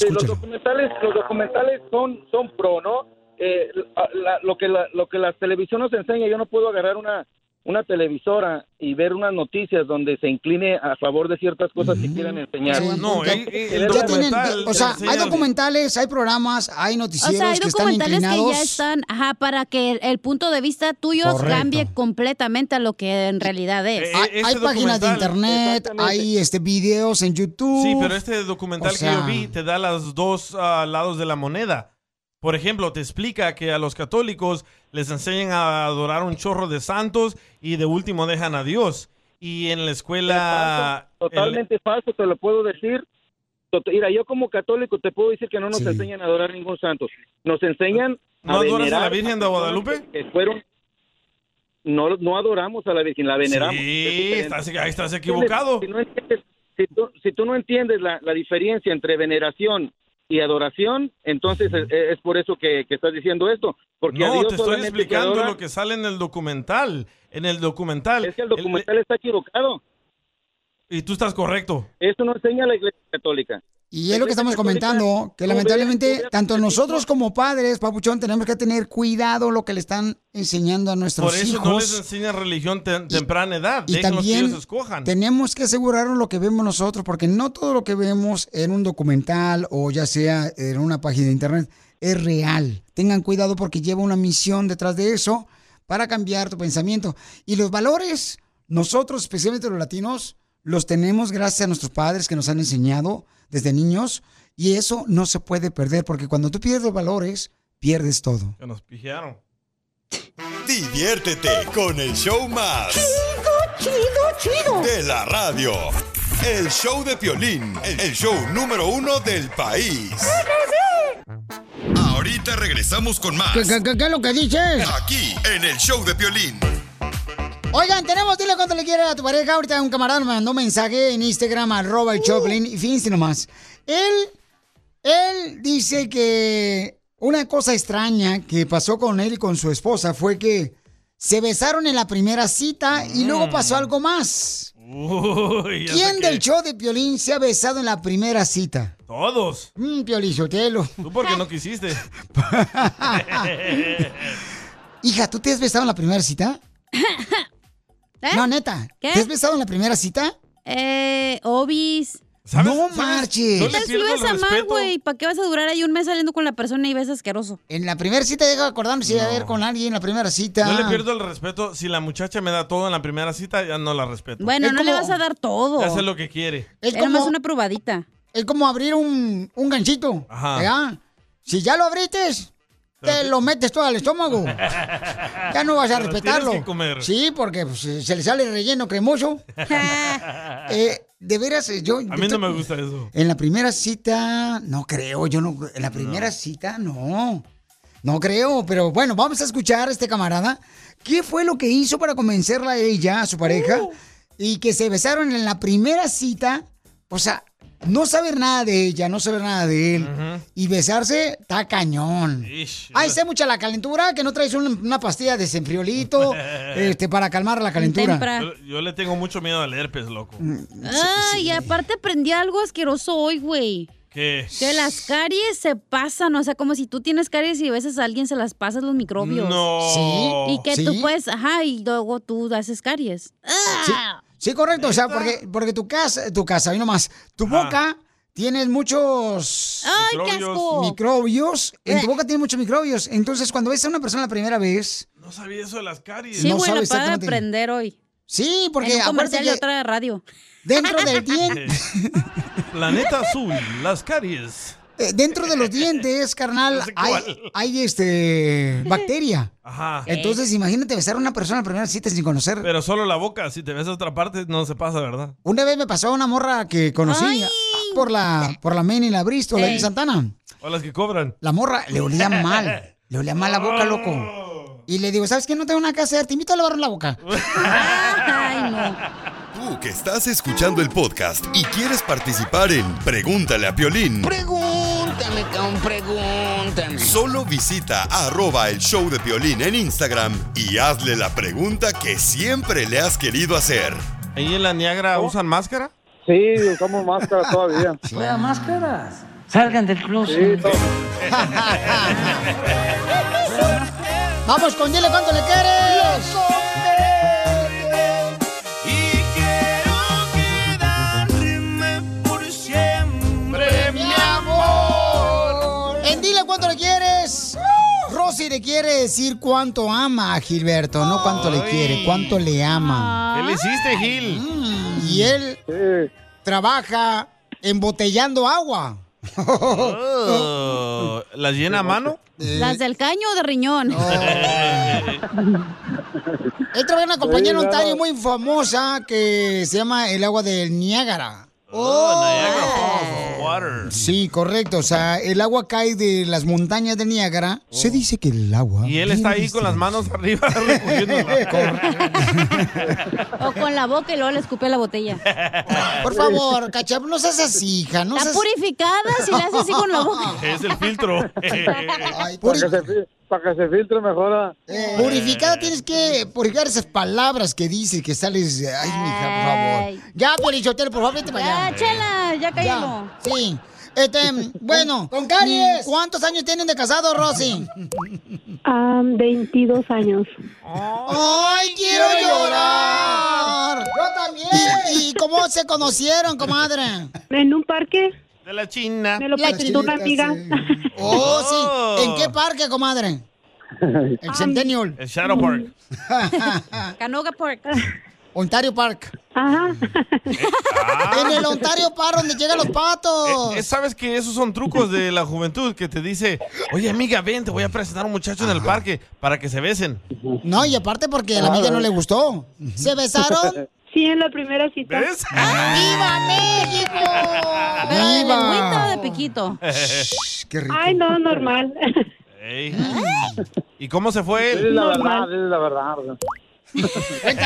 Speaker 25: eh, los documentales, los documentales son, son pro, ¿no? Eh, la- la- lo, que la- lo que las televisiones enseñan, yo no puedo agarrar una, una televisora y ver unas noticias donde se incline a favor de ciertas cosas que quieran enseñar.
Speaker 3: Sí, No,
Speaker 25: Ya-
Speaker 3: el- el- el
Speaker 2: Ya tienen,
Speaker 3: documental
Speaker 2: o sea,
Speaker 3: enseña
Speaker 2: hay
Speaker 3: lo-
Speaker 2: documentales, hay programas, hay
Speaker 4: O
Speaker 2: noticieros
Speaker 4: sea, hay
Speaker 2: que están
Speaker 4: documentales que,
Speaker 2: inclinados.
Speaker 4: ya están, ajá, para que el, el punto de vista tuyo
Speaker 2: Correcto.
Speaker 4: cambie completamente a lo que en realidad
Speaker 3: Eh,
Speaker 4: es.
Speaker 2: Hay,
Speaker 3: este
Speaker 2: hay páginas de
Speaker 4: (laughs)
Speaker 2: internet, hay este videos en YouTube.
Speaker 3: Sí, pero este documental
Speaker 2: O sea-
Speaker 3: que yo vi te da los dos ah, lados de la moneda. Por ejemplo, te explica que a los católicos les enseñan a adorar un chorro de santos y de último dejan a Dios. Y en la escuela...
Speaker 25: Totalmente falso, te lo puedo decir. Tot- Mira, yo como católico te puedo decir que no nos
Speaker 3: Sí.
Speaker 25: enseñan a adorar ningún santo. Nos enseñan
Speaker 3: ¿No adoras a la
Speaker 25: venerar
Speaker 3: Virgen de Guadalupe?
Speaker 25: que fueron no no adoramos a la Virgen, la veneramos.
Speaker 3: Sí,
Speaker 25: Es diferente.
Speaker 3: estás- ahí estás equivocado.
Speaker 25: Si, no entiendes- si tú, si tú no entiendes la, la diferencia entre veneración y adoración, entonces es, es por eso que, que estás diciendo esto. Porque a
Speaker 3: No,
Speaker 25: Dios
Speaker 3: te estoy
Speaker 25: solamente se
Speaker 3: explicando
Speaker 25: adora-
Speaker 3: lo que sale en el documental. En el documental. Es que el
Speaker 25: documental está equivocado.
Speaker 3: Y tú estás correcto.
Speaker 25: Eso no enseña la Iglesia Católica.
Speaker 2: Y es lo que estamos comentando, que lamentablemente tanto nosotros como padres, Papuchón, tenemos que tener cuidado lo que le están enseñando a nuestros
Speaker 3: Por eso
Speaker 2: hijos.
Speaker 3: no les enseña religión te- temprana edad.
Speaker 2: y
Speaker 3: Déjenlos que
Speaker 2: también
Speaker 3: ellos escojan.
Speaker 2: tenemos que asegurarnos lo que vemos nosotros, porque no todo lo que vemos en un documental o ya sea en una página de internet es real. Tengan cuidado porque lleva una misión detrás de eso para cambiar tu pensamiento. Y los valores, nosotros, especialmente los latinos, los tenemos gracias a nuestros padres que nos han enseñado desde niños y eso no se puede perder porque cuando tú pierdes valores, pierdes todo.
Speaker 3: Que nos pijearon.
Speaker 7: Diviértete con el show más. Chido, chido, chido. De la radio. El show de Piolín, el show número uno del país. Ahorita regresamos con más.
Speaker 2: ¿Qué, qué- qué- qué es lo que dices?
Speaker 7: Aquí, en el show de Piolín.
Speaker 2: Oigan, tenemos, dile cuánto le quiere a tu pareja. Ahorita un camarada me mandó un mensaje en Instagram, arroba el Choplin, y fíjense nomás. Él, él dice que una cosa extraña que pasó con él y con su esposa fue que se besaron en la primera cita y
Speaker 14: Mm.
Speaker 2: luego pasó algo más.
Speaker 3: uh. Uy, ya sé
Speaker 2: ¿Quién
Speaker 3: qué.
Speaker 2: del show de Piolín se ha besado en la primera cita?
Speaker 3: Todos.
Speaker 2: Mm, Piolizotelo.
Speaker 3: Tú porque no quisiste.
Speaker 2: Ah.
Speaker 3: (laughs)
Speaker 2: Hija, ¿tú te has besado en la primera cita? No, neta. ¿Te has besado en la primera cita?
Speaker 4: Eh, obis.
Speaker 2: No marches.
Speaker 4: No les ibas a amar, güey. ¿Para qué vas a durar ahí un mes saliendo con la persona y ves asqueroso?
Speaker 2: En la primera cita deja acordarme si
Speaker 3: No.
Speaker 2: a ver con alguien en la primera cita.
Speaker 3: No le pierdo el respeto. Si la muchacha me da todo en la primera cita, ya no la respeto.
Speaker 4: (laughs) Bueno, no le vas a dar todo.
Speaker 3: Hace lo que quiere.
Speaker 2: Es
Speaker 4: Era
Speaker 2: como-
Speaker 4: más una probadita.
Speaker 2: Es como abrir un, un ganchito.
Speaker 3: Ajá.
Speaker 2: ¿verdad? Si ya lo abriste, te lo metes todo al
Speaker 14: (laughs)
Speaker 2: estómago. Ya
Speaker 14: Ya
Speaker 2: no vas a
Speaker 14: Pero
Speaker 2: respetarlo.
Speaker 14: tienes que comer.
Speaker 2: Sí, porque pues, se le sale relleno
Speaker 4: (laughs)
Speaker 2: cremoso. Eh, de veras, eh, yo.
Speaker 3: A mí no me gusta eso.
Speaker 2: En la primera cita, no creo, yo no. En la primera cita, no. No creo, pero bueno, vamos a escuchar a este camarada. ¿Qué fue lo que hizo para convencerla a ella, a su pareja? Y que se besaron en la primera cita. O sea, no saber nada de ella, no saber nada de él. Y besarse, está cañón. Ahí está mucha la calentura, que no traes un- una pastilla de senfriolito este, para calmar la calentura. Mm.
Speaker 3: Yo, yo le tengo mucho miedo al herpes, loco.
Speaker 4: Ay, y aparte aprendí algo asqueroso hoy, güey.
Speaker 3: ¿Qué?
Speaker 4: Que las caries se pasan, o sea, como si tú tienes caries y besas a alguien, se las pasas los microbios.
Speaker 3: No.
Speaker 4: Y que
Speaker 2: Sí.
Speaker 4: tú puedes, ajá, y luego tú haces caries.
Speaker 2: Sí, correcto, o sea, porque, porque tu casa, tu casa, ahí nomás, tu boca tienes muchos
Speaker 4: ¡Ay, qué Microbios. asco! Eh.
Speaker 2: microbios, en tu boca tiene muchos microbios, entonces cuando ves a una persona la primera vez,
Speaker 3: No sabía eso de las caries.
Speaker 4: Sí,
Speaker 2: No
Speaker 4: güey, lo
Speaker 2: sabes
Speaker 4: acabo de
Speaker 2: exactamente.
Speaker 4: aprender hoy.
Speaker 2: sí, porque
Speaker 4: en un
Speaker 2: aparte
Speaker 4: comercial de
Speaker 2: que
Speaker 4: otra radio.
Speaker 2: dentro
Speaker 4: (laughs)
Speaker 2: del diente,
Speaker 3: Planeta azul, las caries.
Speaker 2: Eh, dentro de los dientes, carnal,
Speaker 3: No sé
Speaker 2: hay,
Speaker 3: cuál.
Speaker 2: hay, este bacteria.
Speaker 3: Ajá.
Speaker 2: Entonces, imagínate besar a una persona en la primera cita sin conocer.
Speaker 3: Pero solo la boca, si te ves a otra parte, no se pasa, ¿verdad?
Speaker 2: Una vez me pasó una morra que conocí
Speaker 3: Ay.
Speaker 2: por la por la Main y la Bristol, ahí en
Speaker 3: Ey.
Speaker 2: Santana.
Speaker 3: O las que cobran.
Speaker 2: La morra le
Speaker 4: (laughs)
Speaker 2: olía mal. Le olía mal la
Speaker 3: (laughs)
Speaker 2: boca, loco. Y le digo, ¿sabes qué? No tengo nada que hacer, te invito a lavar la boca.
Speaker 4: Ay, no.
Speaker 7: Tú que estás escuchando el podcast y quieres participar en Pregúntale a Piolín.
Speaker 14: Pregúntame, cabrón, pregúntame.
Speaker 7: Solo visita arroba el show de Piolín en Instagram y hazle la pregunta que siempre le has querido hacer.
Speaker 3: ¿Ahí en la Niagara
Speaker 2: ¿Oh?
Speaker 3: usan máscara?
Speaker 25: Sí, usamos máscara todavía.
Speaker 2: Fuera máscaras. Salgan del closet. Vamos con dile cuánto le quieres.
Speaker 14: Por siempre,
Speaker 2: mi amor. En dile cuánto le quieres. Rosy le quiere decir cuánto ama a Gilberto, no cuánto le quiere, cuánto le ama.
Speaker 3: ¿Qué le hiciste, Gil?
Speaker 4: Mm.
Speaker 2: Y él trabaja embotellando agua.
Speaker 3: Oh, ¿Las llena a mano?
Speaker 4: Las del caño o de riñón.
Speaker 14: Oh. Él trabaja en una compañía en
Speaker 4: Sí, no.
Speaker 14: Ontario muy famosa que se llama el agua del Niágara. Ah.
Speaker 3: Oh, Niagara
Speaker 4: Oh,
Speaker 3: Falls Water.
Speaker 14: Sí, correcto. O sea, el agua cae de las montañas de Niágara.
Speaker 4: Oh.
Speaker 14: Se dice que el
Speaker 3: (laughs)
Speaker 14: agua.
Speaker 3: Y él está ahí con las manos arriba (laughs)
Speaker 14: (laughs)
Speaker 3: recogiéndola.
Speaker 4: O con la boca y luego le escupe la botella.
Speaker 14: Por favor, cachap, no seas así, hija. No
Speaker 4: Está
Speaker 14: seas...
Speaker 4: purificada si la hace así con la boca.
Speaker 3: Es el filtro.
Speaker 14: Para que,
Speaker 17: se, fil- para que se filtre mejor. ah.
Speaker 14: Eh, Purificada tienes que purificar esas palabras que dices que sales. Ay, mija, (laughs) por favor. Ya, Polichotel, por favor, vete para
Speaker 4: Ya,
Speaker 14: allá.
Speaker 4: chela, ya cállalo.
Speaker 14: Ya, Sí.
Speaker 4: (laughs)
Speaker 14: Este, bueno. ¡Con
Speaker 4: caries!
Speaker 14: ¿Cuántos años tienen de casado, Rosy?
Speaker 11: Am, 22 años.
Speaker 14: ¡Ay, quiero llorar! ¡Yo también! ¿Y, y cómo se conocieron, comadre?
Speaker 11: En un parque.
Speaker 3: De la China.
Speaker 11: Me lo presentó una amiga.
Speaker 14: (laughs) Oh, sí. ¿En qué parque, (laughs) comadre? El Centennial.
Speaker 3: El Shadow Park.
Speaker 4: Canoga Park.
Speaker 14: Ontario Park.
Speaker 11: Ajá.
Speaker 14: Ah. En el Ontario Park, donde llegan los patos.
Speaker 3: Eh, eh, Sabes que esos son trucos de la juventud que te dice, oye amiga, ven, te voy a presentar a un muchacho en el parque para que se besen.
Speaker 14: No, y aparte porque a la amiga no le gustó.
Speaker 3: (laughs)
Speaker 14: ¿Se besaron?
Speaker 11: (laughs)
Speaker 14: ¡Ah!
Speaker 11: Sí, en la primera cita.
Speaker 3: ¿Ves?
Speaker 14: ¡Viva México!
Speaker 4: ¿Pero de
Speaker 14: ¡Viva!
Speaker 4: lengüita o de piquito?
Speaker 14: Qué rico.
Speaker 11: Ay, no, normal. (laughs)
Speaker 3: Ey. ¿Y cómo se fue
Speaker 17: Dile
Speaker 3: él?
Speaker 17: la verdad, dile
Speaker 3: (laughs)
Speaker 17: la verdad.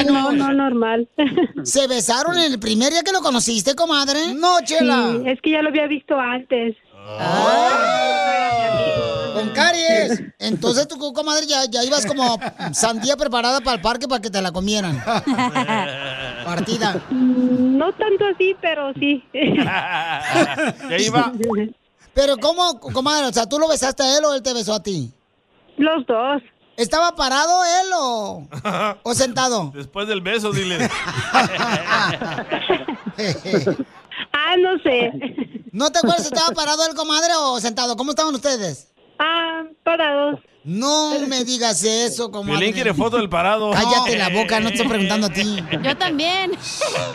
Speaker 11: No, no, normal.
Speaker 14: (laughs) ¿Se besaron en el primer día que lo conociste, comadre? No, chela.
Speaker 11: Sí, es que ya lo había visto antes.
Speaker 14: Ah. Con caries. Entonces tu comadre ya, ya ibas como sandía preparada para el parque para que te la comieran. Partida.
Speaker 11: No tanto así, pero sí.
Speaker 3: Ya iba.
Speaker 14: Pero ¿cómo, comadre? O sea, ¿tú lo besaste a él o él te besó a ti?
Speaker 11: Los dos.
Speaker 14: ¿Estaba parado él o, o sentado?
Speaker 3: Después del beso,
Speaker 14: (laughs)
Speaker 3: dile.
Speaker 11: Ah, no sé.
Speaker 14: ¿No te acuerdas si estaba parado el comadre o sentado? ¿Cómo estaban ustedes?
Speaker 11: Ah, parados.
Speaker 14: No me digas eso, comadre.
Speaker 3: Violín quiere foto del parado.
Speaker 14: (laughs) Cállate la boca, no te estoy preguntando a ti.
Speaker 4: Yo también.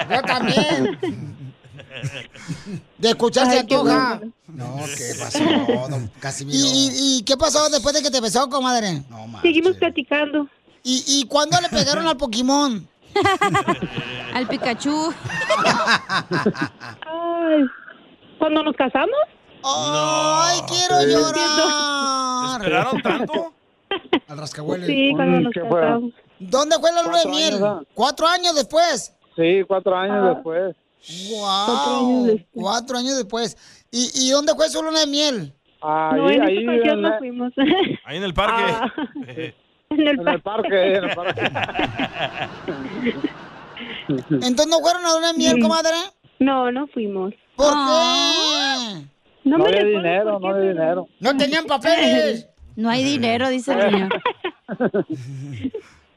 Speaker 14: Yo también. De escuchar se
Speaker 2: Ay, qué
Speaker 14: antoja.
Speaker 2: bueno.
Speaker 14: No, ¿qué pasó? don Casimiro? ¿Y, y, y qué pasó después de que te besó, comadre?
Speaker 11: Seguimos platicando.
Speaker 14: ¿Y, y cuándo le pegaron al (laughs) Pokémon?
Speaker 4: Al Pikachu.
Speaker 11: Ay, ¿Cuándo nos casamos?
Speaker 14: ¡Ay, quiero
Speaker 11: Sí.
Speaker 14: Ah. llorar!
Speaker 11: ¿Esperaron
Speaker 3: tanto?
Speaker 14: Al rascahuele.
Speaker 11: Sí, cuando nos casamos.
Speaker 14: ¿Dónde fue la luna de
Speaker 17: Cuatro
Speaker 14: miel?
Speaker 17: años, ¿ah?
Speaker 14: ¿Cuatro años después?
Speaker 17: Sí, cuatro años
Speaker 14: Ah.
Speaker 17: después.
Speaker 14: ¡Wow!
Speaker 17: Cuatro años después.
Speaker 14: Cuatro años después. ¿Y, y dónde fue su luna de miel?
Speaker 17: Ahí, No, en esta ahí, ocasión en no la-
Speaker 11: fuimos.
Speaker 3: Ahí en el parque.
Speaker 17: Ah.
Speaker 11: En
Speaker 17: En el parque, en el parque.
Speaker 14: ¿Entonces no fueron a luna de miel,
Speaker 11: Mm.
Speaker 14: comadre?
Speaker 11: No, no fuimos.
Speaker 14: ¿Por
Speaker 4: Ah.
Speaker 14: qué?
Speaker 17: No,
Speaker 11: me
Speaker 17: hay
Speaker 11: recuerdo por
Speaker 17: dinero,
Speaker 11: qué,
Speaker 17: no hay
Speaker 11: pero-
Speaker 17: dinero.
Speaker 14: No tenían papeles.
Speaker 4: (laughs) No hay dinero, dice el señor.
Speaker 14: (laughs)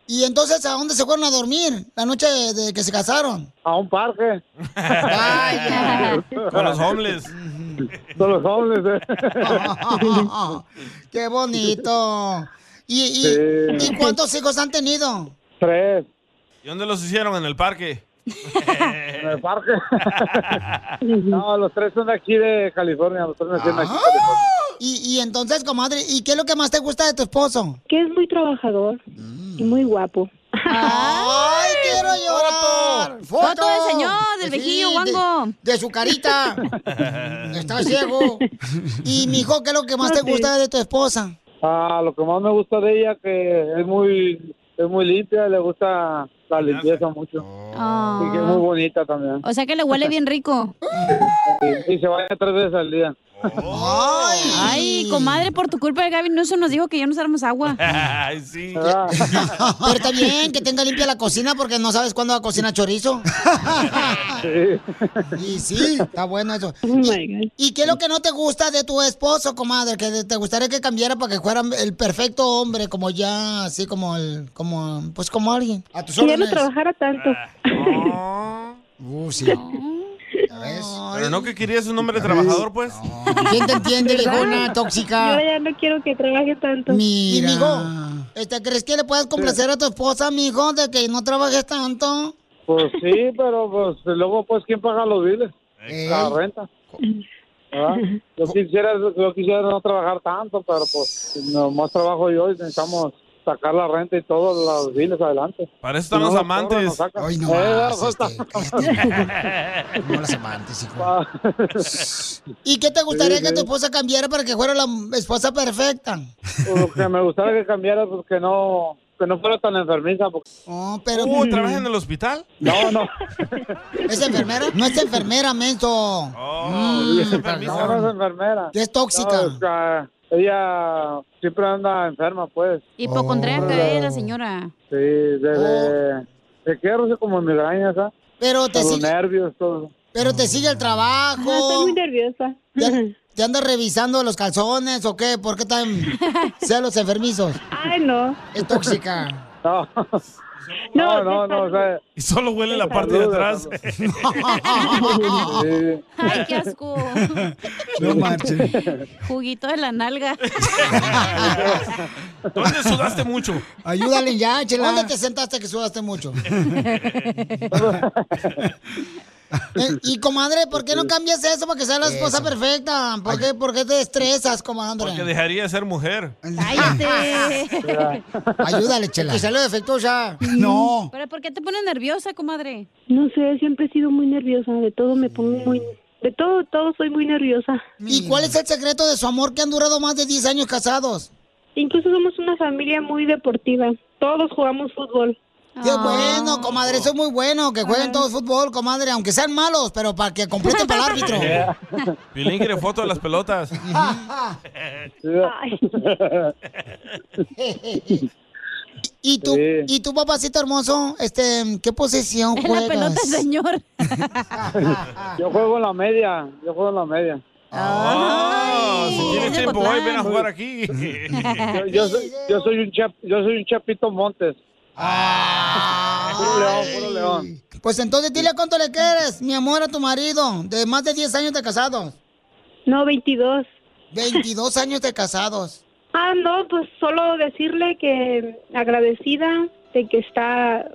Speaker 14: ¿Y entonces a dónde se fueron a dormir la noche de, de que se casaron?
Speaker 17: A un parque.
Speaker 14: Vaya.
Speaker 3: Con los homeless.
Speaker 17: (laughs) Con los hombres. eh.
Speaker 14: (laughs) ¡Qué bonito! ¿Y, y,
Speaker 3: Sí.
Speaker 14: ¿y cuántos hijos han tenido?
Speaker 17: Tres.
Speaker 3: ¿Y dónde los hicieron? En el parque.
Speaker 17: (laughs) En el parque. no, los tres son de aquí de California. Los tres nacieron aquí.
Speaker 14: Ah. Y, y entonces, comadre, ¿y qué es lo que más te gusta de tu esposo?
Speaker 11: Que es muy trabajador y muy guapo.
Speaker 14: ¡Ay, quiero llorar!
Speaker 4: ¡Foto! ¡Foto del señor, del viejillo,
Speaker 14: de-
Speaker 4: guango!
Speaker 14: De, su
Speaker 4: (laughs)
Speaker 14: carita. Ah, Está ciego. Y, mijo, ¿qué es lo que
Speaker 11: Ah,
Speaker 14: más te gusta de tu esposa?
Speaker 17: Ah, lo que más me gusta de ella que es muy es muy limpia, le gusta la limpieza mucho.
Speaker 14: Ah.
Speaker 17: Y que es muy bonita también.
Speaker 4: Ah. O sea que le huele bien rico.
Speaker 17: Y, y se baña tres veces al día.
Speaker 4: Ay, comadre, por tu culpa el Gaby Nuso nos dijo que ya nos usáramos agua.
Speaker 3: (laughs) Ay, sí.
Speaker 17: Ah,
Speaker 14: (laughs) Pero está bien que tenga limpia la cocina porque no sabes cuándo va a cocinar chorizo. Y sí, está
Speaker 11: (laughs)
Speaker 14: bueno eso.
Speaker 11: Oh
Speaker 14: ¿Y, y qué es lo que no te gusta de tu esposo, comadre? Que te gustaría que cambiara para que fuera el perfecto hombre, como ya, así como el, como, pues como alguien. Ah. A tus
Speaker 11: Que ya no
Speaker 14: órdenes.
Speaker 11: trabajara tanto.
Speaker 14: Uh, sí.
Speaker 3: Ah. Oh, Pero no que querías un hombre trabajador, pues.
Speaker 14: ¿Quién te
Speaker 11: (laughs)
Speaker 14: entiende,
Speaker 11: ¿Verdad?
Speaker 14: viejona tóxica?
Speaker 11: Yo ya no quiero que trabaje tanto.
Speaker 14: Mi mijo, este, ¿crees que le puedes complacer a tu esposa, mijo, de que no trabajes tanto?
Speaker 17: Pues sí, pero pues luego pues quién paga los biles, la renta. ¿verdad? Yo quisiera, yo quisiera no trabajar tanto, pero pues nomás trabajo yo y necesitamos sacar la renta y todos los biles adelante.
Speaker 3: Para eso
Speaker 17: Si
Speaker 3: están los
Speaker 17: no,
Speaker 3: amantes.
Speaker 17: cobran, nos sacan.
Speaker 3: Ay, no
Speaker 17: Eh,
Speaker 3: más,
Speaker 14: este,
Speaker 17: eso está.
Speaker 3: (laughs)
Speaker 14: Como las amantes,
Speaker 17: Ah,
Speaker 14: (laughs)
Speaker 17: pues,
Speaker 14: hijo. ¿Y qué te gustaría
Speaker 17: Sí,
Speaker 14: que
Speaker 17: sí.
Speaker 14: tu esposa cambiara para que fuera la esposa perfecta?
Speaker 17: Lo que me gustaría que cambiara, pues que no, que no fuera tan enfermiza. Porque...
Speaker 14: pero-
Speaker 3: Uh, ¿trabaja en el hospital? (laughs)
Speaker 17: No, no.
Speaker 14: ¿Es enfermera? No es enfermera, menso.
Speaker 3: Oh,
Speaker 14: Mm,
Speaker 17: No, no es enfermera.
Speaker 14: Es tóxica.
Speaker 17: No, o sea, ella siempre anda enferma, pues.
Speaker 4: Hipocondríaca,
Speaker 17: Oh.
Speaker 4: eh, la señora.
Speaker 17: Sí, desde... Se quedarse como en migraña, ¿sabes?
Speaker 14: Pero te
Speaker 17: ¿ah? Los
Speaker 14: sigue-
Speaker 17: nervios, todo.
Speaker 14: Pero te sigue el trabajo. Ah, estoy muy nerviosa. ¿Te, te andas revisando los calzones o qué? ¿Por qué tan sean los enfermizos? Ay, no. Es tóxica. (laughs)
Speaker 17: No. No, no, no, o sea...
Speaker 3: Y solo huele la
Speaker 17: Te
Speaker 3: parte de
Speaker 17: saluda,
Speaker 3: atrás. (laughs)
Speaker 17: Sí.
Speaker 4: Ay, qué asco.
Speaker 3: No marches.
Speaker 4: Juguito de la nalga.
Speaker 3: ¿Dónde sudaste mucho?
Speaker 14: Ayúdale ya, chela. ¿Dónde te sentaste que sudaste mucho? (laughs) Eh, y comadre, ¿por qué no cambias eso para que sea la esposa perfecta? ¿Por qué, por qué te estresas, comadre?
Speaker 3: Porque dejaría de ser mujer.
Speaker 14: (laughs) Cállate. Ayúdale, chela.
Speaker 3: Pues,
Speaker 14: Que salió defectuosa.
Speaker 4: No. ¿Pero por qué te pones nerviosa, comadre?
Speaker 11: No sé, siempre he sido muy nerviosa, de todo me pongo muy... De todo, todo soy muy nerviosa.
Speaker 14: ¿Y cuál es el secreto de su amor que han durado más de 10 años casados?
Speaker 11: Incluso somos una familia muy deportiva, todos jugamos fútbol. Ah.
Speaker 14: Qué bueno, comadre, eso es muy bueno, que jueguen todos fútbol, comadre, aunque sean malos, pero para que completen para el árbitro.
Speaker 3: (laughs) Violín quiere foto de las pelotas.
Speaker 2: Ah.
Speaker 11: (laughs)
Speaker 14: (laughs) ¿Y tu,
Speaker 3: Sí.
Speaker 14: y tu papacito hermoso, este, ¿qué posesión
Speaker 4: En la
Speaker 14: juegas?
Speaker 4: pelota, señor.
Speaker 17: Yo juego en la media, yo juego en la media.
Speaker 3: Ah, si tienes tiempo hoy, ven a jugar aquí.
Speaker 17: Yo, yo soy, yo soy un chap, yo soy un
Speaker 3: (laughs)
Speaker 17: chapito Montes. Puro león, puro león.
Speaker 14: Pues entonces dile cuánto le quieres, mi amor, a tu marido, de más de 10 años de casados.
Speaker 11: No, 22.
Speaker 14: 22 años de casados.
Speaker 11: Ah, no, pues solo decirle que agradecida de que está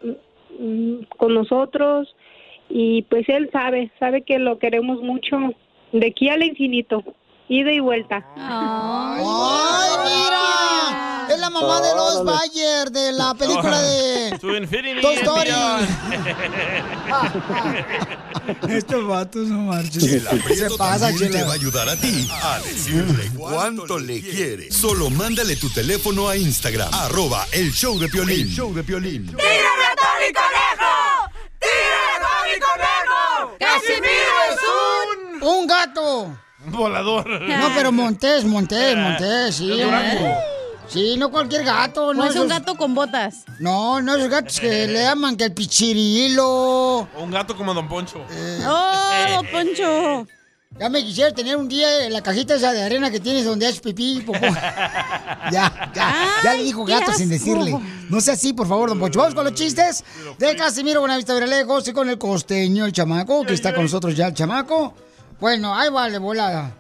Speaker 11: mm, con nosotros y pues él sabe, sabe que lo queremos mucho de aquí al infinito, ida y vuelta.
Speaker 14: ¡Ay, mira! Es la mamá de los
Speaker 11: Órale.
Speaker 14: Bayer de la película de
Speaker 3: (laughs) To infinity
Speaker 14: Toy
Speaker 3: and
Speaker 14: Story.
Speaker 3: beyond.
Speaker 14: (laughs) Estos vatos no marches.
Speaker 7: El aprieto
Speaker 14: Se pasa,
Speaker 7: también te
Speaker 14: chela.
Speaker 7: va a ayudar a ti a decirle cuánto le quiere. Solo mándale tu teléfono a Instagram, arroba el show de Piolín. show de Piolín.
Speaker 26: ¡Tírame a Tony Conejo! ¡Tírame a Tony Conejo! ¡Casimiro es
Speaker 14: un... Un gato.
Speaker 3: Volador. Eh,
Speaker 14: No, pero Montés, Montés, Montés, sí.
Speaker 3: de Durango.
Speaker 14: Sí, no cualquier gato. No
Speaker 4: es un
Speaker 14: gato con botas. No, no esos gatos que
Speaker 3: Eh.
Speaker 14: le llaman que el pichirilo.
Speaker 3: O Un gato como Don Poncho.
Speaker 2: Eh.
Speaker 14: ¡Oh, Poncho! Ya me quisiera tener un día en la cajita esa de arena que tienes donde haces pipí y popó. (laughs) Ya, ya, ya le dijo
Speaker 2: qué
Speaker 14: gato sin
Speaker 2: asco.
Speaker 14: decirle. No sea así, por favor, don Poncho. Vamos con los chistes de Casimiro Buenavista Viralejos y con el costeño, el chamaco, que está con nosotros ya, el chamaco. Bueno, ahí vale, volada.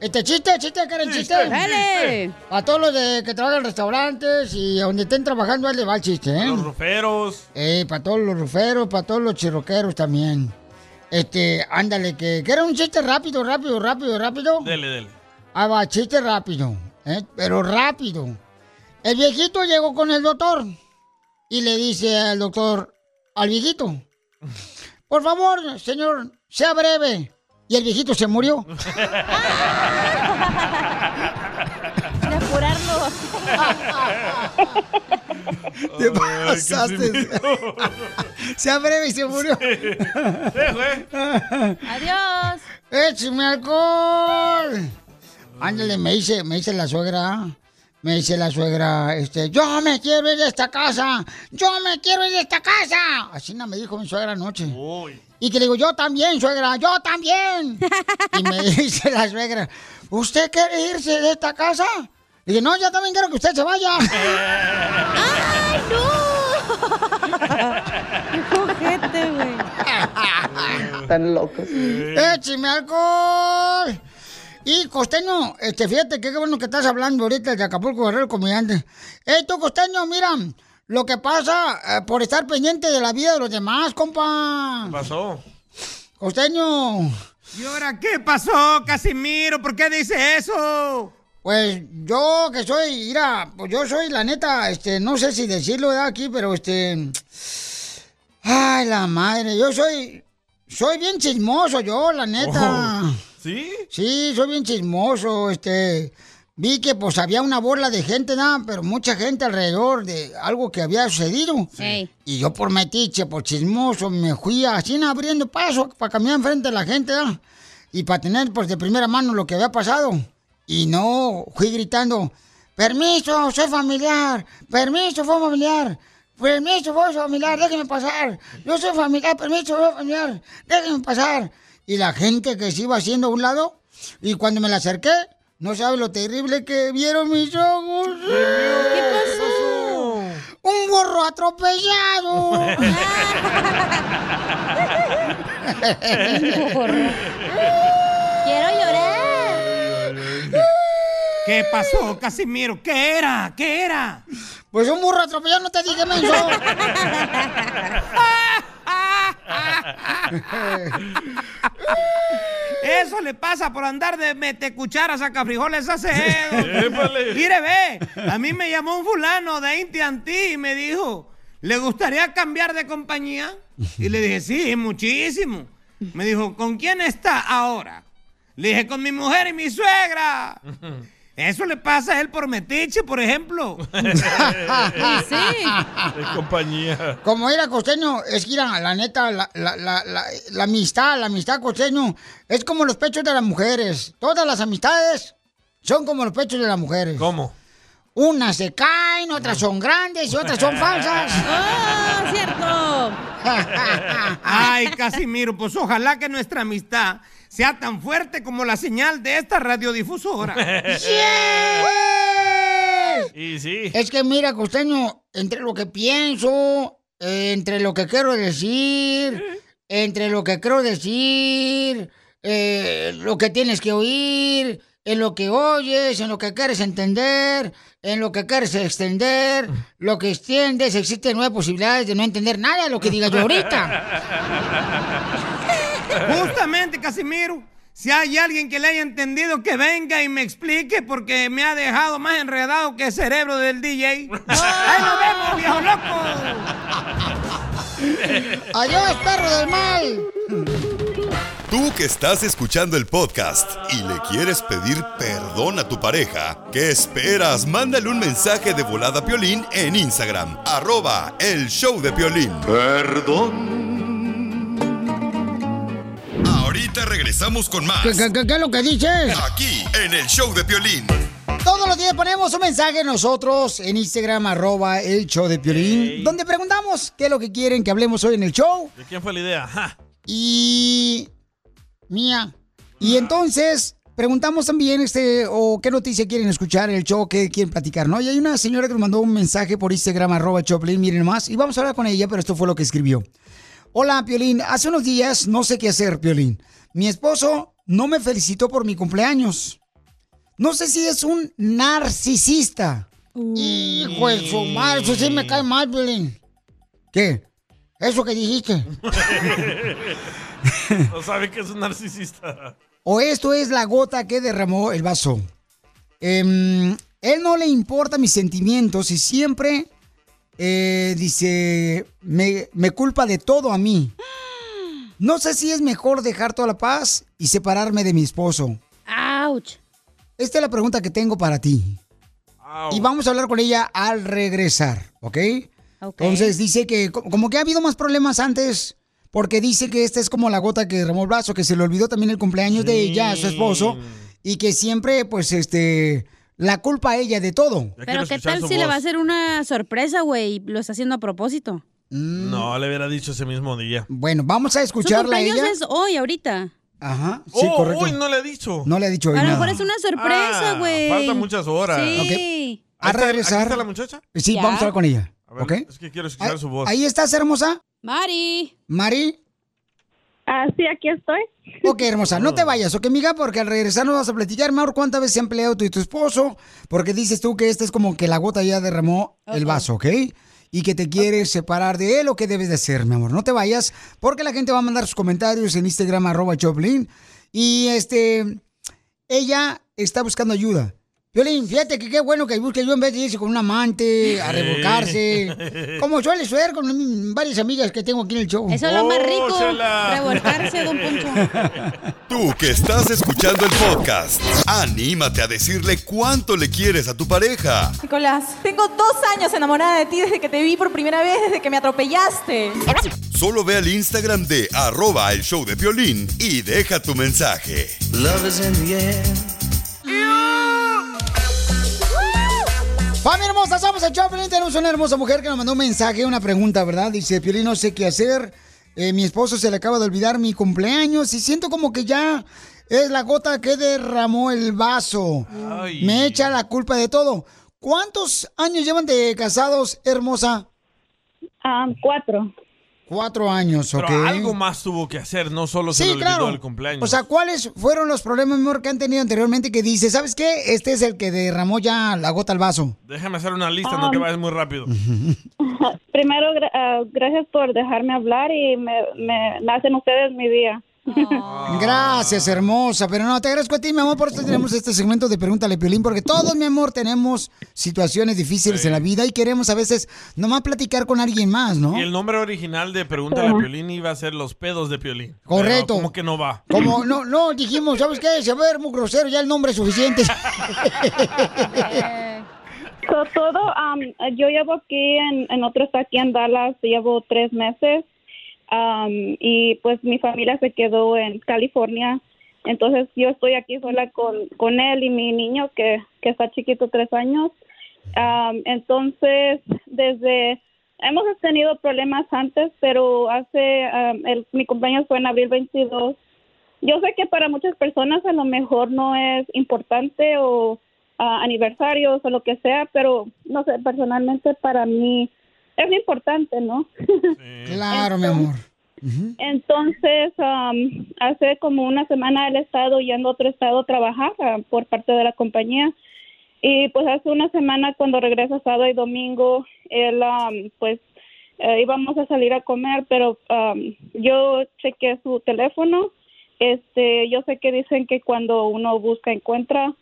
Speaker 14: Este chiste, chiste, ¿quieren chiste?
Speaker 2: Chiste, Dale. chiste.
Speaker 14: A todos los de, que trabajan en restaurantes y donde estén trabajando, ahí le va el chiste, ¿eh?
Speaker 3: Los roferos.
Speaker 14: Eh, para todos los ruferos, para todos los chirroqueros también. Este, ándale, que, que era un chiste rápido, rápido, rápido, rápido.
Speaker 3: Dele, dele.
Speaker 14: Ah, va, chiste rápido, ¿eh? pero rápido. El viejito llegó con el doctor y le dice al doctor, al viejito, por favor, señor, sea breve. Y el viejito se murió.
Speaker 4: De apurarlo.
Speaker 14: Te pasaste. sea breve y (laughs) se murió. eh. (laughs)
Speaker 4: Adiós.
Speaker 14: ¡Écheme alcohol! Ándale, me dice, me dice la suegra. Me dice la suegra, este, yo me quiero ir de esta casa. Yo me quiero ir de esta casa. Así no me dijo mi suegra anoche. Y que le digo, yo también, suegra, yo también. y me dice la suegra, ¿usted quiere irse de esta casa? Le dije, no, yo también quiero que usted se vaya.
Speaker 17: (laughs)
Speaker 2: ¡Ay,
Speaker 14: (laughs) ¡Qué cojete, güey!
Speaker 27: Están
Speaker 14: (laughs)
Speaker 27: locos.
Speaker 14: ¡Écheme Eh, alcohol! Y Costeño, este, fíjate que qué bueno que estás hablando ahorita de Acapulco Guerrero comediante. ¡Ey, tú, Costeño, mira! Lo que pasa eh, por estar pendiente de la vida de los demás, compa.
Speaker 3: ¿Qué pasó?
Speaker 14: Costeño,
Speaker 28: ¿Y ahora qué pasó, Casimiro? ¿Por qué dice eso?
Speaker 2: Pues yo que soy, mira, pues yo soy la neta, este, no sé si decirlo de aquí, pero este. Ay, la madre, yo soy. Soy bien chismoso, yo, la neta.
Speaker 3: Oh, ¿Sí?
Speaker 2: Sí, soy bien chismoso, este. Vi que pues había una bola de gente, nada, pero mucha gente alrededor de algo que había sucedido.
Speaker 4: Sí.
Speaker 2: Y yo por metiche, por chismoso, me fui así na, abriendo paso para caminar enfrente de la gente, ¿ah? Y para tener pues de primera mano lo que había pasado. Y no, fui gritando, permiso, soy familiar, permiso, soy familiar, permiso, soy familiar, déjeme pasar, yo soy familiar, permiso, soy familiar, déjeme pasar. Y la gente que se iba haciendo a un lado, y cuando me la acerqué, no sabe lo terrible que vieron mis ojos. ¿Qué pasó? Un burro
Speaker 4: (laughs)
Speaker 2: atropellado.
Speaker 4: Quiero llorar.
Speaker 28: ¿Qué pasó, Casimiro? ¿Qué era? ¿Qué era?
Speaker 2: Pues un burro atropellado, no te dije
Speaker 28: (laughs)
Speaker 2: menso.
Speaker 28: Eso le pasa por andar de mete cucharas, saca frijoles, hace Mire, ve, a mí me llamó un fulano de Inti Antí y me dijo, ¿le gustaría cambiar de compañía? Y le dije, sí, muchísimo. Me dijo, ¿con quién está ahora? Le dije, con mi mujer y mi suegra. Eso le pasa a él por metiche, por ejemplo.
Speaker 2: Ah.
Speaker 3: De compañía.
Speaker 2: Como era costeño, es que mira, la neta, la, la- la- la- la amistad, la amistad costeño, es como los pechos de las mujeres. Todas las amistades son como los pechos de las mujeres.
Speaker 3: ¿Cómo?
Speaker 2: Unas se caen, otras son grandes y otras son
Speaker 14: (laughs)
Speaker 2: falsas.
Speaker 28: (laughs) ¡Ah,
Speaker 2: cierto!
Speaker 28: Ay, Casimiro, pues ojalá que nuestra amistad sea tan fuerte como la señal de esta radiodifusora. Pues,
Speaker 2: ¡Yes!
Speaker 3: Y sí.
Speaker 2: Es que mira, costeño, entre lo que pienso, eh, entre lo que quiero decir, entre lo que quiero decir, eh, lo que tienes que oír, en lo que oyes, en lo que quieres entender, en lo que quieres extender, lo que extiendes, existen nueve posibilidades de no entender nada de lo que diga yo
Speaker 3: (laughs)
Speaker 2: ahorita.
Speaker 28: Justamente, Casimiro. Si hay alguien que le haya entendido, que venga y me explique porque me ha dejado más enredado que el cerebro del DJ. ¡Ahí nos vemos, viejo loco!
Speaker 2: ¡Adiós, perro del mal!
Speaker 7: Tú que estás escuchando el podcast y le quieres pedir perdón a tu pareja, ¿qué esperas? Mándale un mensaje de volada a Piolín en Instagram, arroba el show de Piolín. Perdón. Ahorita regresamos con más.
Speaker 2: ¿Qué, qué- qué- qué es lo que dices?
Speaker 7: Aquí, en el show de Piolín.
Speaker 2: Todos los días ponemos un mensaje nosotros en Instagram, arroba el show de Piolín, donde preguntamos qué es lo que quieren que hablemos hoy en el show.
Speaker 3: ¿De quién fue
Speaker 2: (laughs)
Speaker 3: la idea? Ja.
Speaker 2: Y... Mía. Y entonces preguntamos también este o qué noticia quieren escuchar en el show, qué quieren platicar, ¿no? Y hay una señora que nos mandó un mensaje por Instagram, arroba el show de Piolín, miren más, y vamos a hablar con ella, pero esto fue lo que escribió. Hola, Piolín. Hace unos días no sé qué hacer, Piolín. Mi esposo no me felicitó por mi cumpleaños. No sé si es un narcisista. Hijo de su madre, eso sí me cae mal, Piolín. ¿Qué? ¿Eso que dijiste?
Speaker 3: no sabe que es un narcisista.
Speaker 2: ¿O esto es la gota que derramó el vaso? Em, él no le importa mis sentimientos y siempre eh, dice, me, me culpa de todo a mí. No sé si es mejor dejar toda la paz y separarme de mi esposo.
Speaker 4: ¡Auch!
Speaker 2: Esta es la pregunta que tengo para ti. Y vamos a hablar con ella al regresar, ¿ok? Entonces dice que co- como que ha habido más problemas antes, porque dice que esta es como la gota que derramó el vaso, que se le olvidó también el cumpleaños de ella, a su esposo, y que siempre, pues, este, la culpa a ella de todo.
Speaker 4: Pero ¿qué tal si le va a hacer una sorpresa, güey? y Lo está haciendo a propósito.
Speaker 3: No, le hubiera dicho ese mismo día.
Speaker 2: Mm. Bueno, vamos a escucharla a
Speaker 4: Su cumpleaños
Speaker 2: ella.
Speaker 4: es hoy, ahorita.
Speaker 2: Ajá, sí,
Speaker 3: Oh,
Speaker 2: correcto.
Speaker 3: uy, no le ha dicho.
Speaker 2: No le ha dicho
Speaker 4: A
Speaker 2: hoy
Speaker 4: lo
Speaker 2: nada.
Speaker 4: mejor es una sorpresa,
Speaker 3: Ah,
Speaker 4: güey.
Speaker 3: faltan muchas horas.
Speaker 4: Sí.
Speaker 2: A regresar.
Speaker 3: está la muchacha?
Speaker 2: Sí,
Speaker 4: Ya.
Speaker 2: vamos a hablar con ella, ¿ok?
Speaker 3: Es que quiero escuchar su voz.
Speaker 2: Ahí estás, hermosa.
Speaker 4: Mari.
Speaker 2: Mari. Ah, sí, aquí estoy. Ok, hermosa, no te vayas, ok, amiga, porque al regresar nos vas a platicar, Mauro, cuántas veces se han peleado tú y tu esposo, porque dices tú que esta es como que la gota ya derramó el vaso, ¿ok? Y que te quieres separar de él o qué debes de hacer, mi amor. No te vayas, porque la gente va a mandar sus comentarios en Instagram, arroba Choplin. Y este, ella está buscando ayuda. Violín, fíjate que qué bueno que busque yo en vez de irse con un amante a
Speaker 14: Sí.
Speaker 2: revolcarse. Como suele suceder con mi- varias amigas que tengo aquí en el show.
Speaker 17: Eso es lo más rico,
Speaker 3: ¡Oh,
Speaker 17: revolcarse, don
Speaker 3: (laughs)
Speaker 17: Poncho.
Speaker 7: Tú que estás escuchando el podcast, anímate a decirle cuánto le quieres a tu pareja.
Speaker 9: Nicolás, tengo dos años enamorada de ti desde que te vi por primera vez, desde que me atropellaste.
Speaker 7: Solo ve al Instagram de arroba el show de violín y deja tu mensaje.
Speaker 2: Familia hermosa, somos el Choplin. Tenemos una hermosa mujer que nos mandó un mensaje, una pregunta, ¿verdad? Dice, Piolín, no sé qué hacer. Eh, mi esposo se le acaba de olvidar mi cumpleaños y siento como que ya es la gota que derramó el vaso.
Speaker 14: Ay.
Speaker 2: Me echa la culpa de todo. ¿Cuántos años llevan de casados, hermosa?
Speaker 8: cuatro.
Speaker 2: Cuatro años, ok.
Speaker 3: Pero algo más tuvo que hacer, no solo se le
Speaker 2: Sí,
Speaker 3: olvidó
Speaker 2: claro.
Speaker 3: el cumpleaños.
Speaker 2: O sea, ¿cuáles fueron los problemas, mi amor, que han tenido anteriormente que dice, ¿sabes qué? Este es el que derramó ya la gota al vaso.
Speaker 3: Déjame hacer una lista, no que vayas muy rápido.
Speaker 8: Primero, gra- ah, gracias por dejarme hablar y me, me, me hacen ustedes mi día.
Speaker 3: Ah.
Speaker 2: Gracias, hermosa. Pero no, te agradezco a ti, mi amor, por eso tenemos este segmento de Pregúntale Piolín, porque todos, mi amor, tenemos situaciones difíciles en la vida y queremos a veces nomás platicar con alguien más, (laughs) ¿no?
Speaker 3: Y el nombre original de Pregúntale a Piolín iba a ser Los pedos de Piolín.
Speaker 2: Correcto.
Speaker 3: Pero como que no va.
Speaker 2: Como, no, no, dijimos, ¿sabes qué? Se va a ver muy grosero, ya el nombre
Speaker 3: (laughs)
Speaker 2: es suficiente.
Speaker 8: So, todo, am, yo llevo aquí en, en otro está aquí en Dallas, llevo tres meses am, y pues mi familia se quedó en California, entonces yo estoy aquí sola con, con él y mi niño que, que está chiquito, tres años. Am, entonces, desde, hemos tenido problemas antes, pero hace, am, el- mi cumpleaños fue en abril 22 yo sé que para muchas personas a lo mejor no es importante o ah, aniversarios o lo que sea, pero no sé, personalmente para mí es importante, ¿no?
Speaker 2: Claro, mi amor.
Speaker 8: Entonces, am, hace como una semana él ha estado yendo a otro estado a trabajar ah, por parte de la compañía. Y pues hace una semana cuando regresa sábado y domingo, él am, pues eh, íbamos a salir a comer, pero am, yo chequeé su teléfono. Este, yo sé que dicen que cuando uno busca encuentra,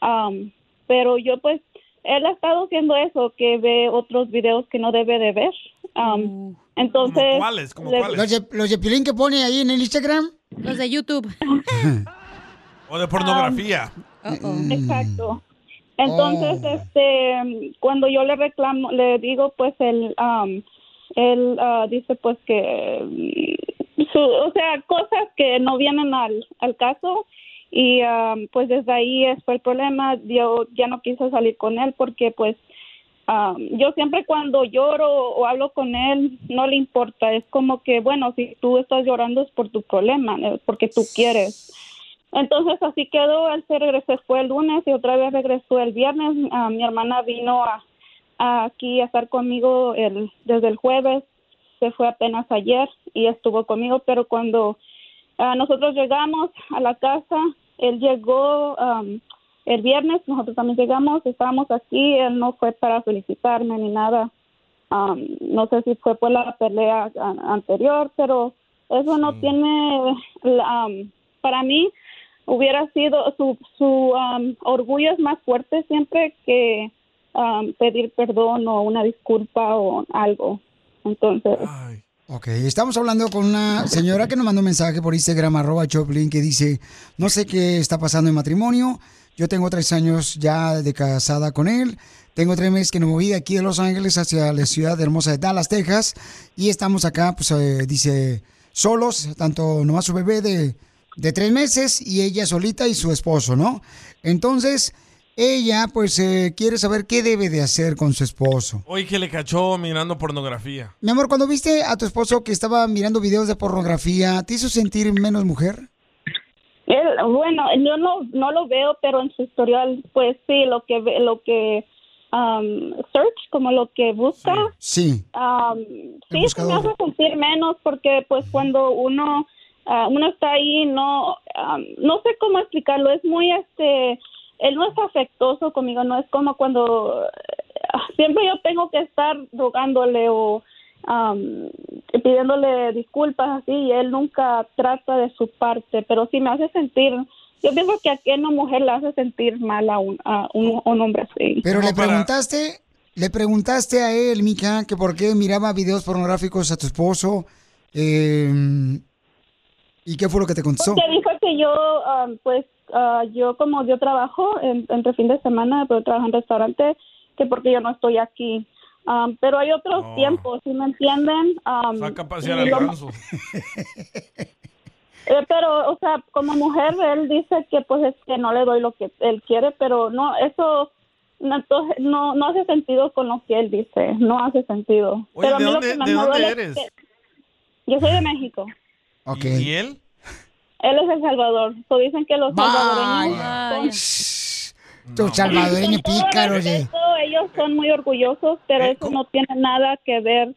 Speaker 8: am, pero yo pues él ha estado haciendo eso, que ve otros videos que no debe de ver. am, entonces, le-
Speaker 2: Los de, los de Piolín que pone ahí en el Instagram.
Speaker 17: Los de YouTube.
Speaker 3: O de pornografía.
Speaker 8: Exacto. Entonces, este, cuando yo le reclamo, le digo, pues él, am, él ah, dice, pues que, mm, su- o sea, cosas que no vienen al, al caso y am, pues desde ahí es- fue el problema. Yo ya no quise salir con él porque, pues, am, yo siempre cuando lloro o hablo con él no le importa. Es como que, bueno, si tú estás llorando es por tu problema, eh, porque tú quieres. Entonces así quedó, él se regresó, fue el lunes y otra vez regresó el viernes. Ah, mi hermana vino a, a aquí a estar conmigo el, desde el jueves, se fue apenas ayer y estuvo conmigo, pero cuando ah, nosotros llegamos a la casa, él llegó am, el viernes, nosotros también llegamos, estábamos aquí, él no fue para felicitarme ni nada. Am, no sé si fue por la pelea a- anterior, pero eso no tiene, la- am, para mí hubiera sido, su, su am, orgullo es más fuerte siempre que am, pedir perdón o una disculpa o algo. Entonces,
Speaker 2: Ok, estamos hablando con una señora que nos mandó un mensaje por Instagram, arroba Choplin, que dice, no sé qué está pasando en matrimonio, yo tengo tres años ya de casada con él, tengo tres meses que me moví de aquí de Los Ángeles hacia la ciudad hermosa de Dallas, Texas, y estamos acá, pues eh, dice, solos, tanto nomás su bebé de, de tres meses y ella solita y su esposo, ¿no? Entonces, ella pues eh, quiere saber qué debe de hacer con su esposo.
Speaker 3: Hoy que le cachó mirando pornografía.
Speaker 2: Mi amor, cuando viste a tu esposo que estaba mirando videos de pornografía, ¿te hizo sentir menos mujer?
Speaker 8: Él, bueno, yo no, no lo veo, pero en su historial, pues sí, lo que ve- lo que um, search, como lo que busca,
Speaker 2: Sí.
Speaker 8: um, sí se me hace sentir menos porque pues cuando uno ah, uno está ahí no um, no sé cómo explicarlo, es muy este él no es afectuoso conmigo, no es como cuando ah, siempre yo tengo que estar rogándole o um, pidiéndole disculpas así y él nunca trata de su parte, pero sí me hace sentir, yo pienso que a qué una mujer la hace sentir mal a un, a un, a un hombre así.
Speaker 2: Pero le preguntaste, le preguntaste a él, mija, que por qué miraba videos pornográficos a tu esposo. eh, ¿Y qué fue lo que te contestó?
Speaker 8: Porque dijo que yo, ah, pues, ah, yo como yo trabajo en- entre fin de semana, pero trabajo en restaurante, que porque yo no estoy aquí. Ah, pero hay otros tiempos, ¿sí me entienden? Ah,
Speaker 3: Oh. Saca a pasear
Speaker 8: y
Speaker 3: al
Speaker 8: lo-
Speaker 3: ganso.
Speaker 8: eh, pero, o sea, como mujer, él dice que pues es que no le doy lo que él quiere, pero no, eso no, entonces, no, no hace sentido con lo que él dice, no hace sentido.
Speaker 3: Oye,
Speaker 8: pero a
Speaker 3: ¿de
Speaker 8: mí lo
Speaker 3: dónde,
Speaker 8: que más
Speaker 3: de
Speaker 8: me
Speaker 3: dónde
Speaker 8: duele es
Speaker 3: eres?
Speaker 8: que- yo soy de México.
Speaker 3: ¿Y
Speaker 2: (laughs)
Speaker 3: él?
Speaker 8: Él es El Salvador. So dicen que los salvadoreños.
Speaker 2: Tu salvadoreño pícaro, oye.
Speaker 8: Eso, ellos son muy orgullosos, pero eso no tiene nada que ver.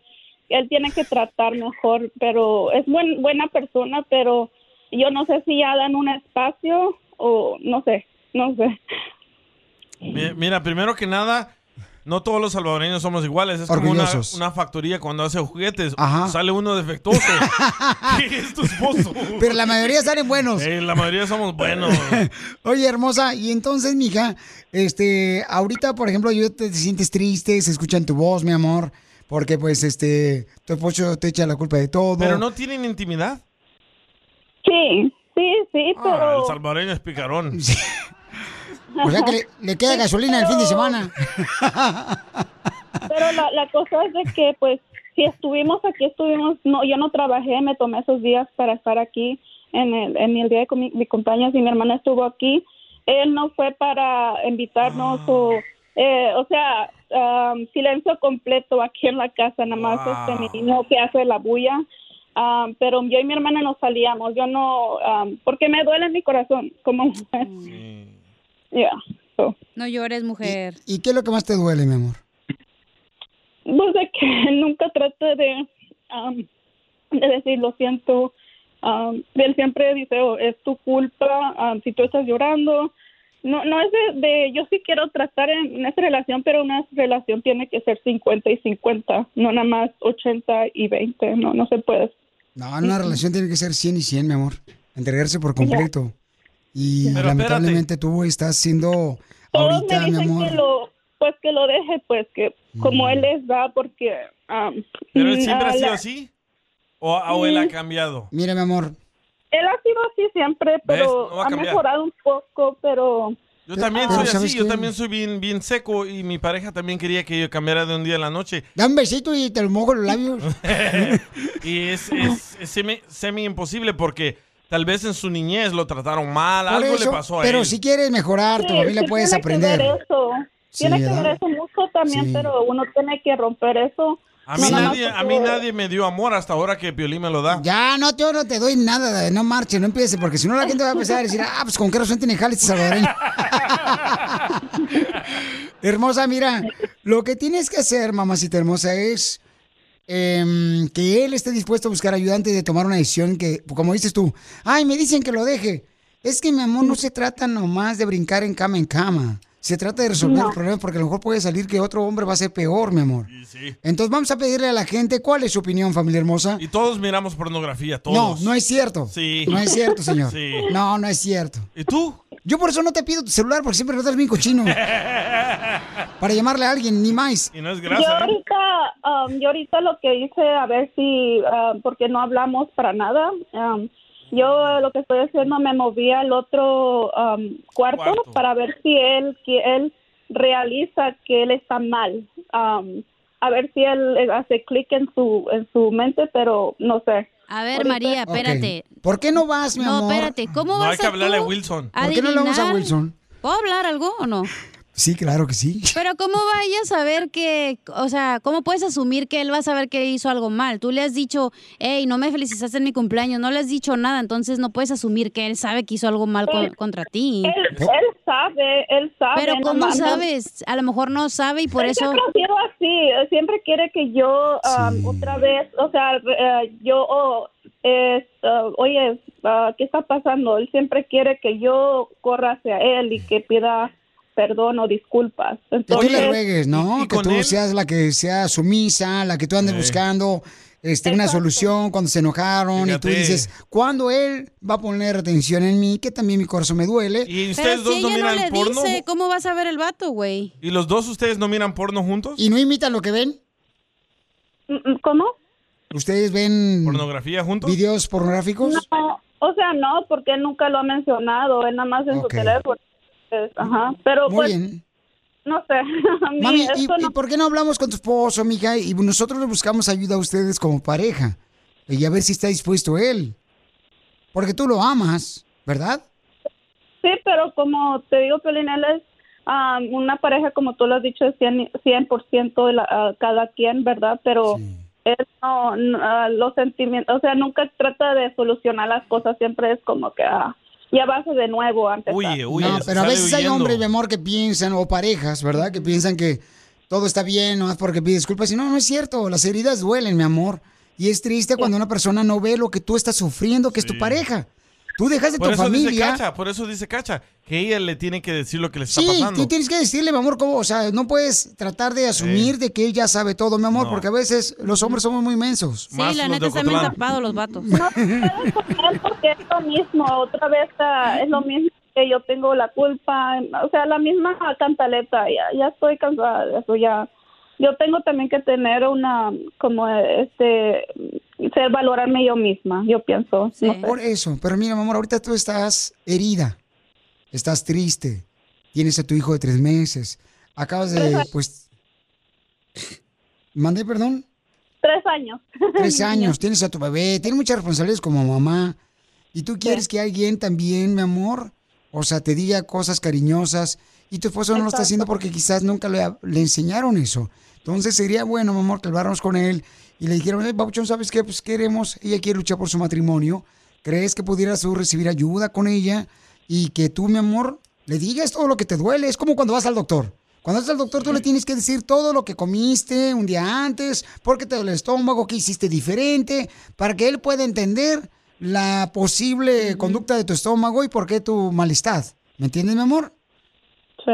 Speaker 8: Él tiene que tratar mejor, pero es buen, buena persona, pero yo no sé si ya dan un espacio o no sé, no sé.
Speaker 3: Mi- Mira, primero que nada, no todos los salvadoreños somos iguales. Es
Speaker 2: Orgullosos.
Speaker 3: como una, una factoría cuando hace juguetes.
Speaker 2: Ajá.
Speaker 3: Sale uno
Speaker 2: (laughs)
Speaker 3: defectuoso. ¿Qué es tu esposo?
Speaker 2: Pero la mayoría salen buenos.
Speaker 3: Eh, la mayoría somos buenos.
Speaker 2: Oye, hermosa, y entonces, mija, este, ahorita, por ejemplo, yo te, te sientes triste, se escucha en tu voz, mi amor, porque pues, este, tu esposo te echa la culpa de todo.
Speaker 3: Pero no tienen intimidad.
Speaker 8: Sí, (laughs) sí, sí,
Speaker 3: Ah, el salvadoreño es picarón.
Speaker 2: O sea que le, le queda gasolina el fin de semana.
Speaker 8: (laughs)
Speaker 2: (laughs)
Speaker 8: Pero la, la cosa es de que, pues, si estuvimos aquí, estuvimos, no, yo no trabajé, me tomé esos días para estar aquí en el, en el día de mi, mi cumpleaños y mi hermana estuvo aquí. Él no fue para invitarnos o, eh, o sea, um, silencio completo aquí en la casa, nada más este, mi niño que hace la bulla. Um, pero yo y mi hermana nos salíamos, yo no, um, porque me duele en mi corazón, como mujer. (laughs) Yeah.
Speaker 4: No llores, mujer.
Speaker 2: ¿Y qué es lo que más te duele, mi amor?
Speaker 8: Pues de que (laughs) nunca trata de, am, de decir lo siento. Am, él siempre dice, "Oh, es tu culpa am, si tú estás llorando. No, no es de, de- yo sí quiero tratar en en esta relación, pero una relación tiene que ser 50 y 50, no nada más 80 y 20, no, no se puede.
Speaker 2: No, en una relación tiene que ser 100 y 100, mi amor. Entregarse por completo. Y
Speaker 8: Pero
Speaker 2: lamentablemente tú estás siendo
Speaker 8: Todos
Speaker 2: ahorita,
Speaker 8: me
Speaker 2: mi
Speaker 8: dicen
Speaker 2: amor. Mm.
Speaker 8: que lo, pues que lo deje, pues que como él les da, porque... am,
Speaker 3: ¿Pero él siempre
Speaker 8: ah,
Speaker 3: ha sido
Speaker 8: la-
Speaker 3: así? ¿O, o él ha cambiado?
Speaker 2: Mira, mi amor.
Speaker 8: Él ha sido así siempre, pero
Speaker 3: No va a
Speaker 8: ha
Speaker 3: cambiar.
Speaker 8: mejorado un poco, pero...
Speaker 3: Yo también
Speaker 8: Ah.
Speaker 3: soy
Speaker 8: Pero
Speaker 3: así,
Speaker 8: ¿sabes
Speaker 3: yo
Speaker 8: qué?
Speaker 3: también soy bien, bien seco y mi pareja también quería que yo cambiara de un día a la noche.
Speaker 2: Da un besito y te lo mojo los labios.
Speaker 3: y
Speaker 2: (laughs)
Speaker 3: es, es- es semi, imposible porque tal vez en su niñez lo trataron mal,
Speaker 2: Por
Speaker 3: algo le
Speaker 2: eso,
Speaker 3: pasó a
Speaker 2: pero
Speaker 3: él.
Speaker 2: si quieres mejorar, tu
Speaker 8: Sí,
Speaker 2: familia
Speaker 8: sí
Speaker 2: puedes
Speaker 8: tiene que ver
Speaker 2: aprender.
Speaker 8: eso.
Speaker 2: Sí,
Speaker 8: tiene que
Speaker 2: ¿verdad?
Speaker 8: ver eso mucho también,
Speaker 3: Sí.
Speaker 8: pero uno tiene que romper eso.
Speaker 3: a mí,
Speaker 8: No, nada
Speaker 3: nadie,
Speaker 8: más
Speaker 3: a mí
Speaker 8: porque-
Speaker 3: nadie me dio amor hasta ahora que Piolín me lo da.
Speaker 2: Ya, no, yo no te doy nada, no marches, no empieces, porque si no la gente va a empezar a decir, ah, pues con qué razón tiene jale este salvadoreño. (laughs) hermosa, mira, lo que tienes que hacer, mamacita hermosa, es em, que él esté dispuesto a buscar ayuda antes de tomar una decisión que, como dices tú, ay, me dicen que lo deje. Es que, mi amor, no se trata nomás de brincar en cama en cama. Se trata de resolver
Speaker 16: No.
Speaker 2: el problema porque a lo mejor puede salir que otro hombre va a ser peor, mi amor. Entonces vamos a pedirle a la gente cuál es su opinión, familia hermosa.
Speaker 3: Y todos miramos pornografía,
Speaker 2: No,
Speaker 3: todos.
Speaker 2: no es cierto.
Speaker 3: Sí.
Speaker 2: No es cierto,
Speaker 3: (laughs)
Speaker 2: señor.
Speaker 3: Sí.
Speaker 2: No, no es cierto.
Speaker 3: ¿Y tú?
Speaker 2: Yo por eso no te pido tu celular, porque siempre lo estás
Speaker 3: (laughs)
Speaker 2: bien cochino. Para llamarle a alguien, ni más.
Speaker 3: Y no es
Speaker 8: Yo ahorita, um, yo ahorita lo que hice, a ver si, um, porque no hablamos para nada, um, yo lo que estoy haciendo, me moví al otro um, cuarto,
Speaker 29: Cuarto.
Speaker 8: para ver si él, que él realiza que él está mal, Um, a ver si él eh, hace clic en su, en su mente, pero no sé.
Speaker 4: A ver, María, espérate.
Speaker 2: ¿Por qué no vas, mi
Speaker 4: No,
Speaker 2: amor?
Speaker 4: espérate, ¿cómo
Speaker 3: No
Speaker 4: vas
Speaker 3: hay que
Speaker 4: a
Speaker 3: hablarle a
Speaker 4: tú
Speaker 3: Wilson.
Speaker 2: ¿Por qué no le vamos a
Speaker 4: adivinar?
Speaker 2: Wilson?
Speaker 4: ¿Puedo hablar algo o no?
Speaker 2: Sí, claro que sí.
Speaker 4: Pero ¿cómo va ella a saber que, o sea, cómo puedes asumir que él va a saber que hizo algo mal? Tú le has dicho, hey, no me felicitaste en mi cumpleaños, no le has dicho nada, entonces no puedes asumir que él sabe que hizo algo mal co- contra ti.
Speaker 8: Él, él sabe, él sabe.
Speaker 4: Pero
Speaker 8: no
Speaker 4: ¿cómo
Speaker 8: mames.
Speaker 4: sabes? A lo mejor no sabe y por
Speaker 8: Él
Speaker 4: eso...
Speaker 8: siempre ha sido así, eh, siempre quiere que yo um, otra vez, o sea, eh, yo, oh, es, ah, oye, ah, ¿qué está pasando? Él siempre quiere que yo corra hacia él y que pida perdón o disculpas.
Speaker 2: Que tú le
Speaker 8: Entonces,
Speaker 2: ruegues, ¿no? que tú seas la que sea sumisa, la que tú andes
Speaker 3: Sí.
Speaker 2: buscando este, una solución cuando se enojaron y tú
Speaker 3: Fíjate.
Speaker 2: dices, ¿cuándo él va a poner atención en mí? Que también mi corazón me duele.
Speaker 3: ¿Y ustedes
Speaker 4: Pero
Speaker 3: dos
Speaker 4: si
Speaker 3: no
Speaker 4: ella no
Speaker 3: miran
Speaker 4: le
Speaker 3: porno?
Speaker 4: dice, ¿cómo vas a ver el vato, güey?
Speaker 3: ¿Y los dos ustedes no miran porno juntos?
Speaker 2: ¿Y no imitan lo que ven?
Speaker 8: Mm, ¿Cómo?
Speaker 2: ¿Ustedes ven
Speaker 3: ¿Pornografía juntos?
Speaker 2: videos pornográficos?
Speaker 8: No, o sea, no, porque él nunca lo ha mencionado, él nada más en
Speaker 2: Ok.
Speaker 8: su teléfono. Pues, ajá, pero
Speaker 2: Muy
Speaker 8: pues,
Speaker 2: bien.
Speaker 8: no sé, (laughs) a mí
Speaker 2: Mami, ¿y,
Speaker 8: esto no-
Speaker 2: y por qué no hablamos con tu esposo, mija? Y nosotros le buscamos ayuda a ustedes como pareja. Y a ver si está dispuesto él. Porque tú lo amas, ¿verdad?
Speaker 8: Sí, pero como te digo, Piolín, él es am, una pareja, como tú lo has dicho, 100%, 100 de la- a cada quien, ¿verdad? Pero él no, no, ah, los sentimientos, o sea, nunca trata de solucionar las cosas, siempre es como que ah, ya vas de nuevo antes. ah.
Speaker 2: no, pero a veces hay hombres, mi amor, que piensan, o parejas, ¿verdad? Que piensan que todo está bien, nomás porque pide disculpas. Y no, no es cierto. Las heridas duelen, mi amor. Y es triste cuando una persona no ve lo que tú estás sufriendo, que es tu pareja. Tú dejas de
Speaker 3: Por
Speaker 2: tu
Speaker 3: eso dice
Speaker 2: familia.
Speaker 3: Cacha, por eso dice Cacha, que ella le tiene que decir lo que le está
Speaker 2: Sí,
Speaker 3: pasando.
Speaker 2: tú tienes que decirle, mi amor, cómo, o sea, no puedes tratar de asumir de que ella sabe todo, mi amor,
Speaker 3: No.
Speaker 2: porque a veces los hombres somos muy mensos.
Speaker 4: Sí, la neta están bien tapados
Speaker 2: (laughs)
Speaker 4: los (laughs) vatos.
Speaker 8: porque es lo mismo, otra vez ah, es lo mismo que yo tengo la culpa, o sea, la misma cantaleta, ya, ya estoy cansada de eso, ya. Yo tengo también que tener una, como este, ser valorarme yo misma, yo pienso. no sé.
Speaker 2: Por eso, pero mira, mi amor, ahorita tú estás herida, estás triste, tienes a tu hijo de tres meses, acabas de, pues...
Speaker 4: (laughs)
Speaker 2: ¿Mandé perdón?
Speaker 8: Tres años.
Speaker 2: Tres años, tienes a tu bebé, tienes muchas responsabilidades como mamá. Y tú quieres que alguien también, mi amor, o sea, te diga cosas cariñosas. Y tu esposo no lo está haciendo porque quizás nunca le, le enseñaron eso. Entonces sería bueno, mi amor, que habláramos con él y le dijeron, hey, Babuchón, ¿sabes qué? Pues queremos, ella quiere luchar por su matrimonio. ¿Crees que pudieras tú recibir ayuda con ella? Y que tú, mi amor, le digas todo lo que te duele. Es como cuando vas al doctor. Cuando vas al doctor, tú le tienes que decir todo lo que comiste un día antes, por qué te duele el estómago, qué hiciste diferente, para que él pueda entender la posible conducta de tu estómago y por qué tu malestar. ¿Me entiendes, mi amor?
Speaker 8: Sí.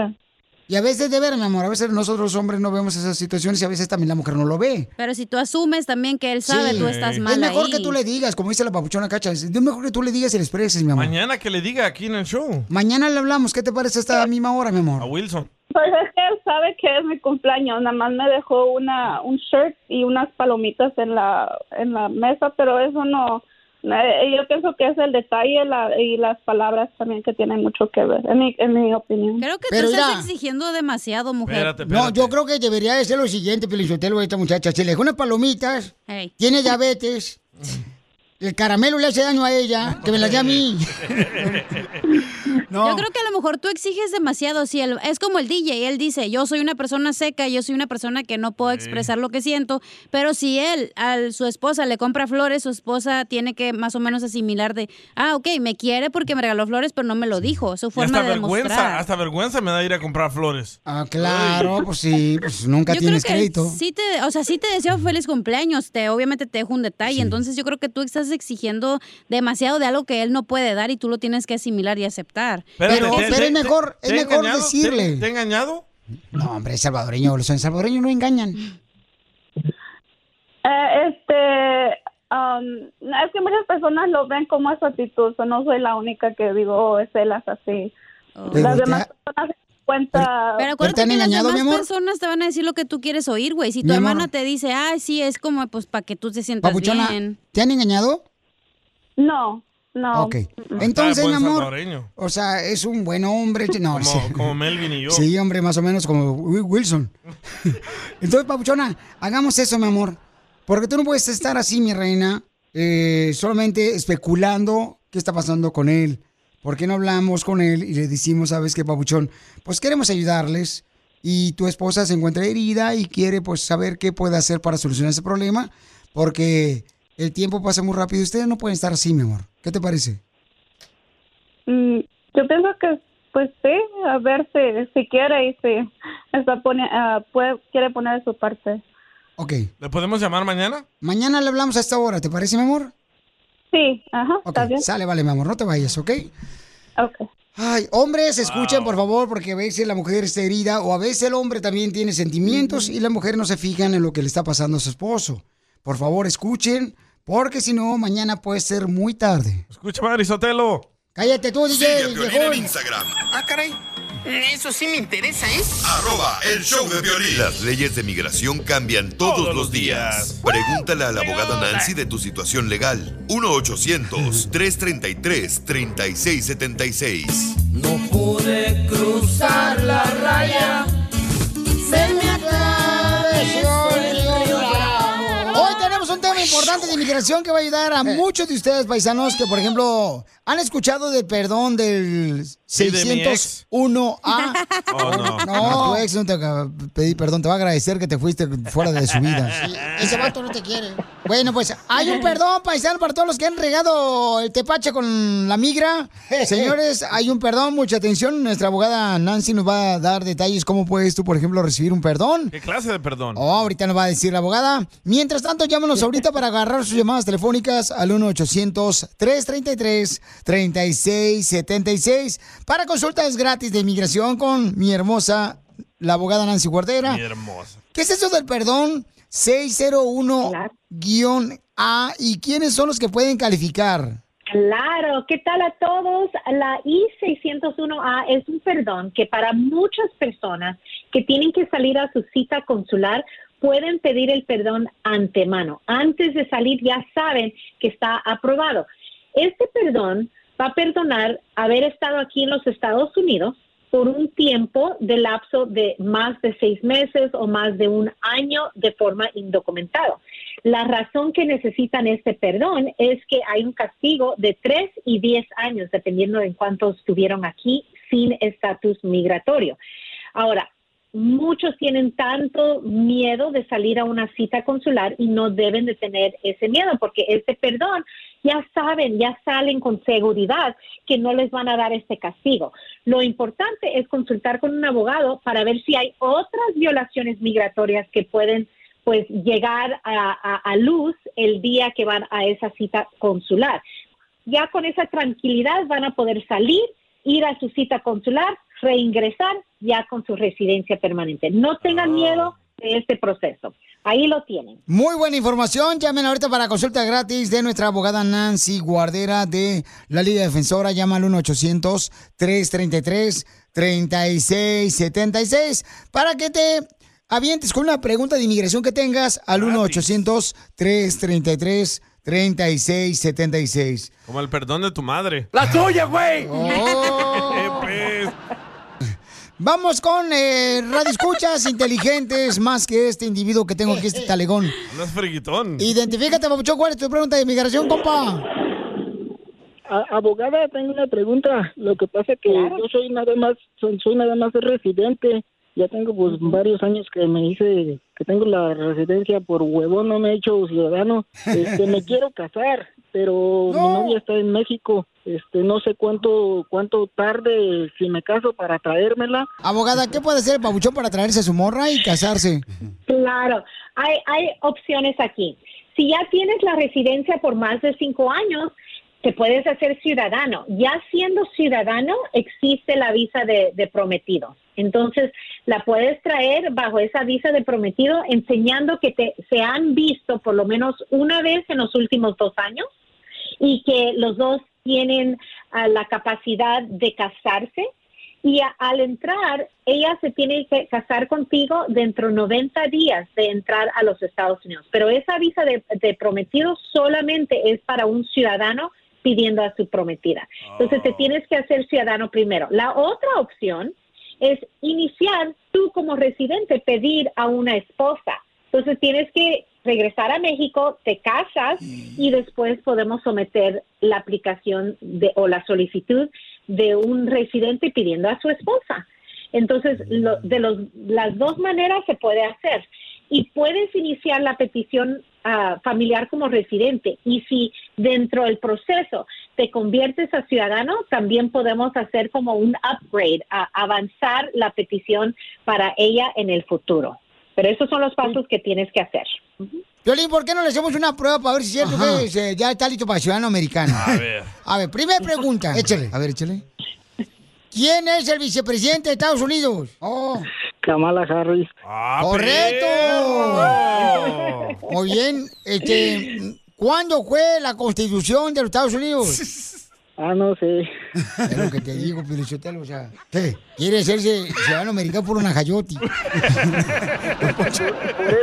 Speaker 2: Y a veces de ver, mi amor, a veces nosotros los hombres no vemos esas situaciones y a veces también la mujer no lo ve.
Speaker 4: Pero si tú asumes también que él sabe,
Speaker 2: Sí.
Speaker 4: tú estás mal
Speaker 2: Es mejor
Speaker 4: ahí.
Speaker 2: que tú le digas, como dice la papuchona cacha, es mejor que tú le digas y le expreses, mi amor.
Speaker 3: Mañana que le diga aquí en el show.
Speaker 2: Mañana le hablamos, ¿qué te parece esta misma hora, mi amor?
Speaker 3: A
Speaker 4: (laughs)
Speaker 3: Wilson.
Speaker 8: Pues es que él sabe que es mi cumpleaños, nada más me dejó una un shirt y unas palomitas en la en la mesa, pero eso no eh, yo pienso que es el detalle la- y las palabras también que tienen mucho que ver, en mi, en mi opinión.
Speaker 4: Creo que tú estás exigiendo demasiado, mujer.
Speaker 2: No, yo creo que debería de ser lo siguiente, Pelizotelo, esta muchacha. Se le dejó unas palomitas, tiene diabetes, el caramelo le hace daño a ella, que me las dé a mí. No.
Speaker 4: Yo creo que a lo mejor tú exiges demasiado. Si él, es como el DJ, él dice, yo soy una persona seca, yo soy una persona que no puedo expresar lo que siento, pero si él a su esposa le compra flores, su esposa tiene que más o menos asimilar de, ah, ok, me quiere porque me regaló flores, pero no me lo dijo. Su
Speaker 3: Y hasta
Speaker 4: forma de
Speaker 3: vergüenza,
Speaker 4: demostrar.
Speaker 3: hasta vergüenza me da ir a comprar flores.
Speaker 2: Ah, claro, pues sí, pues nunca
Speaker 4: Yo creo
Speaker 2: tienes
Speaker 4: que
Speaker 2: crédito.
Speaker 4: sí te, o sea, sí te deseo feliz cumpleaños, te obviamente te dejo un detalle, entonces yo creo que tú estás exigiendo demasiado de algo que él no puede dar y tú lo tienes que asimilar y aceptar.
Speaker 2: (laughs) Pero-
Speaker 3: ¿te-
Speaker 2: pero
Speaker 3: te-
Speaker 2: es mejor-
Speaker 3: te-
Speaker 2: es
Speaker 3: te he
Speaker 2: mejor
Speaker 3: engañado? ¿Te-
Speaker 2: decirle.
Speaker 3: ¿Te he engañado?
Speaker 2: No, hombre, salvadoreño, los salvadoreños no engañan.
Speaker 8: Eh, este am, es que muchas personas lo ven como esa actitud, so no soy la única que digo, oh, es él es así.
Speaker 2: Pero
Speaker 8: Las
Speaker 2: te
Speaker 8: demás personas se dan cuenta
Speaker 4: Oh. Pero acuérdate que las demás personas te van a decir lo que tú quieres oír, güey. Si tu
Speaker 2: Mi amor.
Speaker 4: hermana te dice, ay, sí, es como pues para que tú te sientas
Speaker 2: Papuchona,
Speaker 4: bien.
Speaker 2: ¿te han engañado?
Speaker 8: No, no. Mm,
Speaker 2: Ok. Entonces,
Speaker 3: buen
Speaker 2: mi amor,
Speaker 3: salvadoreño.
Speaker 2: o sea, es un buen hombre.
Speaker 3: (laughs)
Speaker 2: No,
Speaker 3: Como,
Speaker 2: (laughs) sí.
Speaker 3: como Melvin y yo.
Speaker 2: Sí, hombre, más o menos como Wi- Wilson. (laughs) Entonces, Papuchona, hagamos eso, mi amor. Porque tú no puedes estar así, mi reina, eh, solamente especulando qué está pasando con él. ¿Por qué no hablamos con él y le decimos, sabes qué, Papuchón? Pues queremos ayudarles y tu esposa se encuentra herida y quiere pues saber qué puede hacer para solucionar ese problema. Porque el tiempo pasa muy rápido y ustedes no pueden estar así, mi amor. ¿Qué te parece?
Speaker 8: Mm, yo pienso que, pues sí, a ver si, si quiere y si está pone, ah, puede, quiere poner de su parte.
Speaker 2: Ok.
Speaker 3: ¿Le podemos llamar mañana?
Speaker 2: Mañana le hablamos a esta hora, ¿te parece, mi amor?
Speaker 8: Sí, ajá,
Speaker 2: está bien. Sale, vale, mi amor, no te vayas, ¿ok?
Speaker 8: Ok.
Speaker 2: Ay, hombres, escuchen, por favor, porque a veces la mujer está herida o a veces el hombre también tiene sentimientos y la mujer no se fijan en lo que le está pasando a su esposo. Por favor, escuchen, porque si no, mañana puede ser muy tarde.
Speaker 3: Escucha, Madrid Sotelo.
Speaker 2: Cállate tú,
Speaker 7: Sigue
Speaker 2: DJ.
Speaker 7: a Piolín
Speaker 2: viejón.
Speaker 7: en Instagram.
Speaker 9: Ah, caray. Eso sí me interesa, ¿eh?
Speaker 7: Arroba el show de Piolín. Las leyes de migración cambian todos, los días. Pregúntale a la abogada Nancy de tu situación legal. 1-800-333-3676.
Speaker 9: Pude cruzar la raya.
Speaker 2: Se me atravesó el río Bravo. Eh. Hoy tenemos un tema importante de inmigración que va a ayudar a muchos de ustedes, paisanos, que por ejemplo han escuchado del perdón del
Speaker 14: Sí, de mi ex.
Speaker 2: (laughs) 601A.
Speaker 14: Oh, no.
Speaker 2: No, pues, tu ex no te va a pedir perdón, te va a agradecer que te fuiste fuera de su vida. (laughs)
Speaker 14: Ese vato no te quiere.
Speaker 2: Bueno, pues hay (laughs) un perdón, paisano, para todos los que han regado el tepache con la migra. (laughs) Señores, hay un perdón, mucha atención. Nuestra abogada Nancy nos va a dar detalles cómo puedes tú, por ejemplo, recibir un perdón.
Speaker 3: ¿Qué clase de perdón?
Speaker 2: Oh, ahorita nos va a decir la abogada. Mientras tanto, llámanos ahorita para agarrar sus llamadas telefónicas al 1-800-333-3676 para consultas gratis de inmigración con mi hermosa, la abogada Nancy Guardera.
Speaker 3: Ah. Mi hermosa.
Speaker 2: ¿Qué es eso del perdón 601-A y quiénes son los que pueden calificar?
Speaker 10: Claro, ¿qué tal a todos? La I-601A es un perdón que para muchas personas que tienen que salir a su cita consular pueden pedir el perdón antemano. Antes de salir ya saben que está aprobado. Este perdón va a perdonar haber estado aquí en los Estados Unidos por un tiempo de lapso de más de seis meses o más de un año de forma indocumentada. La razón que necesitan este perdón es que hay un castigo de tres y diez años, dependiendo de cuántos estuvieron aquí sin estatus migratorio. Ahora, muchos tienen tanto miedo de salir a una cita consular y no deben de tener ese miedo porque este perdón ya saben, ya salen con seguridad que no les van a dar este castigo. Lo importante es consultar con un abogado para ver si hay otras violaciones migratorias que pueden pues llegar a, a- a luz el día que van a esa cita consular. Ya con esa tranquilidad van a poder salir, ir a su cita consular, reingresar ya con su residencia permanente. No tengan miedo de este proceso. Ahí lo tienen.
Speaker 2: Muy buena información. Llamen ahorita para consulta gratis de nuestra abogada Nancy Guardera de la Liga Defensora. Llama al 1-800-333-3676 para que te avientes con una pregunta de inmigración que tengas al 1-800-333-3676.
Speaker 3: Como el perdón de tu madre.
Speaker 2: ¡La tuya, güey! Oh. (laughs) Vamos con eh, radio escuchas inteligentes más que este individuo que tengo aquí, este (laughs) talegón.
Speaker 3: No es friguitón.
Speaker 2: Identifícate, papuchón, ¿cuál es tu pregunta de inmigración, compa?
Speaker 16: A- abogada, tengo una pregunta. Lo que pasa es que yo soy nada más, soy, soy nada más residente. Ya tengo pues varios años que me hice, que tengo la residencia por huevón, no me he hecho ciudadano. Este, me quiero casar, pero mi novia está en México. Este, no sé cuánto, cuánto tarde si me caso para traérmela.
Speaker 2: Abogada, ¿qué puede hacer el papuchón para traerse a su morra y casarse?
Speaker 10: Claro, hay, hay opciones aquí. Si ya tienes la residencia por más de cinco años, te puedes hacer ciudadano. Ya siendo ciudadano, existe la visa de, de prometido. Entonces, la puedes traer bajo esa visa de prometido enseñando que te, se han visto por lo menos una vez en los últimos dos años y que los dos tienen ah, la capacidad de casarse y a- al entrar ella se tiene que casar contigo dentro de 90 días de entrar a los Estados Unidos. Pero esa visa de, de prometido solamente es para un ciudadano pidiendo a su prometida. Entonces te tienes que hacer ciudadano primero. La otra opción es iniciar tú como residente pedir a una esposa. Entonces tienes que regresar a México, te casas y después podemos someter la aplicación de, o la solicitud de un residente pidiendo a su esposa. Entonces, lo- de los, las dos maneras se puede hacer. Y puedes iniciar la petición ah, familiar como residente. Y si dentro del proceso te conviertes a ciudadano, también podemos hacer como un upgrade, a avanzar la petición para ella en el futuro. Pero esos son los pasos que tienes que hacer.
Speaker 2: Violín, ¿por qué no le hacemos una prueba para ver si es cierto
Speaker 10: Ajá.
Speaker 2: que eh, ya está listo para ciudadano americano?
Speaker 14: A ver.
Speaker 2: A ver, primera pregunta. Échale. A ver, échale. ¿Quién es el vicepresidente de Estados Unidos? Oh.
Speaker 16: Kamala Harris.
Speaker 3: Ah,
Speaker 2: ¡Correcto! Muy bien, este, ¿cuándo fue la constitución de los Estados Unidos?
Speaker 16: Ah, no sé.
Speaker 2: Es lo que te digo, Pilichotelo, o sea, ¿qué? Quiere hacerse ciudadano americano por una
Speaker 14: (laughs)
Speaker 2: jayoti.
Speaker 16: Por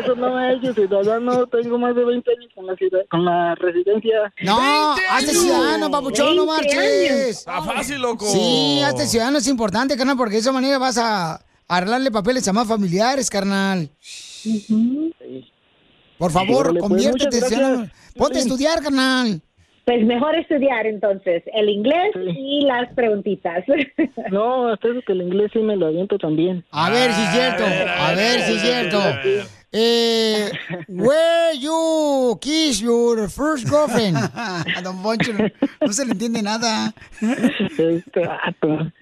Speaker 16: eso no me he hecho ciudadano. Tengo más de 20 años con la, ciudad- con la residencia.
Speaker 2: No, hazte ciudadano, papuchón, no
Speaker 16: 20
Speaker 2: marches.
Speaker 16: años. Está
Speaker 3: fácil, loco.
Speaker 2: Sí, hazte (laughs) ciudadano es importante, carnal, porque de esa manera vas a arreglarle papeles a más familiares, carnal. Por favor,
Speaker 10: Órale, pues,
Speaker 2: conviértete en
Speaker 10: muchas
Speaker 2: ciudadano.
Speaker 10: gracias.
Speaker 2: Ponte a estudiar, carnal.
Speaker 10: Pues mejor estudiar entonces el inglés y las preguntitas. (laughs)
Speaker 16: No, hasta eso que el inglés sí me lo aviento también.
Speaker 2: A ver si es cierto. Ah, A ver si es cierto. Eh, where you kiss your first girlfriend. A Don Poncho no, no se le entiende nada.
Speaker 16: Este vato.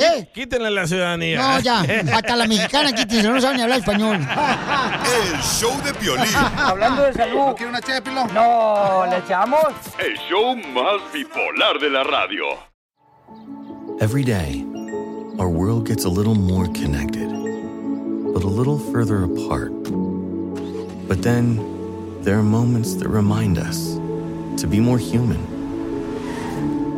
Speaker 2: ¿Eh?
Speaker 3: Quítenle la ciudadanía. (laughs)
Speaker 2: No, ya. Hasta la mexicana aquí no sabe ni hablar español.
Speaker 7: El show de Piolín.
Speaker 19: (laughs) Hablando de salud. ¿No quiere una ché No, ¿le echamos?
Speaker 7: El show más bipolar de la radio.
Speaker 20: Every day, our world gets a little more connected, but a little further apart. But then, there are moments that remind us to be more human.